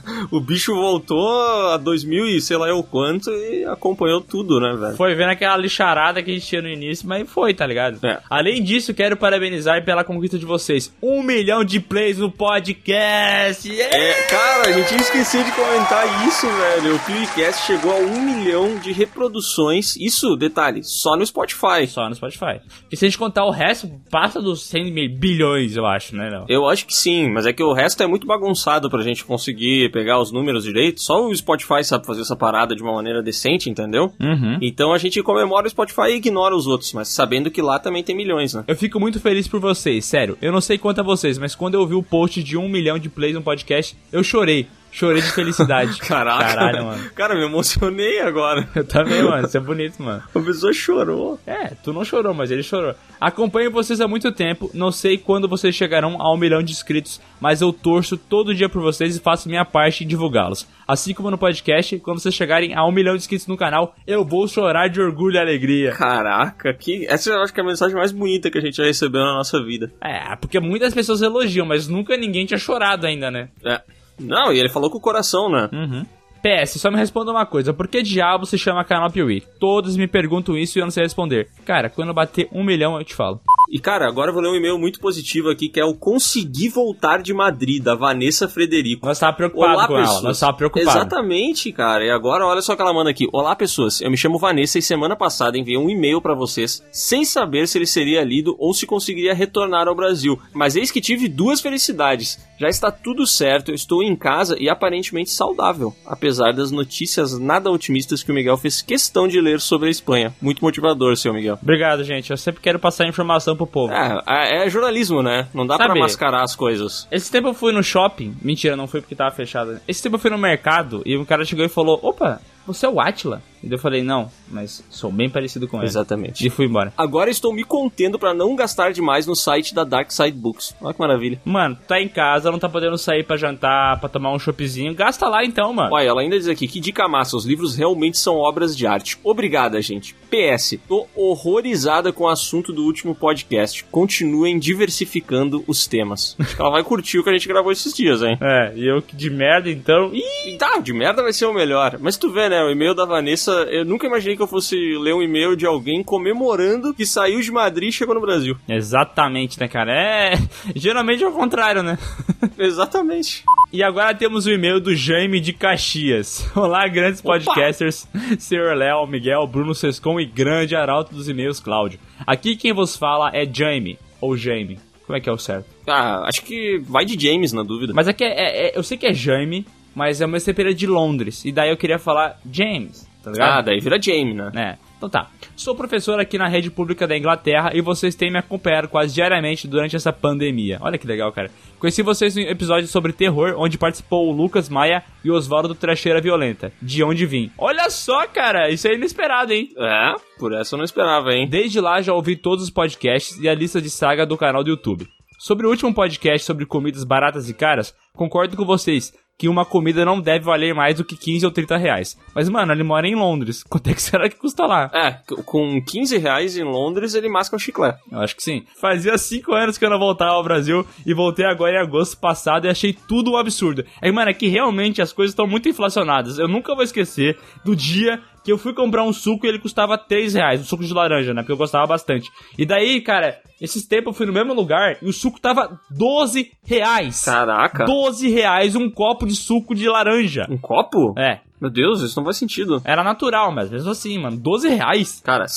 Speaker 1: (laughs) o bicho voltou a 2000 e sei lá eu quanto e acompanhou tudo, né, velho?
Speaker 3: Foi vendo aquela lixarada que a gente tinha no início, mas foi, tá ligado?
Speaker 1: É.
Speaker 3: Além disso, quero parabenizar pela conquista de vocês. Um milhão de plays no podcast! Yeah!
Speaker 1: É, cara, a gente tinha esquecido de comentar isso, velho. O PewCast chegou a um milhão de reproduções. Isso, detalhe, só no Spotify.
Speaker 3: Só no Spotify. Porque se a gente contar o resto, passa dos 100 mil bilhões, eu acho, né, Léo?
Speaker 1: Eu acho que sim, mas é que o resto é muito bagunçado pra gente conseguir pegar os números direito. Só o Spotify sabe fazer essa parada de uma maneira decente, entendeu?
Speaker 3: Uhum.
Speaker 1: Então a gente comemora o Spotify e ignora os outros, mas sabendo que lá também tem milhões, né?
Speaker 3: Eu fico muito feliz por vocês, sério. Eu não sei quanto a vocês, mas quando eu vi o post de um milhão de plays no podcast, eu chorei. Chorei de
Speaker 8: (laughs)
Speaker 3: felicidade.
Speaker 1: Caraca,
Speaker 3: Caralho, mano.
Speaker 1: Cara, me emocionei agora. (laughs)
Speaker 3: Eu também, mano. Isso é bonito, mano.
Speaker 1: A pessoa chorou.
Speaker 3: É, tu não chorou, mas ele chorou. Acompanho vocês há muito tempo, não sei quando vocês chegarão ao milhão de inscritos, mas eu torço todo dia por vocês e faço minha parte em divulgá-los. Assim como no podcast, quando vocês chegarem a um milhão de inscritos no canal, eu vou chorar de orgulho e alegria.
Speaker 1: Caraca, que. Essa eu acho que é a mensagem mais bonita que a gente já recebeu na nossa vida.
Speaker 3: É, porque muitas pessoas elogiam, mas nunca ninguém tinha chorado ainda, né?
Speaker 1: É. Não, e ele falou com o coração, né?
Speaker 3: Uhum. PS, só me responda uma coisa, por que diabo se chama canal Piuí? Todos me perguntam isso e eu não sei responder. Cara, quando eu bater um milhão eu te falo.
Speaker 1: E cara, agora eu vou ler um e-mail muito positivo aqui que é o Consegui Voltar de Madrid, da Vanessa Frederico.
Speaker 3: Nós tava preocupado
Speaker 1: Olá,
Speaker 3: com ela, nós tava preocupado.
Speaker 1: Exatamente, cara. E agora, olha só o que ela manda aqui. Olá, pessoas. Eu me chamo Vanessa e semana passada enviei um e-mail pra vocês sem saber se ele seria lido ou se conseguiria retornar ao Brasil. Mas eis que tive duas felicidades. Já está tudo certo, eu estou em casa e aparentemente saudável, apesar das notícias nada otimistas que o Miguel fez questão de ler sobre a Espanha. Muito motivador, seu Miguel.
Speaker 3: Obrigado, gente. Eu sempre quero passar informação pro povo.
Speaker 1: É, é jornalismo, né? Não dá pra
Speaker 3: Sabe-
Speaker 1: mascarar as coisas.
Speaker 3: Esse tempo eu fui no shopping. Mentira, não fui porque tava fechado. né? Esse tempo eu fui no mercado e um cara chegou e falou: Opa, você é o Atila? E daí eu falei: Não, mas sou bem parecido com ele.
Speaker 1: Exatamente.
Speaker 3: E fui embora.
Speaker 1: Agora estou me contendo pra não gastar demais no site da Dark Side Books. Olha que maravilha.
Speaker 3: Mano, tá em casa, não tá podendo sair pra jantar, pra tomar um choppzinho. Gasta lá então, mano.
Speaker 1: Olha, ela ainda diz aqui, que dica massa, os livros realmente são obras de arte. Obrigada, gente. PS, tô horrorizada com o assunto do último podcast. Continuem diversificando os temas. Acho que ela vai curtir o que a gente gravou esses dias, hein?
Speaker 3: É, e eu que de merda então. Ih,
Speaker 1: E tá, de merda vai ser o melhor. Mas tu vê,
Speaker 7: né? O e-mail da Vanessa, eu nunca imaginei que eu fosse ler um e-mail de alguém comemorando que saiu de Madrid e chegou no Brasil.
Speaker 3: Exatamente, né, cara? É. (laughs) Geralmente é o contrário, né? (laughs)
Speaker 7: Exatamente.
Speaker 3: E agora temos o e-mail do Jaime de Caxias. (laughs) Olá, grandes podcasters, Sr. Léo, Miguel, Bruno Sescon e grande arauto dos e-mails, Cláudio. Aqui quem vos fala é Jaime, ou Jaime. Como é que é o certo?
Speaker 7: Ah, acho que vai de James, na dúvida.
Speaker 3: Mas aqui é, é- é- eu sei que é Jaime, mas é uma estepeira de Londres. E daí eu queria falar James, tá ligado?
Speaker 7: Ah, daí vira James, né?
Speaker 3: É. Então tá. Sou professor aqui na rede pública da Inglaterra e vocês têm me acompanhado quase diariamente durante essa pandemia. Olha que legal, cara. Conheci vocês no episódio sobre terror, onde participou o Lucas Maia e o Oswaldo Trecheira Violenta. De onde vim? Olha só, cara, isso é inesperado, hein?
Speaker 7: É, por essa eu não esperava, hein?
Speaker 3: Desde lá já ouvi todos os podcasts e a lista de saga do canal do YouTube. Sobre o último podcast sobre comidas baratas e caras, concordo com vocês que uma comida não deve valer mais do que 15 ou 30 reais. Mas, mano, ele mora em Londres. (laughs) Quanto é que será que custa lá?
Speaker 7: É, c- com 15 reais em Londres ele masca o chiclete.
Speaker 3: Eu acho que sim. Fazia cinco anos que eu não voltava ao Brasil e voltei agora em agosto passado e achei tudo um absurdo. É, mano, é que realmente as coisas estão muito inflacionadas. Eu nunca vou esquecer do dia que eu fui comprar um suco e ele custava 3 reais, um suco de laranja, né? Porque eu gostava bastante. E daí, cara, esses tempos eu fui no mesmo lugar e o suco tava 12 reais.
Speaker 7: Caraca.
Speaker 3: 12 reais um copo de suco de laranja.
Speaker 7: Um copo?
Speaker 3: É,
Speaker 7: Meu Deus, isso não faz sentido.
Speaker 3: era natural, mas mesmo assim, mano, 12 reais.
Speaker 7: Cara,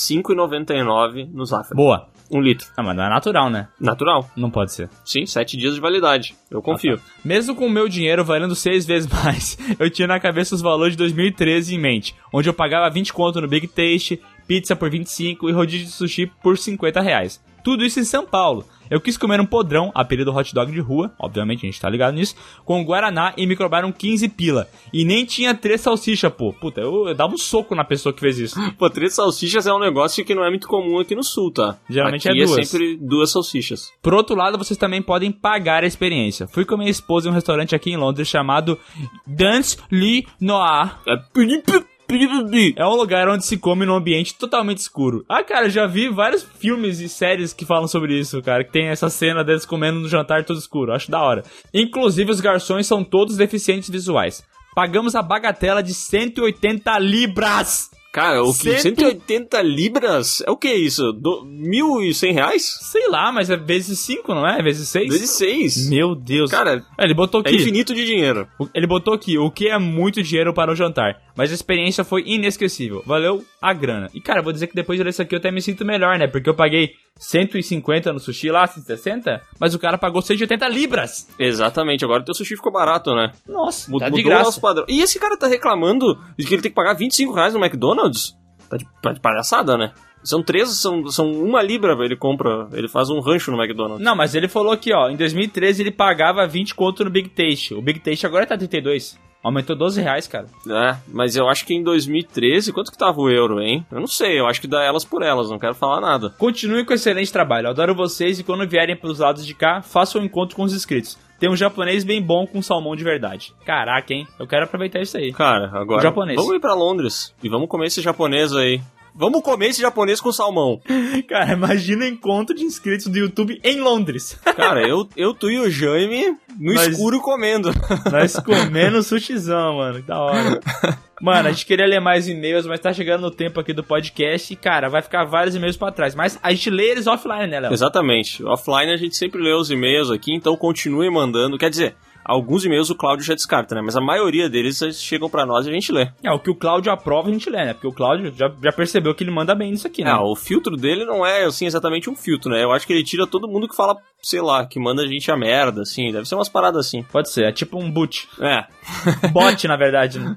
Speaker 7: 5,99 no Zafra.
Speaker 3: Boa.
Speaker 7: Um litro.
Speaker 3: Ah, mas não é natural, né?
Speaker 7: Natural.
Speaker 3: Não pode ser.
Speaker 7: Sim, 7 dias de validade. Eu confio.
Speaker 3: Ah, tá. Mesmo com o meu dinheiro valendo seis vezes (laughs) mais, eu tinha na cabeça os valores de 2013 em mente, onde eu pagava 20 conto no Big Taste, pizza por 25 e rodízio de sushi por 50 reais. Tudo isso em São Paulo. Eu quis comer um podrão, apelido hot dog de rua, obviamente a gente tá ligado nisso, com Guaraná e me cobraram 15 pila. E nem tinha três salsicha, pô. Puta, eu, eu dava um soco na pessoa que fez
Speaker 7: (gasps)
Speaker 3: isso.
Speaker 7: Pô, três salsichas é um negócio que não é muito comum aqui no sul, tá?
Speaker 3: Geralmente
Speaker 7: aqui
Speaker 3: é duas.
Speaker 7: sempre duas salsichas.
Speaker 3: Por outro lado, vocês também podem pagar a experiência. Fui com minha esposa em um restaurante aqui em Londres chamado Dance Lee Noir.
Speaker 7: É pedi, pe- pedi, pedi.
Speaker 3: É um lugar onde se come num ambiente totalmente escuro. Ah, cara, já vi vários filmes e séries que falam sobre isso, cara. Que tem essa cena deles comendo no jantar todo escuro. Acho da hora. Inclusive, os garçons são todos deficientes visuais. Pagamos a bagatela de 180 libras!
Speaker 7: Cara, o que?
Speaker 3: Cento-
Speaker 7: 180 libras? É o que isso? Do, 1.100 reais?
Speaker 3: Sei lá, mas é vezes 5, não é? Vezes 6?
Speaker 7: Vezes 6.
Speaker 3: Meu Deus.
Speaker 7: Cara,
Speaker 3: ele botou
Speaker 7: é
Speaker 3: aqui.
Speaker 7: infinito de dinheiro.
Speaker 3: O- Ele botou aqui, o que é muito dinheiro para um jantar, mas a experiência foi inesquecível. Valeu a grana. E cara, vou dizer que depois de ler isso aqui eu até me sinto melhor, né? Porque eu paguei 150 no sushi lá, 160, mas o cara pagou 180 libras.
Speaker 7: Exatamente, agora o teu sushi ficou barato, né?
Speaker 3: Nossa,
Speaker 7: Mu-
Speaker 3: tá
Speaker 7: mudou
Speaker 3: de
Speaker 7: o nosso
Speaker 3: graça.
Speaker 7: padrão. E esse cara tá reclamando de que ele tem que pagar 25 reais no McDonald's? Tá de, tá de palhaçada, né? São três, são, são uma libra, velho, ele compra, ele faz um rancho no McDonald's.
Speaker 3: Não, mas ele falou aqui, ó, em 2013 ele pagava 20 conto no Big Taste. O Big Taste agora tá 32. Aumentou 12 reais, cara.
Speaker 7: É, mas eu acho que em 2013, quanto que tava o euro, hein? Eu não sei, eu acho que dá elas por elas, não quero falar nada.
Speaker 3: Continue com o excelente trabalho. Adoro vocês e quando vierem pros lados de cá, façam um encontro com os inscritos. Tem um japonês bem bom com salmão de verdade. Caraca, hein? Eu quero aproveitar isso aí.
Speaker 7: Cara, agora.
Speaker 3: O japonês.
Speaker 7: Vamos ir pra Londres e vamos comer esse japonês aí. Vamos comer esse japonês com salmão.
Speaker 3: (laughs) Cara, imagina o encontro de inscritos do YouTube em (laughs) Londres.
Speaker 7: Cara, eu, eu tu e o Jaime no
Speaker 3: Mas-
Speaker 7: escuro comendo.
Speaker 3: Nós comendo um sushizão, mano. Que da hora. (laughs) Mano, a gente queria ler mais e-mails, mas tá chegando o tempo aqui do podcast e, cara, vai ficar vários e-mails pra trás. Mas a gente lê eles offline, né, Léo?
Speaker 7: Exatamente. Offline a gente sempre lê os e-mails aqui, então continue mandando. Quer dizer, alguns e-mails o Cláudio já descarta, né? Mas a maioria deles eles chegam pra nós e a gente lê.
Speaker 3: É, o que o Cláudio aprova a gente lê, né? Porque o Cláudio já, já percebeu que ele manda bem nisso aqui, né?
Speaker 7: É, o filtro dele não é, assim, exatamente um filtro, né? Eu acho que ele tira todo mundo que fala, sei lá, que manda a gente a merda, assim. Deve ser umas paradas assim.
Speaker 3: Pode ser, é tipo um boot.
Speaker 7: É.
Speaker 3: bot, na verdade. né?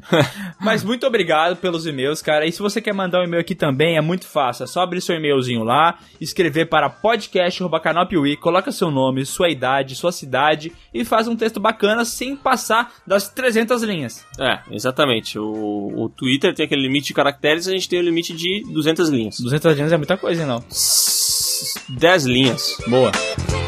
Speaker 3: Mas muito obrigado pelos e-mails, cara. E se você quer mandar um e-mail aqui também, é muito fácil. É só abrir seu e-mailzinho lá, escrever para podcast.canalpiuí, coloca seu nome, sua idade, sua cidade e faz um texto bacana sem passar das 300 linhas.
Speaker 7: É, exatamente. O, o Twitter tem aquele limite de caracteres a gente tem o limite de 200 linhas.
Speaker 3: 200 linhas é muita coisa, hein, não?
Speaker 7: 10 linhas.
Speaker 3: Boa.
Speaker 10: Thank